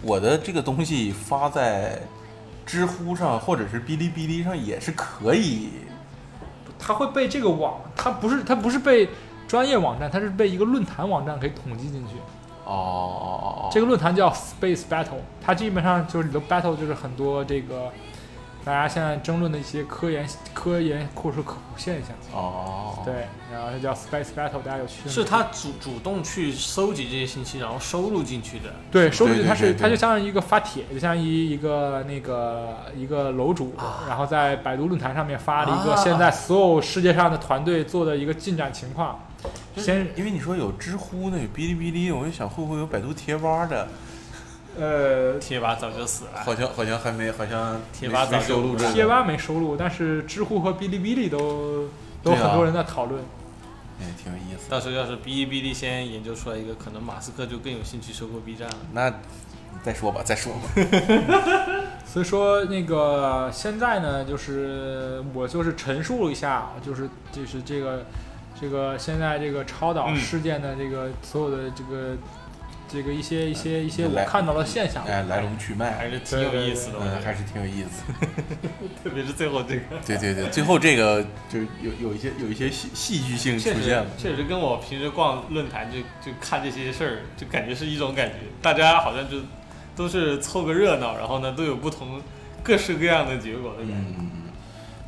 Speaker 1: 我的这个东西发在知乎上或者是哔哩哔哩上也是可以
Speaker 3: 它会被这个网，它不是它不是被专业网站，它是被一个论坛网站给统计进去。
Speaker 1: 哦哦哦哦
Speaker 3: 这个论坛叫 Space Battle，它基本上就是里头 battle 就是很多这个大家现在争论的一些科研科研或者说科普现象。
Speaker 1: 哦哦，哦，
Speaker 3: 对，然后它叫 Space Battle，大家有去吗
Speaker 2: 是他主主动去搜集这些信息，然后收录进去的。
Speaker 3: 对，收
Speaker 1: 对
Speaker 3: 据
Speaker 1: 对
Speaker 3: 它是
Speaker 1: 对对
Speaker 3: 它就相当于一个发帖，就相当于一个那个一个楼主，
Speaker 1: 啊
Speaker 3: 然后在百度论坛上面发了一个
Speaker 2: 啊
Speaker 3: 现在所有世界上的团队做的一个进展情况。先
Speaker 1: 因为你说有知乎呢，有哔哩哔哩，我就想会不会有百度贴吧的？
Speaker 3: 呃，
Speaker 2: 贴吧早就死了，
Speaker 1: 好像好像还没，好像
Speaker 2: 贴吧
Speaker 1: 没
Speaker 2: 早
Speaker 1: 没
Speaker 2: 就
Speaker 1: 收录这个。
Speaker 3: 贴吧没收录，但是知乎和哔哩哔哩都都
Speaker 1: 对啊
Speaker 3: 很多人在讨论。
Speaker 1: 哎，挺有意思的。
Speaker 2: 到时候要是哔哩哔哩先研究出来一个，可能马斯克就更有兴趣收购 B 站了。
Speaker 1: 那你再说吧，再说吧。
Speaker 3: 所以说那个现在呢，就是我就是陈述了一下，就是就是这个这个现在这个超导
Speaker 2: 嗯
Speaker 3: 事件的这个所有的这个、这个一些一些一些
Speaker 1: 来
Speaker 3: 我看到的现象。
Speaker 1: 哎，来龙去脉，
Speaker 2: 还是挺有意思的，我
Speaker 1: 嗯，
Speaker 2: 觉
Speaker 1: 还
Speaker 2: 得，
Speaker 1: 是挺有意思。
Speaker 2: 特别是最后这个，
Speaker 1: 对对对，最后这个就是有有一些有一些戏戏剧性
Speaker 2: 确
Speaker 1: 出
Speaker 2: 实
Speaker 1: 现了。
Speaker 2: 确实跟我平时逛论坛就就看这些事儿，就感觉是一种感觉，大家好像就都是凑个热闹，然后呢都有不同各式各样的结果的感觉。
Speaker 1: 嗯，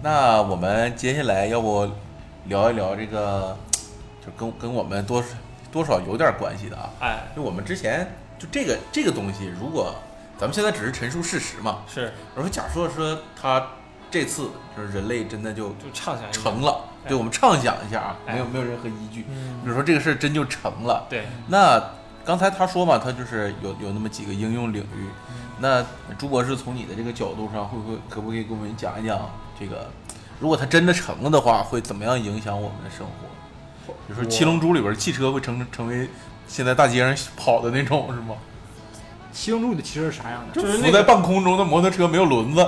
Speaker 1: 那我们接下来要不聊一聊这个，就跟跟我们多多少有点关系的啊。
Speaker 2: 哎，
Speaker 1: 就我们之前就这个这个东西，如果咱们现在只是陈述事实嘛，
Speaker 2: 是
Speaker 1: 而说假设说他这次就是人类真的就
Speaker 2: 就畅想一下，
Speaker 1: 成了，
Speaker 2: 哎
Speaker 1: 对我们畅想一下啊，
Speaker 2: 哎
Speaker 1: 没有没有任何依据。比
Speaker 3: 嗯，
Speaker 1: 如说这个事儿真就成了，
Speaker 2: 对，
Speaker 1: 那刚才他说嘛，他就是有有那么几个应用领域。
Speaker 2: 嗯
Speaker 1: 那朱博士从你的这个角度上，会不会可不可以给我们讲一讲这个，如果它真的成了的话，会怎么样影响我们的生活？比如说《七龙珠》里边汽车会成成为现在大街上跑的那种是吗？
Speaker 3: 七龙珠里的骑士是啥样的？
Speaker 2: 就是那
Speaker 1: 浮在
Speaker 2: 个
Speaker 1: 半空中的摩托车没有轮子，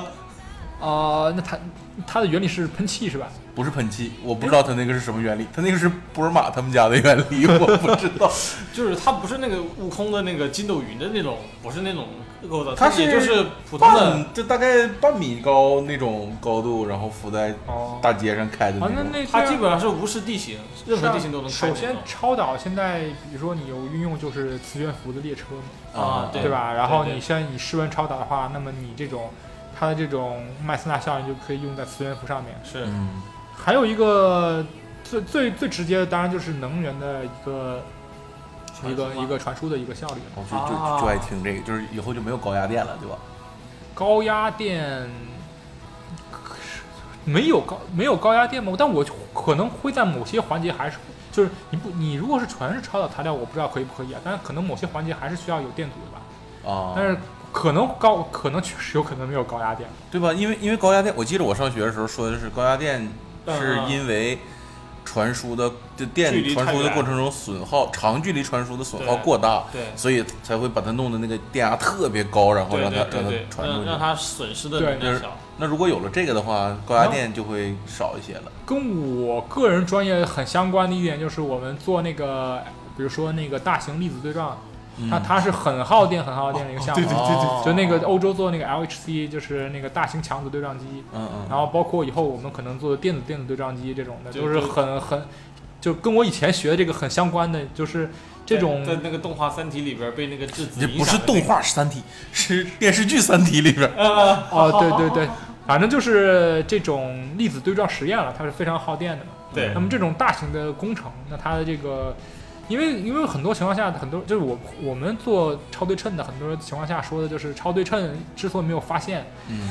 Speaker 3: 啊、那它它的原理是喷气是吧？
Speaker 1: 不是喷漆，我不知道它那个是什么原理，它那个是波尔玛他们家的原理，我不 知道。
Speaker 2: 就是它不是那个悟空的那个筋斗云的那种，不是那种构造，
Speaker 1: 它是
Speaker 2: 也就是普通的
Speaker 1: 半就大概半米高那种高度，然后浮在
Speaker 3: 哦
Speaker 1: 大街上开的
Speaker 3: 啊，
Speaker 1: 种。
Speaker 3: 那那
Speaker 2: 它
Speaker 3: 这样
Speaker 2: 基本上是无视地形，任何地形都能啊开
Speaker 3: 首
Speaker 2: 那种。
Speaker 3: 先，超导现在，比如说你有运用就是磁悬浮的列车嘛，
Speaker 2: 啊对
Speaker 3: 对吧？然后
Speaker 2: 对对
Speaker 3: 你现在你室温超导的话，那么你这种它的这种麦斯纳效应就可以用在磁悬浮上面。
Speaker 2: 是
Speaker 1: 嗯，
Speaker 3: 还有一个最最最直接的，当然就是能源的一个一个一个传输的一个效率。
Speaker 1: 我就
Speaker 2: 啊
Speaker 1: 就就爱听这个，就是以后就没有高压电了，对吧？
Speaker 3: 高压电没有高没有高压电吗？但我可能会在某些环节还是就是你不你如果是全是超导材料，我不知道可以不可以啊，但是可能某些环节还是需要有电阻的吧。
Speaker 1: 啊，
Speaker 3: 但是可能高可能确实有可能没有高压电，
Speaker 1: 对吧？因为因为高压电，我记得我上学的时候说的是高压电是
Speaker 2: 嗯
Speaker 1: 因为传输的的
Speaker 2: 距
Speaker 1: 电
Speaker 2: 离
Speaker 1: 传
Speaker 2: 太
Speaker 1: 输的
Speaker 2: 远
Speaker 1: 过程中损耗，长距离传输的损耗
Speaker 2: 对
Speaker 1: 过大，
Speaker 2: 对
Speaker 1: 所以才会把它弄的那个电压特别高，然后
Speaker 2: 对
Speaker 1: 让它
Speaker 2: 对
Speaker 1: 让它
Speaker 2: 对对，
Speaker 1: 传出
Speaker 2: 让
Speaker 1: 去
Speaker 2: 让。它损失的
Speaker 3: 对
Speaker 2: 能量小，
Speaker 1: 那如果有了这个的话，高压电就会少一些了。
Speaker 3: 跟我个人专业很相关的一点就是，我们做那个，比如说那个大型粒子对撞，它它是很耗电、很耗电的一个项目。
Speaker 1: 嗯对对对对
Speaker 3: 就那个欧洲做那个 LHC，就是那个大型强子对撞机，
Speaker 1: 嗯嗯，
Speaker 3: 然后包括以后我们可能做的电子电子对撞机这种的，
Speaker 2: 对
Speaker 3: 都是
Speaker 2: 对
Speaker 3: 很很，就跟我以前学的这个很相关的，就是这种
Speaker 2: 在在那个动画《三体》里边被那个质子
Speaker 1: 这
Speaker 2: 影
Speaker 1: 不是
Speaker 2: 响的
Speaker 1: 动
Speaker 2: 那个呃
Speaker 1: 画《三体》，是电视剧《三体》里边儿。
Speaker 3: 哦，对对对，反正就是这种粒子对撞实验了，它是非常耗电的嘛。
Speaker 2: 对
Speaker 1: 嗯
Speaker 3: 那么这种大型的工程，那它的这个，因为因为很多情况下，很多就是我我们做超对称的，很多情况下说的就是超对称之所以没有发现，
Speaker 1: 嗯，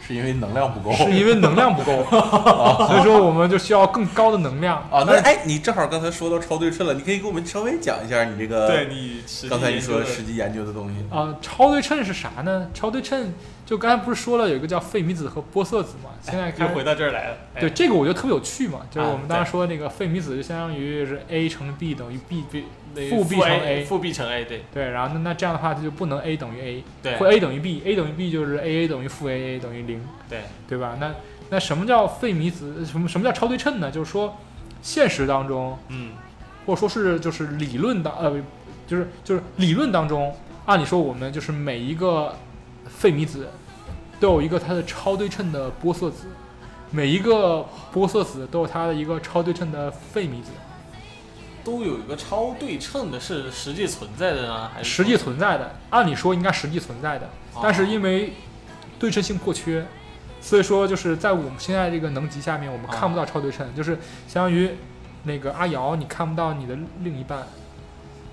Speaker 1: 是因为能量不够。
Speaker 3: 是因为能量不够，所以说我们就需要更高的能量。
Speaker 1: 啊，那哎，你正好刚才说到超对称了，你可以给我们稍微讲一下你这个
Speaker 2: 对你实际
Speaker 1: 刚才你
Speaker 2: 研究
Speaker 1: 说
Speaker 2: 的
Speaker 1: 实际研究的东西。
Speaker 3: 呃，超对称是啥呢？超对称就刚才不是说了有一个叫费米子和玻色子嘛？现在开
Speaker 2: 哎又
Speaker 3: 始
Speaker 2: 回到这儿来了，哎
Speaker 3: 对，这个我觉得特别有趣嘛，就是
Speaker 2: 啊
Speaker 3: 我们当时说那个费米子就相当于是 a 乘 b 等于 b
Speaker 2: 比那个
Speaker 3: 复
Speaker 2: 负
Speaker 3: 必乘 A
Speaker 2: A 复 B 乘 A 对
Speaker 3: 对，然后那那这样的话它就不能 a 等于
Speaker 2: 对
Speaker 3: a，或 a 等于 b，a 等于 b 就是 a a 等于负 a a 等于零，
Speaker 2: 对
Speaker 3: 对吧？那那什么叫费米子？什么什么叫超对称呢？就是说现实当中，
Speaker 2: 嗯
Speaker 3: 或者说是就是理论当呃，就是就是理论当中，按理说我们就是每一个费米子都有一个它的超对称的玻色子，每一个玻色子都有它的一个超对称的费米子。
Speaker 2: 都有一个超对称的是实际存在的呢还是
Speaker 3: 实际存在的，按理说应该实际存在的，
Speaker 2: 哦
Speaker 3: 但是因为对称性破缺，所以说就是在我们现在这个能级下面，我们
Speaker 2: 哦
Speaker 3: 看不到超对称，就是相当于那个阿瑶，你看不到你的另一半，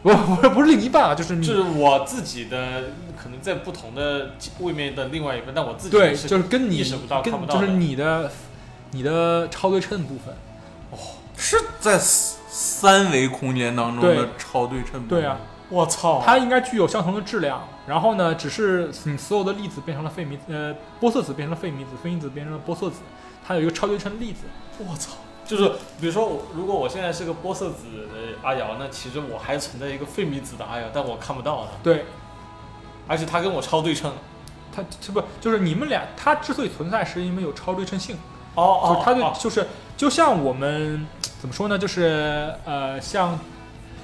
Speaker 3: 不不不是另一半啊，就是你
Speaker 2: 就是我自己的可能在不同的位面的另外一个，但我自己
Speaker 3: 对，
Speaker 2: 是
Speaker 3: 就是跟你
Speaker 2: 意识不到看不
Speaker 3: 跟
Speaker 2: 到
Speaker 3: 就是
Speaker 2: 的
Speaker 3: 你的你的超对称部分，
Speaker 1: 是在三三维空间当中的
Speaker 3: 对
Speaker 1: 超对
Speaker 2: 嗯
Speaker 1: 称吗？
Speaker 3: 对啊，
Speaker 2: 我操
Speaker 3: 它应该具有相同的质量。然后呢，只是你所有的粒子变成了费米呃玻色子变成了费米子，费米子变成了玻色子，它有一个超对称粒子。
Speaker 2: 我操！就是比如说我，如果我现在是个玻色子的阿瑶，那其实我还存在一个费米子的阿瑶，但我看不到的，
Speaker 3: 对，
Speaker 2: 而且它跟我超对称。
Speaker 3: 它这不就是你们俩，它之所以存在，是因为有超对称性，
Speaker 2: 哦
Speaker 3: 就是
Speaker 2: 哦，
Speaker 3: 它对，
Speaker 2: 哦
Speaker 3: 就是就像我们怎么说呢，就是呃，像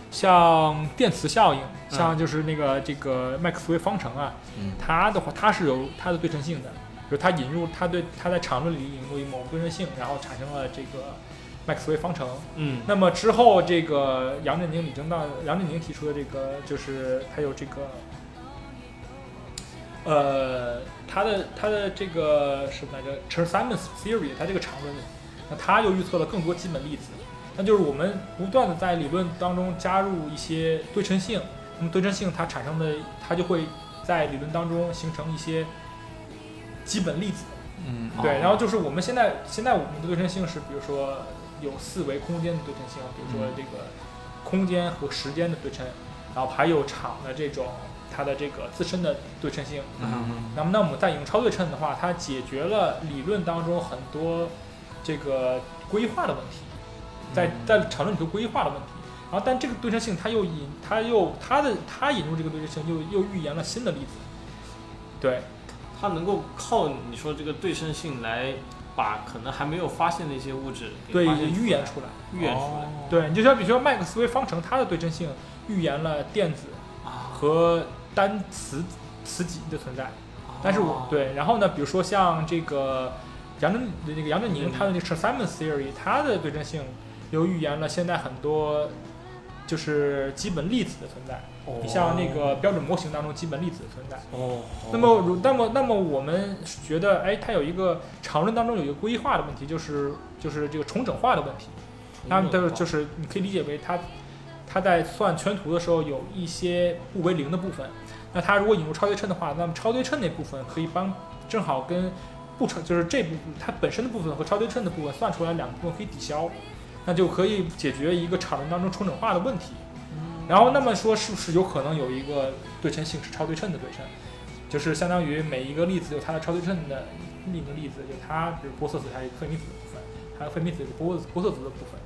Speaker 3: 像电磁效应，
Speaker 2: 嗯
Speaker 3: 像就是那个、这个麦克斯韦方程啊，
Speaker 1: 嗯
Speaker 3: 它的话它是有它的对称性的，就是它引入它对它在场论里引入某个对称性，然后产生了这个麦克斯韦方程，
Speaker 2: 嗯
Speaker 3: 那么之后，这个杨振宁、李政道、杨振宁提出的这个，就是他有这个，呃，他的他的这个什么来着 t r a n s a m e n c e theory，他这个常论，那他又预测了更多基本粒子。那就是我们不断的在理论当中加入一些对称性，那么对称性它产生的，它就会在理论当中形成一些基本粒子。
Speaker 1: 嗯，
Speaker 3: 对，
Speaker 2: 哦
Speaker 3: 然后就是我们现在现在我们的对称性是，比如说有四维空间的对称性，比如说这个空间和时间的对称，然后还有场的这种它的这个自身的对称性。啊
Speaker 1: 嗯
Speaker 3: 那么，那我们再引用超对称的话，它解决了理论当中很多这个规划的问题，在在场论里头规划的问题。然后，但这个对称性它又引它又它的它引入这个对称性又又预言了新的例子。对，
Speaker 2: 它能够靠你说这个对称性来把可能还没有发现的一些物质给
Speaker 3: 对，
Speaker 2: 发现出来
Speaker 3: 预言出来。哦
Speaker 2: 预言出来、
Speaker 3: 对，你就像比如说麦克斯韦方程，它的对称性预言了电子
Speaker 2: 啊。
Speaker 3: 和单磁磁极的存在。但是我
Speaker 2: 哦
Speaker 3: 对，然后呢，比如说像这个杨振那个杨振宁
Speaker 2: 嗯
Speaker 3: 他的那个 t r a n s a m e n c e theory，它的对称性又预言了现在很多就是基本粒子的存在。你像那个标准模型当中基本粒子的存在。
Speaker 2: 哦，
Speaker 3: 那么如那么那么我们觉得，哎，它有一个常论当中有一个规划的问题，就是就是这个重整化的问题。那么就是就是是你可以理解为它它在算圈图的时候有一些不为零的部分，那它如果引入超对称的话，那么超对称那部分可以帮正好跟不超就是这部分它本身的部分和超对称的部分算出来两部分可以抵消，那就可以解决一个场论当中重整化的问题。然后那么说是不是有可能有一个对称性是超对称的对称，就是相当于每一个粒子有它的超对称的另一个粒子，有它比如玻色子它有费米子的部分，还有费米子有玻玻色子的部分。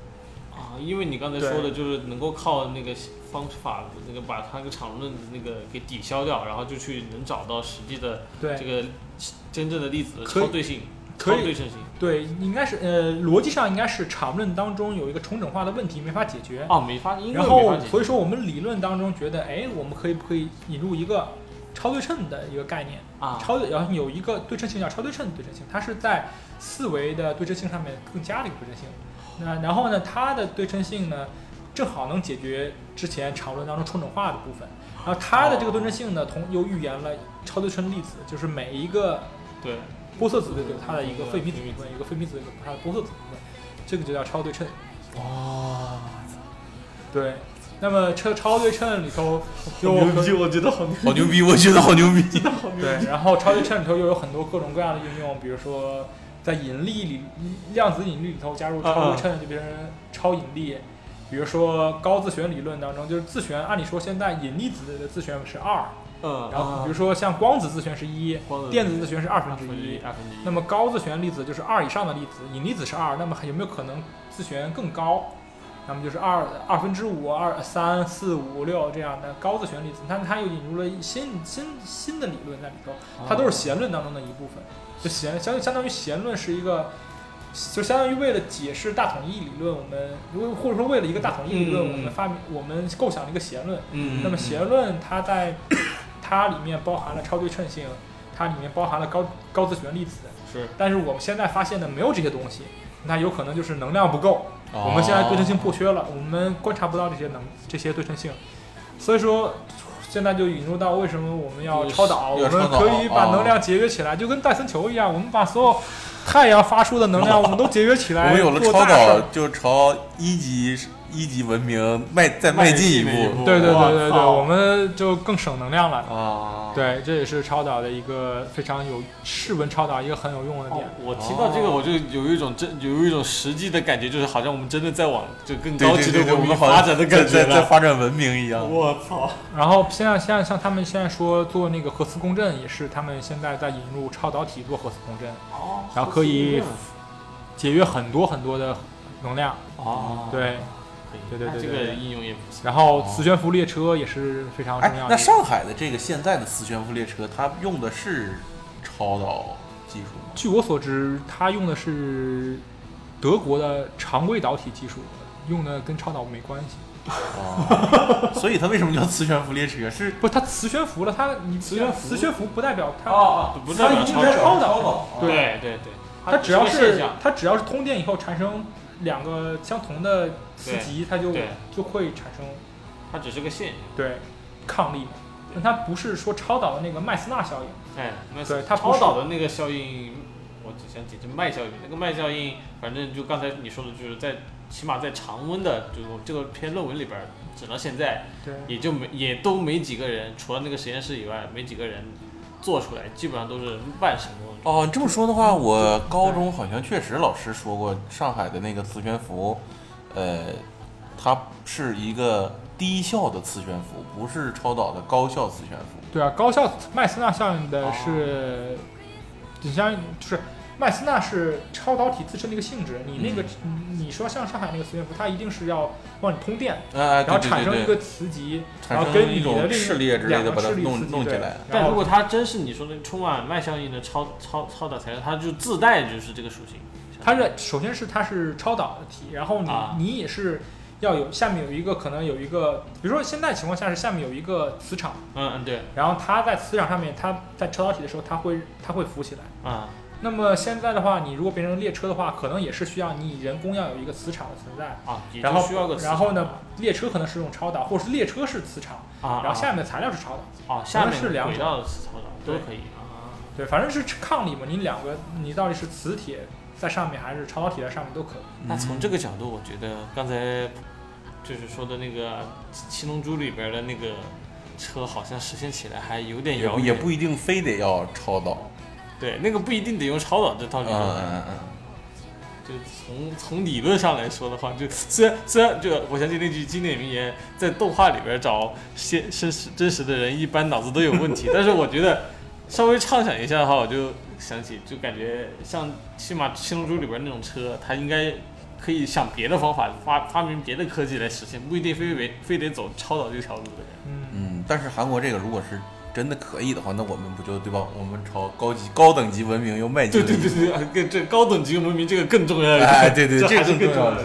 Speaker 2: 啊，因为你刚才
Speaker 3: 对
Speaker 2: 说的就是能够靠那个方法，那个把它那个场论那个给抵消掉，然后就去能找到实际的
Speaker 3: 对
Speaker 2: 这个真正的例子的
Speaker 3: 可以
Speaker 2: 超对性、超
Speaker 3: 可以
Speaker 2: 对称性。
Speaker 3: 对，应该是呃，逻辑上应该是场论当中有一个重整化的问题没法解决，
Speaker 2: 哦，没发，因为
Speaker 3: 然
Speaker 2: 没
Speaker 3: 后
Speaker 2: 发解
Speaker 3: 所以说我们理论当中觉得，哎，我们可以不可以引入一个超对称的一个概念？
Speaker 2: 啊，
Speaker 3: 超对，然后有一个对称性叫超对称对称性，它是在四维的对称性上面更加的一个对称性。那然后呢，它的对称性呢，正好能解决之前常论当中重整化的部分。然后它的这个对称性呢，同又预言了超对称粒子，就是每一个
Speaker 2: 对，
Speaker 3: 玻色子有它的一个费米子部分，一个费米子有它的玻色子部分，这个就叫超对称。
Speaker 1: 哇，
Speaker 3: 对，那么超超对称里头又
Speaker 2: 我觉得好牛
Speaker 1: 好牛逼！我觉得好牛逼。
Speaker 3: 对，然后超级秤里头又有很多各种各样的应用，比如说在引力里，量子引力里头加入超级秤，就变成超引力。比如说高自旋理论当中，就是自旋，按理说现在引力子的自旋是二，
Speaker 2: 嗯，
Speaker 3: 然后比如
Speaker 2: 说
Speaker 3: 说像光子自旋是一，电子自旋是二分
Speaker 2: 二
Speaker 3: 之
Speaker 2: 分
Speaker 3: 一
Speaker 2: 一，。二分之一，
Speaker 3: 那么高自旋粒子就是二以上的粒子，引力子是二，那么还有没有可能自旋更高？那么就是二二分之五、二三四五六这样的高自旋粒子，但它又引入了新新新的理论在里头，
Speaker 2: 哦
Speaker 3: 它都是弦论当中的一部分。就弦相相当于弦论是一个，就相当于为了解释大统一理论，我们如果或者说为了一个大统一理论，
Speaker 2: 嗯
Speaker 3: 我们发明我们构想了一个弦论。
Speaker 2: 嗯，
Speaker 3: 那么
Speaker 1: 行
Speaker 3: 弦论它在它里面包含了超对称性，它里面包含了高高自旋粒子，
Speaker 2: 是
Speaker 3: 但是我们现在发现的没有这些东西，那有可能就是能量不够。
Speaker 1: 哦
Speaker 3: 我们现在对称性破缺了，我们观察不到这些能这些对称性，所以说现在就引入到为什么我们要超导，
Speaker 1: 要
Speaker 3: 我
Speaker 1: 超
Speaker 3: 们
Speaker 1: 导
Speaker 3: 可以把
Speaker 1: 哦
Speaker 3: 能量节约起来，就跟戴森球一样，我们把所有太阳发出的能量我们都节约起
Speaker 1: 哦我
Speaker 3: 来，
Speaker 1: 们有了
Speaker 3: 做
Speaker 1: 超
Speaker 3: 大事
Speaker 1: 导
Speaker 3: 儿。，
Speaker 1: 就朝一级一级文明迈再迈进一
Speaker 2: 迈进一
Speaker 1: 步
Speaker 2: 步
Speaker 3: 对对对对
Speaker 2: 我
Speaker 3: 对，
Speaker 2: 操
Speaker 3: 我们就更省能量了。
Speaker 1: 啊。
Speaker 3: 对，这也是超导的一个非常有室温超导一个很有用的点
Speaker 2: 哦。我听到这个，
Speaker 1: 哦
Speaker 2: 我就有一种真有一种实际的感觉，就是好像我们真的在往就更
Speaker 1: 对
Speaker 2: 高
Speaker 1: 对
Speaker 2: 级
Speaker 1: 对
Speaker 2: 的
Speaker 1: 对，我
Speaker 2: 文
Speaker 1: 们
Speaker 2: 明
Speaker 1: 好
Speaker 2: 发
Speaker 1: 像
Speaker 2: 展的感觉
Speaker 1: 在在在
Speaker 2: 了。
Speaker 1: 发展文明一样。
Speaker 2: 我操！
Speaker 3: 然后现在现在像他们现在说做那个核磁共振，也是他们现在在引入超导体做核磁共振，
Speaker 2: 哦
Speaker 3: 然后可以节约很多很多的能量。
Speaker 2: 哦，
Speaker 3: 对，
Speaker 2: 可以
Speaker 3: 对对
Speaker 2: 那
Speaker 3: 对
Speaker 2: 这
Speaker 3: 对
Speaker 2: 个
Speaker 3: 对
Speaker 2: 应用也不错。
Speaker 3: 然后磁悬浮列车也是非常重
Speaker 1: 哎
Speaker 3: 要，的。
Speaker 1: 那上海的这个现在的磁悬浮列车，它用的是超导技术吗？
Speaker 3: 据我所知，它用的是德国的常规导体技术，用的跟超导没关系。
Speaker 1: 哦， 所以它为什么叫磁悬浮列车？是
Speaker 3: 不，它磁悬浮了，它你磁
Speaker 2: 悬浮
Speaker 3: 磁悬浮不代表它，
Speaker 1: 哦
Speaker 2: 不代
Speaker 3: 它
Speaker 2: 表
Speaker 3: 一定
Speaker 2: 超
Speaker 3: 在
Speaker 2: 导，
Speaker 3: 超导。嗯
Speaker 1: 对
Speaker 2: 对对对，
Speaker 3: 它只要
Speaker 2: 这个现
Speaker 3: 是
Speaker 2: 象
Speaker 3: 它只要是通电以后产生两个相同的磁极，它就
Speaker 2: 对
Speaker 3: 就会产生
Speaker 2: 它只是个现象。
Speaker 3: 对抗力嘛。但它不是说超导的那个麦斯纳效应，
Speaker 2: 哎，那
Speaker 3: 对它不
Speaker 2: 超
Speaker 3: 是
Speaker 2: 导的那个效应，我只想解释麦效应。那个麦效应，反正就刚才你说的，就是在起码在常温的，就是我这个篇论文里边儿，直到现在
Speaker 3: 对
Speaker 2: 也就没也都没几个人，除了那个实验室以外，没几个人做出来，基本上都是半成功的。
Speaker 1: 哦，你这么说的话，我高中好像确实老师说过，上海的那个磁悬浮，呃，它是一个低效的磁悬浮，不是超导的高效磁悬浮。
Speaker 3: 对啊，高效麦斯纳效应的是，
Speaker 1: 哦
Speaker 3: 你像就是麦斯纳是超导体自身的一个性质，你那个、
Speaker 1: 嗯
Speaker 3: 你说像上海那个磁悬浮，它一定是要让你通电，
Speaker 1: 呃，
Speaker 3: 然后
Speaker 1: 对
Speaker 3: 产生一
Speaker 1: 对对
Speaker 3: 个
Speaker 1: 对，
Speaker 3: 磁极，
Speaker 1: 产
Speaker 3: 然后跟
Speaker 1: 生
Speaker 3: 你
Speaker 1: 一种
Speaker 3: 的另
Speaker 1: 炽烈之类
Speaker 3: 两
Speaker 1: 的，
Speaker 3: 个
Speaker 1: 把它
Speaker 3: 炽力
Speaker 1: 弄
Speaker 3: 磁极
Speaker 1: 弄起
Speaker 3: 对
Speaker 1: 来。
Speaker 3: 然
Speaker 2: 但
Speaker 3: 后
Speaker 2: 如果它真是你说的充满麦效应的超超超导材料，它就自带就是这个属性。
Speaker 3: 它是首先是它是超导的体，然后你、
Speaker 2: 啊
Speaker 3: 你也是要有下面有一个可能有一个，比如说现在情况下是下面有一个磁场，
Speaker 2: 嗯嗯对，
Speaker 3: 然后它在磁场上面，它在超导体的时候，它会它会浮起来。
Speaker 2: 啊
Speaker 3: 那么现在的话，你如果变成列车的话，可能也是需要你人工要有一个磁场的存在。
Speaker 2: 啊，也
Speaker 3: 然
Speaker 2: 就
Speaker 3: 后
Speaker 2: 需要个磁
Speaker 3: 然后
Speaker 2: 场
Speaker 3: 呢，列车可能是用超导，或者是列车是磁场，
Speaker 2: 啊，
Speaker 3: 然后下
Speaker 2: 面
Speaker 3: 面的材料是超导。
Speaker 2: 啊下面
Speaker 3: 可能是两
Speaker 2: 轨
Speaker 3: 种
Speaker 2: 道的磁超导都
Speaker 3: 对
Speaker 2: 可以啊。
Speaker 3: 对，反正是抗力嘛，你两个你到底是磁铁在上面还是超导体在上面都可以。
Speaker 1: 嗯
Speaker 2: 那从这个角度，我觉得刚才就是说的那个《七龙珠》里边的那个车，好像实现起来还有点
Speaker 1: 也
Speaker 2: 遥
Speaker 1: 不
Speaker 2: 远。
Speaker 1: 也不一定非得要超导，
Speaker 2: 对，那个不一定得用超导这套
Speaker 1: 嗯
Speaker 2: 理
Speaker 1: 嗯
Speaker 2: 论。
Speaker 1: 嗯嗯，
Speaker 2: 就从从理论上来说的话，就虽然虽然就我相信那句经典名言，在动画里边找现真实真实的人，一般脑子都有问题。但是我觉得稍微畅想一下的话，我就想起，就感觉像起码《七龙珠》里边那种车，它应该可以想别的方法，发发明别的科技来实现，不一定非非非得走超导这条路的人。
Speaker 3: 嗯，
Speaker 1: 嗯，但是韩国这个如果是真的可以的话，那我们不就对吧？我们朝高级高等级文明又迈进
Speaker 2: 对
Speaker 1: 了。
Speaker 2: 对对对，啊这这高等级文明这个更重要一点。
Speaker 1: 哎对对
Speaker 2: 这
Speaker 1: 这
Speaker 2: 还是
Speaker 1: 更
Speaker 2: 更
Speaker 1: 重要
Speaker 2: 的
Speaker 1: 的。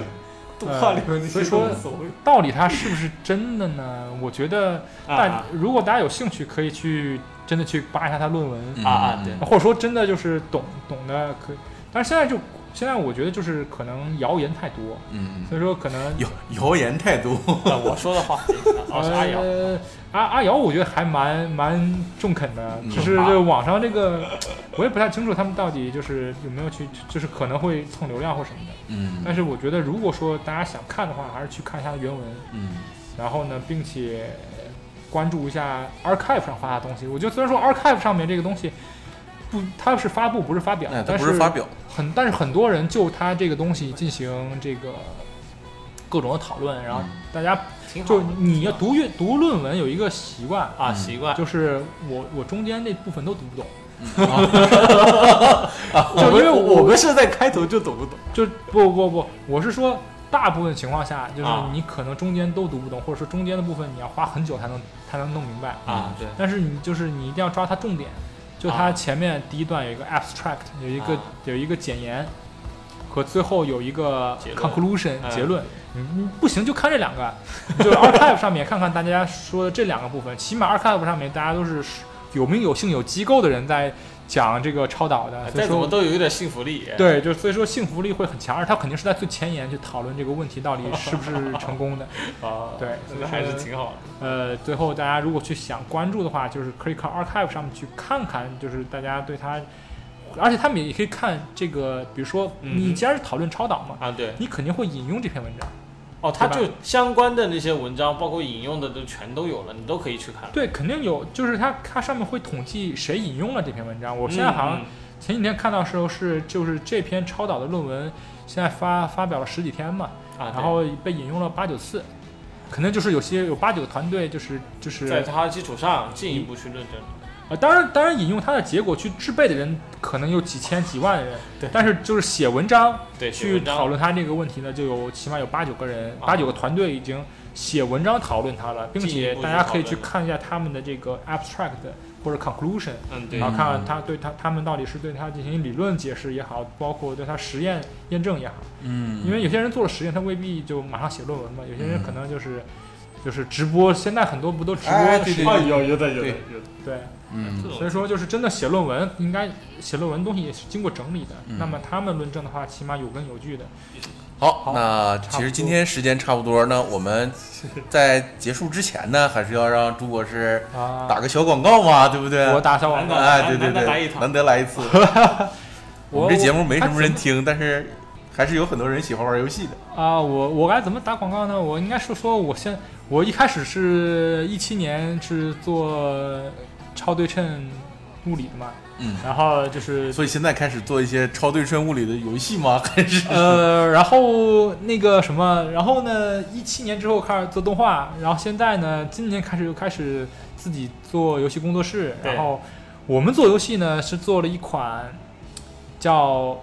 Speaker 2: 动画里
Speaker 3: 呃
Speaker 2: 面，
Speaker 3: 所以说
Speaker 2: 所谓
Speaker 3: 到底它是不是真的呢？我觉得，但
Speaker 2: 啊
Speaker 3: 如果大家有兴趣，可以去真的去扒一下他论文，
Speaker 1: 嗯
Speaker 2: 啊啊对
Speaker 3: 或者说真的就是懂懂的可以。但是现在就现在我觉得就是可能谣言太多，
Speaker 1: 嗯，
Speaker 3: 所以说可能
Speaker 1: 谣谣言太多。
Speaker 2: 啊我说的
Speaker 3: 哎
Speaker 2: 话，我是阿瑶。
Speaker 3: 呃，阿阿瑶，我觉得还蛮蛮中肯的，
Speaker 1: 嗯
Speaker 3: 只是这网上这个，我也不太清楚他们到底就是有没有去，就是可能会蹭流量或什么的。
Speaker 1: 嗯
Speaker 3: 但是我觉得，如果说大家想看的话，还是去看一下原文，
Speaker 1: 嗯
Speaker 3: 然后呢，并且关注一下 Archive 上发的东西。我觉得虽然说 Archive 上面这个东西不，它是发布不是发表，
Speaker 1: 哎，它
Speaker 3: 但
Speaker 1: 不是发表，
Speaker 3: 很，但是很多人就它这个东西进行这个各种的讨论，然后
Speaker 1: 嗯
Speaker 3: 大家
Speaker 2: 挺好
Speaker 3: 就
Speaker 2: 的
Speaker 3: 你要读阅读论文有一个习惯，
Speaker 2: 啊，
Speaker 1: 嗯
Speaker 2: 习惯
Speaker 3: 就是我我中间那部分都读不懂，
Speaker 1: 嗯
Speaker 2: 我
Speaker 3: 就因
Speaker 2: 们
Speaker 3: 为
Speaker 2: 我
Speaker 3: 我
Speaker 2: 们是在开头就懂不懂
Speaker 3: 就不不不，我是说大部分情况下，就是
Speaker 2: 啊
Speaker 3: 你可能中间都读不懂，或者说中间的部分你要花很久才能才能弄明白。
Speaker 2: 啊？对，
Speaker 3: 但是你嗯就是你一定要抓它重点，就它
Speaker 2: 啊
Speaker 3: 前面第一段有一个 abstract，有一个、
Speaker 2: 啊
Speaker 3: 有一个简言，和最后有一个
Speaker 2: 结论
Speaker 3: conclusion
Speaker 2: 嗯
Speaker 3: 结论。你你不行就看这两个， 就是 archive 上面看看大家说的这两个部分，起码 archive 上面大家都是有名有姓有机构的人在讲这个超导
Speaker 2: 哎
Speaker 3: 的，所以
Speaker 2: 再怎么
Speaker 3: 说。
Speaker 2: 都有一点信服力。
Speaker 3: 对，就所以说幸福力会很强，而他肯定是在最前沿去讨论这个问题到底是不是成功的。
Speaker 2: 啊，
Speaker 3: 对
Speaker 2: 那还是挺好的。
Speaker 3: 呃，最后大家如果去想关注的话，就是可以看 Archive 上面去看看，就是大家对它，而且他们也可以看这个，比如说
Speaker 2: 嗯
Speaker 3: 你既然是讨论超导嘛，
Speaker 2: 啊，对，
Speaker 3: 你肯定会引用这篇文章，
Speaker 2: 哦，它
Speaker 3: 嗯对
Speaker 2: 就相关的那些文章，包括引用的都全都有了，你都可以去看。
Speaker 3: 对，肯定有，就是它它上面会统计谁引用了这篇文章。我
Speaker 2: 我
Speaker 3: 现在好
Speaker 2: 嗯
Speaker 3: 像前几天看到的时候是，就是这篇超导的论文现在发发表了十几天嘛，
Speaker 2: 啊，
Speaker 3: 然后被引用了八九次，可能就是有些有八九个团队就是就是
Speaker 2: 对在它基础上进一步去论证。
Speaker 3: 啊，当然，当然引用它的结果去制备的人可能有几千、几万人，
Speaker 2: 对
Speaker 3: 但是就是写文章
Speaker 2: 对，写
Speaker 3: 去
Speaker 2: 文章
Speaker 3: 讨论它这个问题呢，就有起码有八九个人，
Speaker 2: 啊
Speaker 3: 八九个团队已经写文章讨论它了，并
Speaker 2: 进一
Speaker 3: 且
Speaker 2: 步去
Speaker 3: 大家可以
Speaker 2: 讨论
Speaker 3: 去看一下他们的这个 abstract 或者 conclusion，
Speaker 2: 嗯，对
Speaker 3: 然，后看看他对他他们到底是对它进行理论解释也好，包括对它实验验证也好，
Speaker 1: 嗯，
Speaker 3: 因为有些人做了实验，他未必就马上写论文嘛，有些人
Speaker 1: 嗯
Speaker 3: 可能就是。就是直播，现在很多不都直播
Speaker 1: 哎对对对
Speaker 3: 实验吗
Speaker 2: 有有的有
Speaker 1: 对
Speaker 2: 有的，
Speaker 3: 对，
Speaker 1: 嗯
Speaker 2: 这种
Speaker 3: 所以说，就是真的写论文，应该写论文东西也是经过整理的。
Speaker 1: 嗯
Speaker 3: 那么他们论证的话，起码有根有据的。
Speaker 1: 好
Speaker 3: 好，
Speaker 1: 那
Speaker 3: 不
Speaker 1: 其实
Speaker 3: 多
Speaker 1: 今天时间差不多呢，我们在结束之前呢，还是要让朱博士
Speaker 3: 啊
Speaker 1: 打个小广告嘛，对不对？
Speaker 3: 我打小广告，
Speaker 1: 哎，对对
Speaker 2: 难得来一
Speaker 1: 对，
Speaker 2: 趟
Speaker 1: 难得来一次。我
Speaker 3: 我
Speaker 1: 们这节目没什么人
Speaker 3: 啊
Speaker 1: 听，但是还是有很多人喜欢玩游戏的。
Speaker 3: 啊！我我该怎么打广告呢？我应该是说，我先我一开始是一七年是做超对称物理的嘛，
Speaker 1: 嗯，
Speaker 3: 然后就是
Speaker 1: 所以现在开始做一些超对称物理的游戏吗？ 还是
Speaker 3: 呃，然后那个什么，然后呢，一七年之后开始做动画，然后现在呢，今年开始又开始自己做游戏工作室，
Speaker 2: 对
Speaker 3: 然后我们做游戏呢是做了一款叫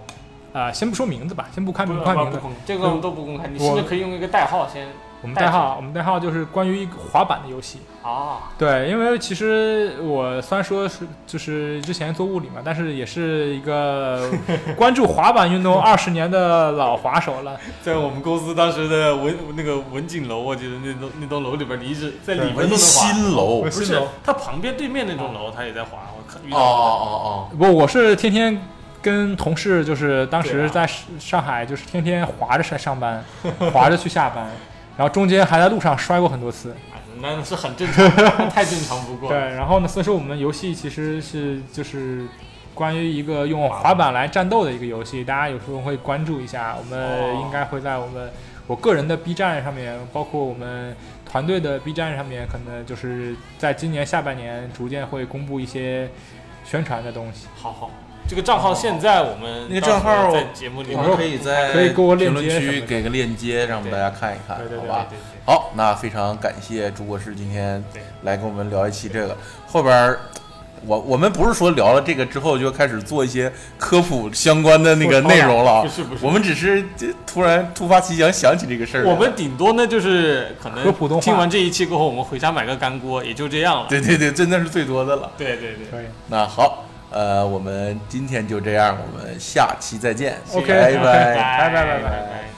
Speaker 3: 呃，先不说名字吧，先不看
Speaker 2: 不
Speaker 3: 不看名
Speaker 2: 不
Speaker 3: 字，
Speaker 2: 公，这个我们都不公开，你甚至可以用一个代号先
Speaker 3: 我们代号我们代号就是关于一个滑板的游戏。
Speaker 2: 啊，
Speaker 3: 对，因为其实我虽然说是就是之前做物理嘛，但是也是 一个关注滑板运动二十年的老滑手了。
Speaker 2: 在我们公司当时的文那个文景楼，我记得那栋那栋楼里边，你一直在里边
Speaker 1: 文
Speaker 2: 都能滑。
Speaker 1: 心楼？
Speaker 3: 不
Speaker 2: 不
Speaker 3: 新
Speaker 2: 是
Speaker 3: 楼，
Speaker 2: 它旁边对面那栋楼，它也在滑。我看遇
Speaker 1: 哦
Speaker 2: 到过
Speaker 1: 哦哦
Speaker 3: 不，我是天天跟同事，就是当
Speaker 2: 对啊
Speaker 3: 时在上上海，就是天天滑着上 上班，滑着去下班，然后中间还在路上摔过很多次。
Speaker 2: 啊那是很正常，那太正常不 过
Speaker 3: 对，
Speaker 2: 了。
Speaker 3: 然后呢，所以说我们游戏其实是就是关于一个用滑板来战斗的一个游戏，大家有时候会关注一下。我们
Speaker 2: 哦
Speaker 3: 应该会在我们我个人的 B 站上面，包括我们团队的 B 站上面，可能就是在今年下半年逐渐会公布一些宣传的东西。
Speaker 2: 好好，这个账号现在我们呃
Speaker 1: 那个账号
Speaker 2: 到时候在节目里
Speaker 1: 哦，
Speaker 2: 面
Speaker 1: 我们可以在
Speaker 3: 可以给我
Speaker 1: 评
Speaker 3: 链
Speaker 1: 论
Speaker 3: 接什么
Speaker 1: 区
Speaker 3: 的
Speaker 1: 给个链接，让我们大家看一看，
Speaker 3: 对对
Speaker 1: 好
Speaker 3: 对
Speaker 1: 吧？
Speaker 2: 对对
Speaker 1: 好，那非常感谢朱博士今天
Speaker 2: 对
Speaker 1: 来跟我们聊一期这个。后边儿我我们不是说聊了这个之后就开始做一些科普相关的那个内容了啊，
Speaker 2: 不是不是
Speaker 1: 我们只是这突然突发奇想想起这个事儿来了。
Speaker 2: 我们顶多呢就是可
Speaker 3: 和普通
Speaker 2: 能
Speaker 3: 话
Speaker 2: 听完这一期过后，我们回家买个干锅，也就这样了。
Speaker 1: 对对对，真的是最多的了。
Speaker 2: 对对对，
Speaker 3: 可以，
Speaker 1: 那好，呃，我们今天就这样，我们下期再见
Speaker 3: OK，
Speaker 1: 拜
Speaker 3: 拜
Speaker 1: 拜。
Speaker 3: 拜拜拜
Speaker 2: 拜
Speaker 3: 拜
Speaker 2: 拜。